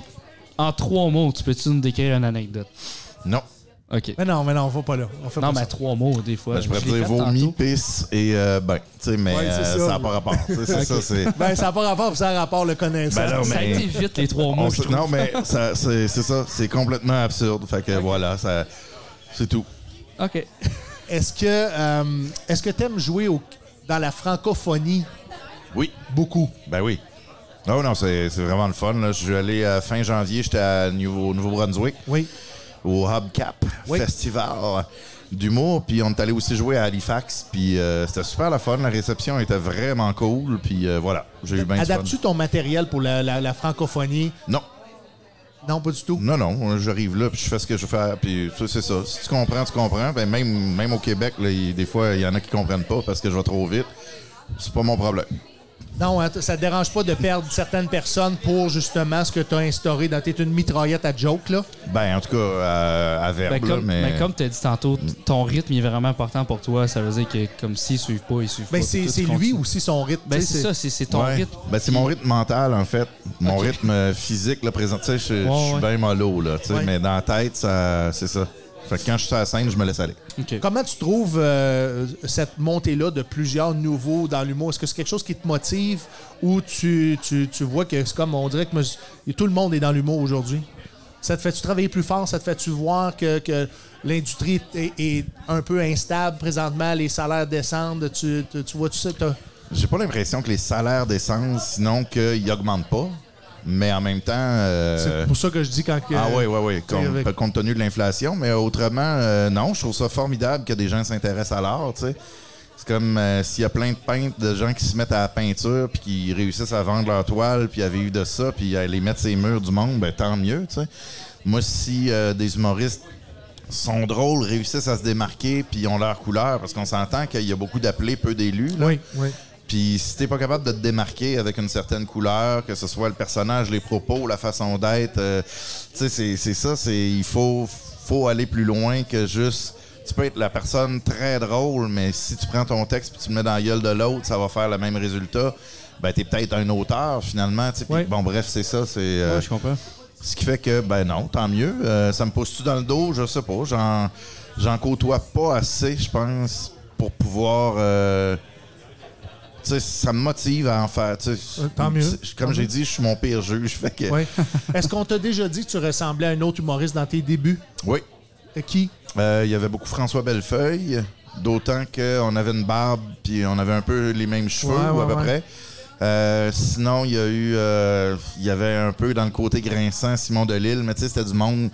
En trois mots, tu peux-tu nous décrire une anecdote?
Non.
OK.
mais non, mais non, on va pas là. On fait
Non,
pas
mais à trois mots, des fois.
Ben, je
l'ai
préfère dire
fait
vomi,
tantôt.
pisse et euh, ben. Tu sais, mais
Ouais, c'est
euh,
ça.
ça n'a pas rapport. Tu sais, C'est ça, c'est.
ça. Ben, ça n'a pas rapport, puis ça a rapport le connaissant.
Ben non,
Ça a
mais.
été vite, les trois
on
mots, je
se-
trouve.
non, mais ça, c'est c'est ça. C'est complètement absurde. Fait que voilà, ça. C'est tout.
OK.
Est-ce que euh, est-ce que t'aimes jouer au- dans la francophonie
Oui.
beaucoup?
Ben oui. Non, non, c'est c'est vraiment le fun. Là. Je suis allé euh, fin janvier, j'étais à Nouveau- au Nouveau-Brunswick,
Oui.
au Hubcap
Oui.
Festival euh, d'humour. Puis on est allé aussi jouer à Halifax. Puis euh, c'était super la fun. La réception était vraiment cool. Puis euh, voilà, j'ai
Ben,
eu bien du fun.
Adaptes-tu ton matériel pour la, la- la francophonie?
Non,
Non, pas du tout.
Mm.
non, non. J'arrive là, puis je fais ce que je fais. Puis ça, c'est ça. Si tu comprends, tu comprends. Ben, même, même au Québec, là, il- des fois, il y en a qui comprennent pas parce que je vais trop vite. C'est pas mon problème.
Non, hein, t- ça te dérange pas de perdre certaines personnes pour justement ce que tu as instauré dans t'es une mitraillette à joke, là?
Ben, en tout cas, euh, à verbe,
Ben,
là,
comme,
mais... Mm.
ben, comme tu as dit tantôt, t- ton rythme est vraiment important pour toi. Ça veut dire que comme s'ils suivent pas, ils suivent
Ben,
pas.
c'est
Toi, tu
c'est lui
continues.
aussi son rythme.
Ben,
tu sais,
c'est ça, c'est c'est ton
Ouais.
rythme.
Ben, c'est mon rythme mental, en fait. Mon rythme euh, physique, là, présent. Tu sais, je je
Ouais,
suis
ouais.
bien mollo, là. tu sais,
Ouais.
Mais dans la tête, ça, c'est ça. Fait que quand je suis sur la scène, je me laisse aller.
OK.
Comment tu trouves euh, cette montée-là de plusieurs nouveaux dans l'humour? Est-ce que c'est quelque chose qui te motive ou tu, tu- tu vois que c'est comme on dirait que mus- tout le monde est dans l'humour aujourd'hui? Ça te fait-tu travailler plus fort? Ça te fait-tu voir que, que l'industrie est, est un peu instable présentement? Les salaires descendent? Tu, tu- tu vois-tu ça? T'as-
J'ai pas l'impression que les salaires descendent, sinon qu'ils augmentent pas. Mais en même temps.
C'est
euh,
pour ça que je dis quand... que-
Ah oui, oui, oui,
sais, avec-
compte, compte tenu de l'inflation. Mais autrement, euh, non, je trouve ça formidable que des gens s'intéressent à l'art, tu sais. C'est comme euh, s'il y a plein de peintres, de gens qui se mettent à la peinture, puis qui réussissent à vendre leur toile, puis à vivre de ça, puis à les mettre ces murs du monde, ben, tant mieux, tu sais. Moi, si euh, des humoristes sont drôles, réussissent à se démarquer, puis ont leur couleur, parce qu'on s'entend qu'il y a beaucoup d'appelés, peu d'élus, là.
Oui, oui.
Puis si t'es pas capable de te démarquer avec une certaine couleur, que ce soit le personnage, les propos, la façon d'être, euh, tu sais, c'est, c'est ça, c'est il faut faut aller plus loin que juste. Tu peux être la personne très drôle, mais si tu prends ton texte et tu le mets dans la gueule de l'autre, ça va faire le même résultat. Ben t'es peut-être un auteur finalement. tu sais. Puis
Ouais.
Bon bref, c'est ça, c'est. euh,
Ouais, je comprends.
ce qui fait que, ben non, tant mieux. Euh, ça me pousse-tu dans le dos? Je sais pas. J'en, j'en côtoie pas assez, je pense, pour pouvoir. euh, tu sais, ça me motive à en faire. tu sais.
Euh, tant mieux.
C'est- Comme j'ai dit, je suis mon pire juge. Fait que,
oui. Est-ce qu'on t'a déjà dit que tu ressemblais à un autre humoriste dans tes débuts?
Oui.
De qui?
Euh, Il y avait beaucoup François Bellefeuille, d'autant qu'on avait une barbe, puis on avait un peu les mêmes cheveux,
Ouais,
ou à
ouais,
peu
ouais.
près. Euh, sinon, il y a eu. euh, Il y avait un peu dans le côté grinçant Simon Delille, mais tu sais, c'était du monde.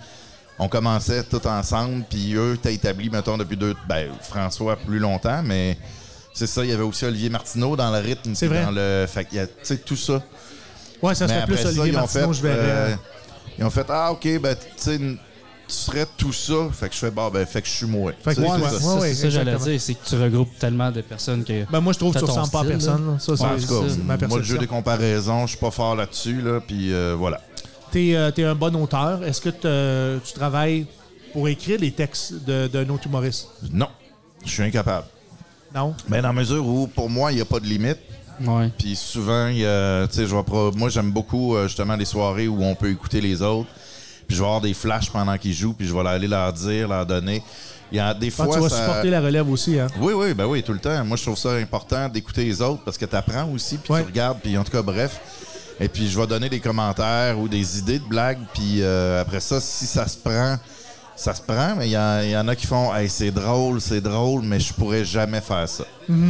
On commençait tout ensemble, puis eux, t'as établi, mettons, depuis deux. Ben, François plus longtemps, mais c'est ça. Il y avait aussi Olivier Martineau dans le rythme.
C'est
puis
vrai.
Dans le, fait qu'il y a, tu sais, tout ça.
Oui, ça
Mais
serait
après
plus
ça,
Olivier
ils ont
Martineau,
fait,
je verrais. hein.
euh, ils ont fait Ah, ok, ben, tu sais, tu serais tout ça. Fait que je fais, bah, ben, fait que je suis moi.
Fait que
Tu sais,
ouais,
c'est
ouais,
ça.
ouais,
Ça, c'est
ouais,
ça que j'allais
exactement.
dire, c'est que tu regroupes tellement de personnes que.
Ben moi, je trouve que
T'as ton
tu ressembles pas à
style,
personne. là. Ça, c'est
Ouais, en tout cas,
c'est ma
moi, le jeu
perception.
des comparaisons, je suis pas fort là-dessus, là, puis euh, voilà.
T'es euh, t'es un bon auteur. Est-ce que t'e- tu travailles pour écrire les textes de- d'un autre humoriste?
Non, je suis incapable.
Non? Ah,
Mais dans la mesure où, pour moi, il n'y a pas de limite,
Ouais.
puis souvent, il y a- tu sais, je vais pro- moi, j'aime beaucoup, euh, justement, les soirées où on peut écouter les autres, puis je vais avoir des flashs pendant qu'ils jouent, puis je vais aller leur dire, leur donner. Il y a des
Ah,
fois,
tu vas
ça-
supporter la relève aussi, hein?
Oui, oui, ben oui, tout le temps. Moi, je trouve ça important d'écouter les autres parce que tu apprends aussi, puis
Ouais.
tu regardes, puis en tout cas, bref. Et puis, je vais donner des commentaires ou des idées de blagues, puis euh, après ça, si ça se prend, ça se prend, mais il y, en- il y en a qui font Hey, c'est drôle, c'est drôle, mais je pourrais jamais faire ça.
Mm-hmm.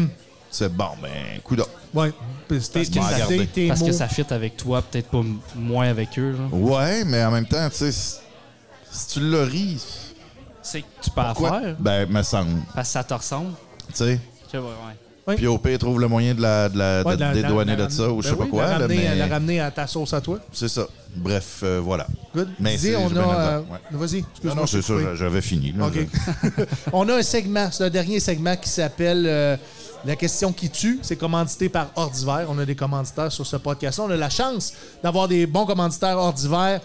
C'est bon, ben, coup
Oui. T'es
qu'ils m'ont regardé.
t'es
Parce que
mots.
ça fit avec toi, peut-être pas m- moins avec eux. genre.
Ouais, mais en même temps, tu sais, si- si tu le ris,
C'est que tu peux en
quoi?
faire,
Ben, me semble,
parce que ça te ressemble.
tu sais.
Je sais pas, ouais.
Puis au pire, trouve le moyen de la, de la,
Ouais,
de la dédouaner de
ramener-
ça ou je sais
Ben
pas
oui,
quoi.
La
là,
ramener,
mais
la ramener à ta sauce à toi.
c'est ça. Bref, euh, voilà.
Good.
Mais
Dis,
c'est-
on
j'ai bien
a. euh,
entendu, ouais.
Vas-y,
Non,
excuse-moi.
non,
je t'ai
c'est ça,
coupé.
j'a- j'avais fini. là.
OK. On a un segment, c'est le dernier segment qui s'appelle euh, La question qui tue. C'est commandité par Ordivaire. On a des commanditaires sur ce podcast. On a la chance d'avoir des bons commanditaires Ordivaire.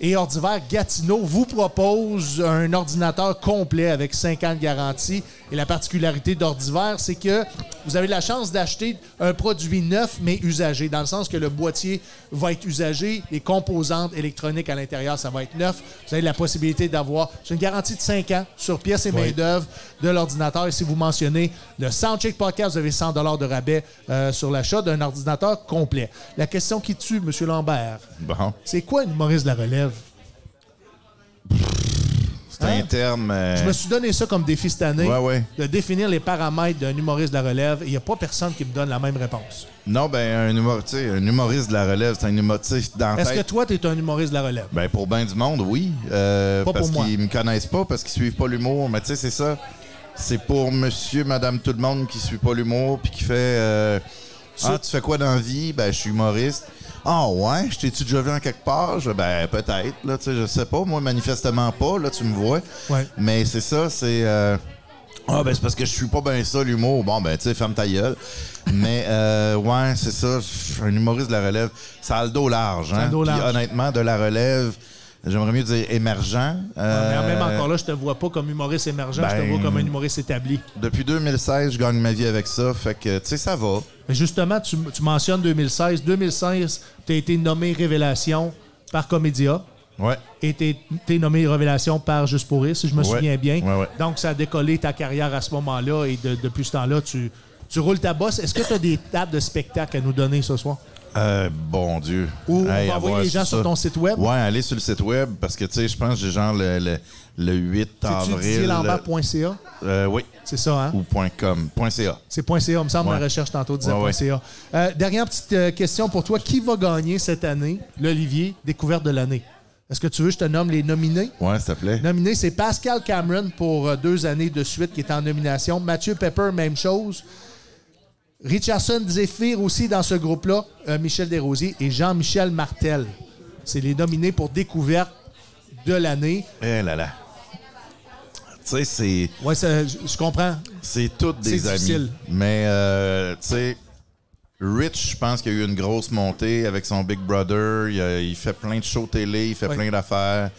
Et Ordivaire Gatineau vous propose un ordinateur complet avec 5 ans de garantie. Et la particularité d'Ordivaire, c'est que vous avez la chance d'acheter un produit neuf mais usagé, dans le sens que le boîtier va être usagé, les composantes électroniques à l'intérieur, ça va être neuf. Vous avez la possibilité d'avoir c'est une garantie de 5 ans sur pièces et main-d'œuvre de l'ordinateur. Et si vous mentionnez le Soundcheck Podcast, vous avez 100 de rabais euh, sur l'achat d'un ordinateur complet. La question qui tue, M. Lambert,
Bon,
c'est quoi une Maurice de la relève?
c'est un terme. euh,
Hein? Je me suis donné ça comme défi cette année.
Ouais, ouais.
De définir les paramètres d'un humoriste de la relève. Il n'y a pas personne qui me donne la même réponse.
Non, ben, un, humor- tu sais, un humoriste de la relève, c'est un humoriste dans la
Est-ce que
tête.
toi, tu es un humoriste de la relève?
Ben, pour bien du monde, oui. Euh,
Pas pour
parce
moi.
qu'ils me connaissent pas, parce qu'ils suivent pas l'humour. Mais tu sais, c'est ça. C'est pour monsieur, madame, tout le monde qui suit pas l'humour, puis qui fait. euh, ah, tu fais quoi dans la vie? Ben, je suis humoriste. Ah, ouais, je t'ai-tu déjà vu en quelque part? Je- ben, peut-être, là, tu sais, je sais pas. Moi, manifestement pas, là, tu me vois.
Ouais.
Mais c'est ça, c'est. euh, ah, ben, c'est parce que je suis pas bien ça, l'humour. Bon, ben, tu sais, ferme ta gueule. Mais, euh, ouais, c'est ça. je suis Un humoriste de la relève, ça a le dos large.
a
Hein?
le dos
Puis,
large.
honnêtement, de la relève, j'aimerais mieux dire émergent. Euh,
Mais même encore là, je te vois pas comme humoriste émergent, je te
ben-
vois comme un humoriste établi.
Depuis 2016, je gagne ma vie avec ça. Fait que, tu sais, ça va.
Mais justement, tu, tu mentionnes 2016. 2016, tu as été nommé Révélation par Comédia
Ouais.
et tu es nommé Révélation par Juste pour Rire, si je me
Ouais.
souviens bien.
Ouais, ouais.
Donc, ça a décollé ta carrière à ce moment-là et de- depuis ce temps-là, tu, tu roules ta bosse. Est-ce que tu as des dates de spectacle à nous donner ce soir?
Euh, bon Dieu.
Ou on
Hey,
va
à
envoyer
voir,
les gens
c'est
sur
ça.
ton site web?
Ouais, allez sur le site web parce que, tu sais, je pense que j'ai genre le, le, le 8
C'est-tu
avril.
didierlambert.ca?
euh, oui,
C'est ça, hein?
ou point .com, point .ca.
C'est point .ca, me semble,
Ouais.
la recherche tantôt disait
Ouais, ouais.
.ca. Euh, dernière petite euh, question pour toi. Qui va gagner cette année l'Olivier découverte de l'année? Est-ce que tu veux que je te nomme les nominés?
Ouais, s'il te plaît.
Nominé, c'est Pascal Cameron pour euh, deux années de suite qui est en nomination. Mathieu Pepper, même chose. Richardson Zephyr aussi dans ce groupe-là. Euh, Michel Desrosiers et Jean-Michel Martel. C'est les nominés pour découverte de l'année.
Eh là là. Tu sais, c'est.
Ouais, ça, je je comprends.
C'est toutes
C'est
des amis.
difficile.
Mais, euh, tu sais, Rich, je pense qu'il y a eu une grosse montée avec son Big Brother. Il, a- il fait plein de shows télé, il fait
Oui.
plein d'affaires.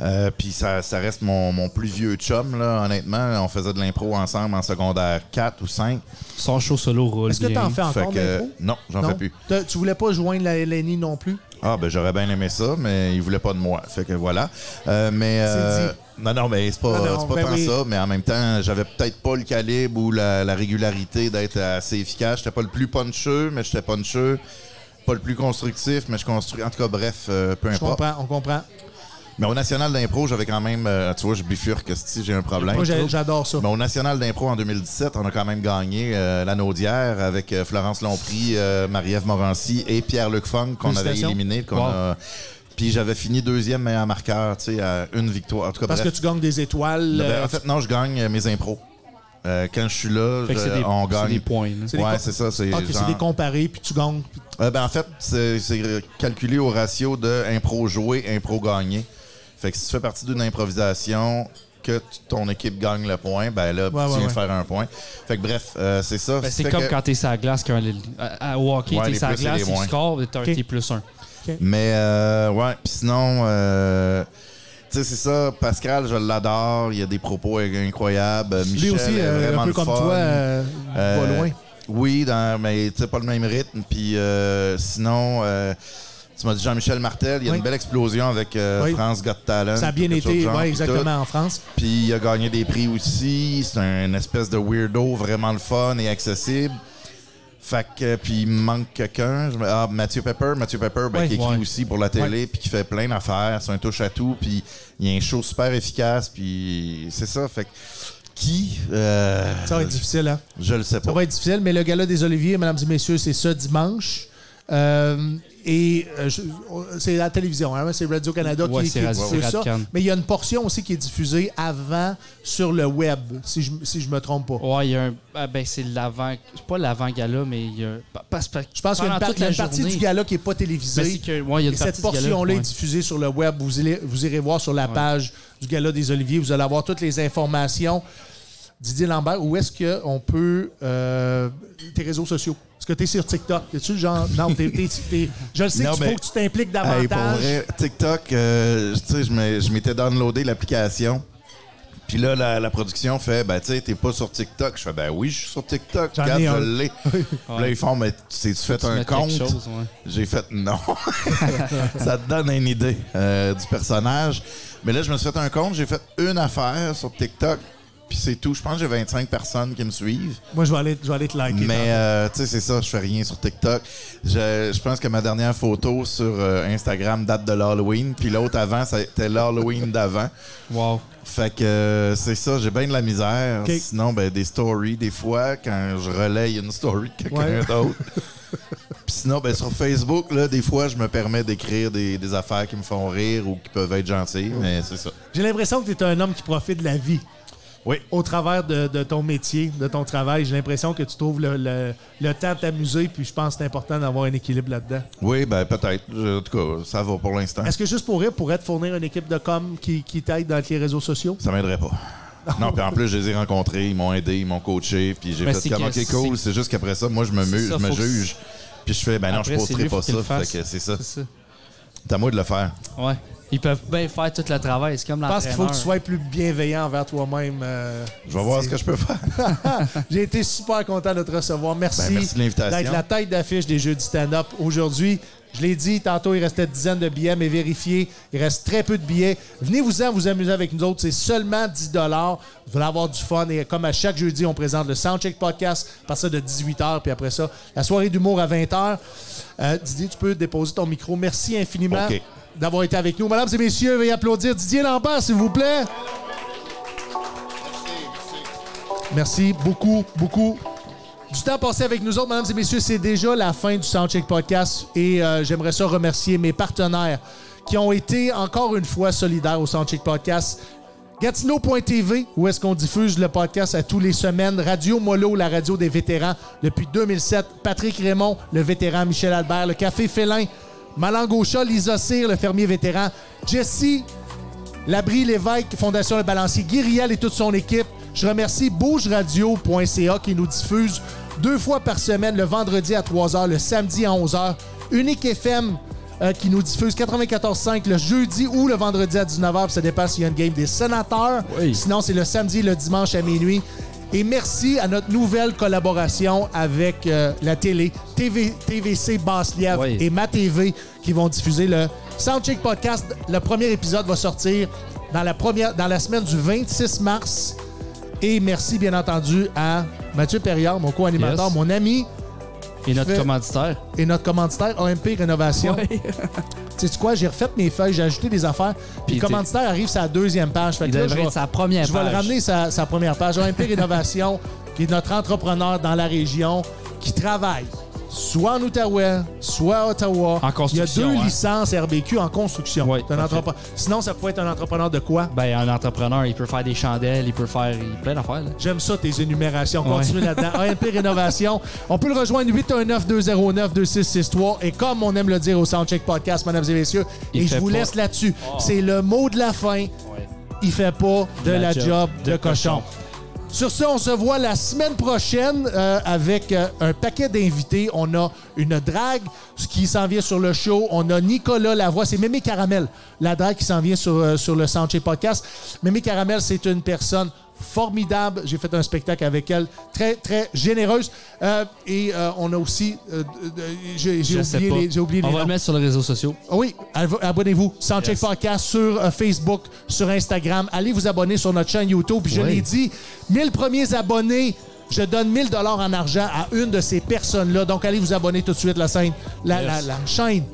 Euh, Puis ça, ça reste mon, mon plus vieux chum, là, honnêtement. On faisait de l'impro ensemble en secondaire 4 ou 5.
Son show solo roule
Est-ce que tu
bien.
en fais
Fait
encore
que,
d'impro?
non, j'en
Non?
fais plus.
T'as- Tu voulais pas joindre la LNI non plus?
Ah, ben j'aurais bien aimé ça, mais il voulait pas de moi. Fait que voilà. Euh, mais. euh,
dit.
Non, non, mais c'est pas,
Non, non,
c'est pas
ben
tant
oui.
ça, mais en même temps, j'avais peut-être pas le calibre ou la, la régularité d'être assez efficace. J'étais pas le plus puncheux, mais j'étais puncheux. Pas le plus constructif, mais je construis. En tout cas, bref, euh, peu
Je
importe.
comprends, on comprend.
Mais au National d'impro, j'avais quand même. euh, tu vois, je bifurque si j'ai un problème.
Moi, j'a- j'adore ça.
Mais Ben, au National d'impro en 2017, on a quand même gagné euh, la Naudière avec euh, Florence Lompré, euh, Marie-Ève Morancy et Pierre-Luc Funk qu'on avait
Félicitations.
éliminé. qu'on a- Puis j'avais fini deuxième meilleur marqueur, tu sais, à une victoire. En tout cas,
Parce que
bref.
tu gagnes des étoiles.
Ben,
euh,
en fait, non, je gagne euh, mes impros. Euh, quand je suis là,
Fait que c'est
je-
des,
Euh, on
c'est
gagne.
des points. là.
c'est des
ouais,
com-
c'est ça. C'est
Ok, c'est
genre-
des comparés, puis tu gagnes. puis-
euh, ben, en fait, c'est c'est calculé au ratio de impro joué, impro gagné. Fait que si tu fais partie d'une improvisation, que t- ton équipe gagne le point, ben là,
Ouais,
tu
ouais,
viens de
ouais.
faire un point. Fait que bref, euh, c'est ça.
Ben, c'est
Fait
comme
que-
quand t'es sur la glace, quand, à, à- au hockey,
Ouais,
t'es
les
sur la
plus et les
glace, si
moins.
tu scores, t'as un
Ok.
T plus 1.
Mais euh, ouais, puis sinon, euh, tu sais, c'est ça, Pascal, je l'adore, il a des propos incroyables. Euh, Michel
Lui aussi,
est
euh,
vraiment
un peu
le
comme
fun.
toi, euh,
Euh,
pas loin.
Oui, dans, mais tu sais, pas le même rythme. Puis euh, sinon, euh, tu m'as dit Jean-Michel Martel, il y a
Oui.
une belle explosion avec euh,
Oui.
France Got Talent.
Ça a bien
quelque chose de
été,
genre,
ouais,
puis
exactement, en France.
tout. Puis il a gagné des prix aussi. C'est un une espèce de weirdo vraiment le fun et accessible. Fait que, puis il me manque quelqu'un. Je me- Ah, Mathieu Pepper, Mathieu Pepper, ben,
Oui.
qui écrit
Ouais.
aussi pour la télé, puis qui fait plein d'affaires. C'est un touche à tout, puis il y a un show super efficace, puis c'est ça. Fait que, qui Euh,
Ça va être difficile, hein?
Je le sais pas.
Ça va être difficile, mais le gala des Oliviers, mesdames et messieurs, c'est ce dimanche. Euh, et euh, je- c'est la télévision, hein, c'est Radio-Canada
Ouais,
qui,
c'est
qui
Radio-
diffuse
c'est
ça.
Radcan.
Mais il y a une portion aussi qui est diffusée avant sur le web, si je si je me trompe pas.
Ouais, il y a un. ah, ben, c'est l'avant. C'est pas l'avant-gala, mais il y a. pa- Parce que.
Je pense qu'il y a une, par- il y a une partie du gala qui n'est pas télévisée.
ben, que, ouais, il y a
Et
une partie
cette
du gala,
portion-là est
ouais.
diffusée sur le web. Vous irez, vous irez voir sur la page du Gala des Oliviers. Vous allez avoir toutes les informations. Didier Lambert, où est-ce qu'on peut. euh, tes réseaux sociaux? Est-ce que tu es sur TikTok? Es-tu le genre. Non, t'es- t'es- t'es- je le sais
Non,
qu'il
mais-
faut que tu t'impliques davantage.
Hey, pour vrai, TikTok, euh, tu sais, je m'ai- je m'étais downloadé l'application. Puis là, la, la production fait, ben, tu sais, t'es pas sur TikTok. Je fais, ben oui, je suis sur TikTok.
J'en ai
Regarde,
un.
je l'ai. Puis là, ils font, mais tu tu fais
Tu
un
mets quelque
compte.
chose, ouais.
J'ai fait non. ça te donne une idée euh, du personnage. Mais là, je me suis fait un compte, j'ai fait une affaire sur TikTok, puis c'est tout. Je pense que j'ai 25 personnes qui me suivent.
Moi, je vais aller, je vais aller te liker.
mais, euh, tu sais, c'est ça, je fais rien sur TikTok. Je, je pense que ma dernière photo sur euh, Instagram date de l'Halloween, puis l'autre avant, c'était l'Halloween d'avant.
Wow.
Fait que euh, c'est ça, j'ai bien de la misère.
Ok.
Sinon, ben, des stories, des fois, quand je relaye une story de quelqu'un
Ouais.
d'autre. Puis sinon, ben, sur Facebook, là, des fois, je me permets d'écrire des, des affaires qui me font rire ou qui peuvent être gentilles, mais c'est ça.
J'ai l'impression que tu es un homme qui profite de la vie.
Oui.
Au travers de, de ton métier, de ton travail, j'ai l'impression que tu trouves le, le- le temps de t'amuser, puis je pense que c'est important d'avoir un équilibre là-dedans.
Oui, ben peut-être. Je- En tout cas, ça va pour l'instant.
Est-ce que juste pour rire, pourrait te fournir une équipe de com qui, qui t'aide dans les réseaux sociaux?
Ça m'aiderait pas. Non, puis en plus, je les ai rencontrés, ils m'ont aidé, ils m'ont coaché, puis j'ai
Ben,
fait
c'est
comme,
que-
OK, cool, c'est juste qu'aès ça, moi, je me,
C'est
mu-
ça,
je me
faut que-
juge. Puis je fais, ben non,
Après,
je
c'est lui,
posterai pas
faut qu'il
ça.
le fasse.
Fait que c'est ça.
C'est ça.
C'est à moi de le faire.
Ouais. Ils peuvent bien faire tout le travail. C'est comme
Je
l'entraîneur.
pense qu'il faut que tu sois plus bienveillant envers toi-même. euh,
Je vais voir
c'est-
ce que je peux faire.
J'ai été super content de te recevoir. Merci,
Ben, merci de l'invitation.
d'être la tête d'affiche des Jeux du stand-up aujourd'hui. Je l'ai dit, tantôt, il restait dizaines de billets, mais vérifiez, il reste très peu de billets. Venez-vous-en vous amuser avec nous autres. C'est seulement 10 Vous allez avoir du fun. Et comme à chaque jeudi, on présente le Soundcheck Podcast à partir de 18h. Puis après ça, la soirée d'humour à 20h. Euh, Didier, tu peux déposer ton micro. Merci infiniment
OK.
d'avoir été avec nous. Mesdames et messieurs, veuillez applaudir Didier Lambert, s'il vous plaît. Merci beaucoup, beaucoup. Du temps passé avec nous autres, mesdames et messieurs, c'est déjà la fin du Soundcheck Podcast et euh, j'aimerais ça remercier mes partenaires qui ont été encore une fois solidaires au Soundcheck Podcast. Gatineau.tv, où est-ce qu'on diffuse le podcast à tous les semaines. Radio Molo, la radio des vétérans depuis 2007. Patrick Raymond, le vétéran Michel Albert. Le Café Félin, Malangocha, Lisa Cyr, le fermier vétéran. Jesse L'Abri Lévesque, Fondation Le Balancier, Guiriel et toute son équipe. Je remercie bougeradio.ca qui nous diffuse deux fois par semaine, le vendredi à 3h, le samedi à 11h. Unique FM euh, qui nous diffuse 94.5 le jeudi ou le vendredi à 19h. puis Ça dépend s'il y a une game des sénateurs.
Oui.
Sinon, c'est le samedi et le dimanche à minuit. Et merci à notre nouvelle collaboration avec euh, la télé, TV, TVC Basse-Lièvre
Oui.
et Ma TV qui vont diffuser le Soundcheck Podcast. Le premier épisode va sortir dans la, première, dans la semaine du 26 mars. Et merci, bien entendu, à Mathieu Perriard, mon co-animateur,
Yes.
mon ami
Et notre
Fait-
commanditaire.
et notre commanditaire AMP Rénovation. Tu sais quoi, j'ai refait mes feuilles, j'ai ajouté des affaires. Puis
Il
le
était-
commanditaire arrive sur la deuxième page. Fait
Il
que là, je
devrait
vais-
être sa première
je vais le
page.
ramener sa, sa première page. OMP Rénovation, qui est notre entrepreneur dans la région, qui travaille soit en Outaouais, soit à Ottawa.
En construction,
Il y a deux
hein.
licences RBQ en construction.
Oui,
C'est un
parfait.
entrepre- Sinon, ça pourrait être un entrepreneur de quoi?
Ben, un entrepreneur, il peut faire des chandelles, il peut faire il... plein d'affaires. là.
J'aime ça, tes énumérations. Continue là-dedans. AMP Rénovation. On peut le rejoindre 819-209-2663. Et comme on aime le dire au Soundcheck Podcast, mesdames et messieurs,
Il
et je
fait
vous
pas. Oh.
laisse là-dessus. C'est le mot de la fin. Il fait pas de la, job, de, cochon. Sur ce, on se voit la semaine prochaine euh, avec euh, un paquet d'invités. On a une drague qui s'en vient sur le show. On a Nicolas Lavoie, c'est Mémé Caramel, la drague qui s'en vient sur, euh, sur le Sanchez Podcast. Mémé Caramel, c'est une personne formidable. J'ai fait un spectacle avec elle, très, très généreuse. Euh, et euh, on a aussi... euh, euh, j'ai j'ai
Je sais
oublié
pas.
les, j'ai oublié
On
les
va
noms.
le mettre sur les réseaux sociaux.
Ah Oui, av- abonnez-vous. Soundcheck
Yes.
Podcast sur euh, Facebook, sur Instagram. Allez vous abonner sur notre chaîne YouTube. Puis je
Oui.
l'ai dit, 1000 premiers abonnés, je donne 1000 dollars en argent à une de ces personnes-là. Donc allez vous abonner tout de suite la scène, la,
Yes.
la- la chaîne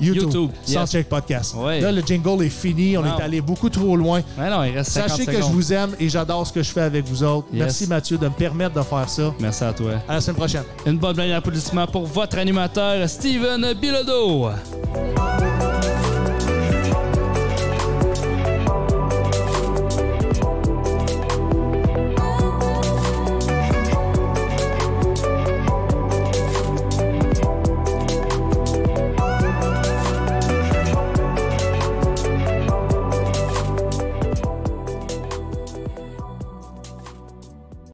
YouTube.
YouTube,
Sans
yes.
check podcast.
Ouais.
Là, le jingle est fini. On
Wow.
est allé beaucoup trop loin.
Mais non, il reste 50
Sachez que
secondes.
je vous aime et j'adore ce que je fais avec vous autres.
Yes.
Merci Mathieu de me permettre de faire ça.
Merci à toi.
À la semaine prochaine.
Une bonne blague d'applaudissement pour votre animateur, Steven Bilodeau.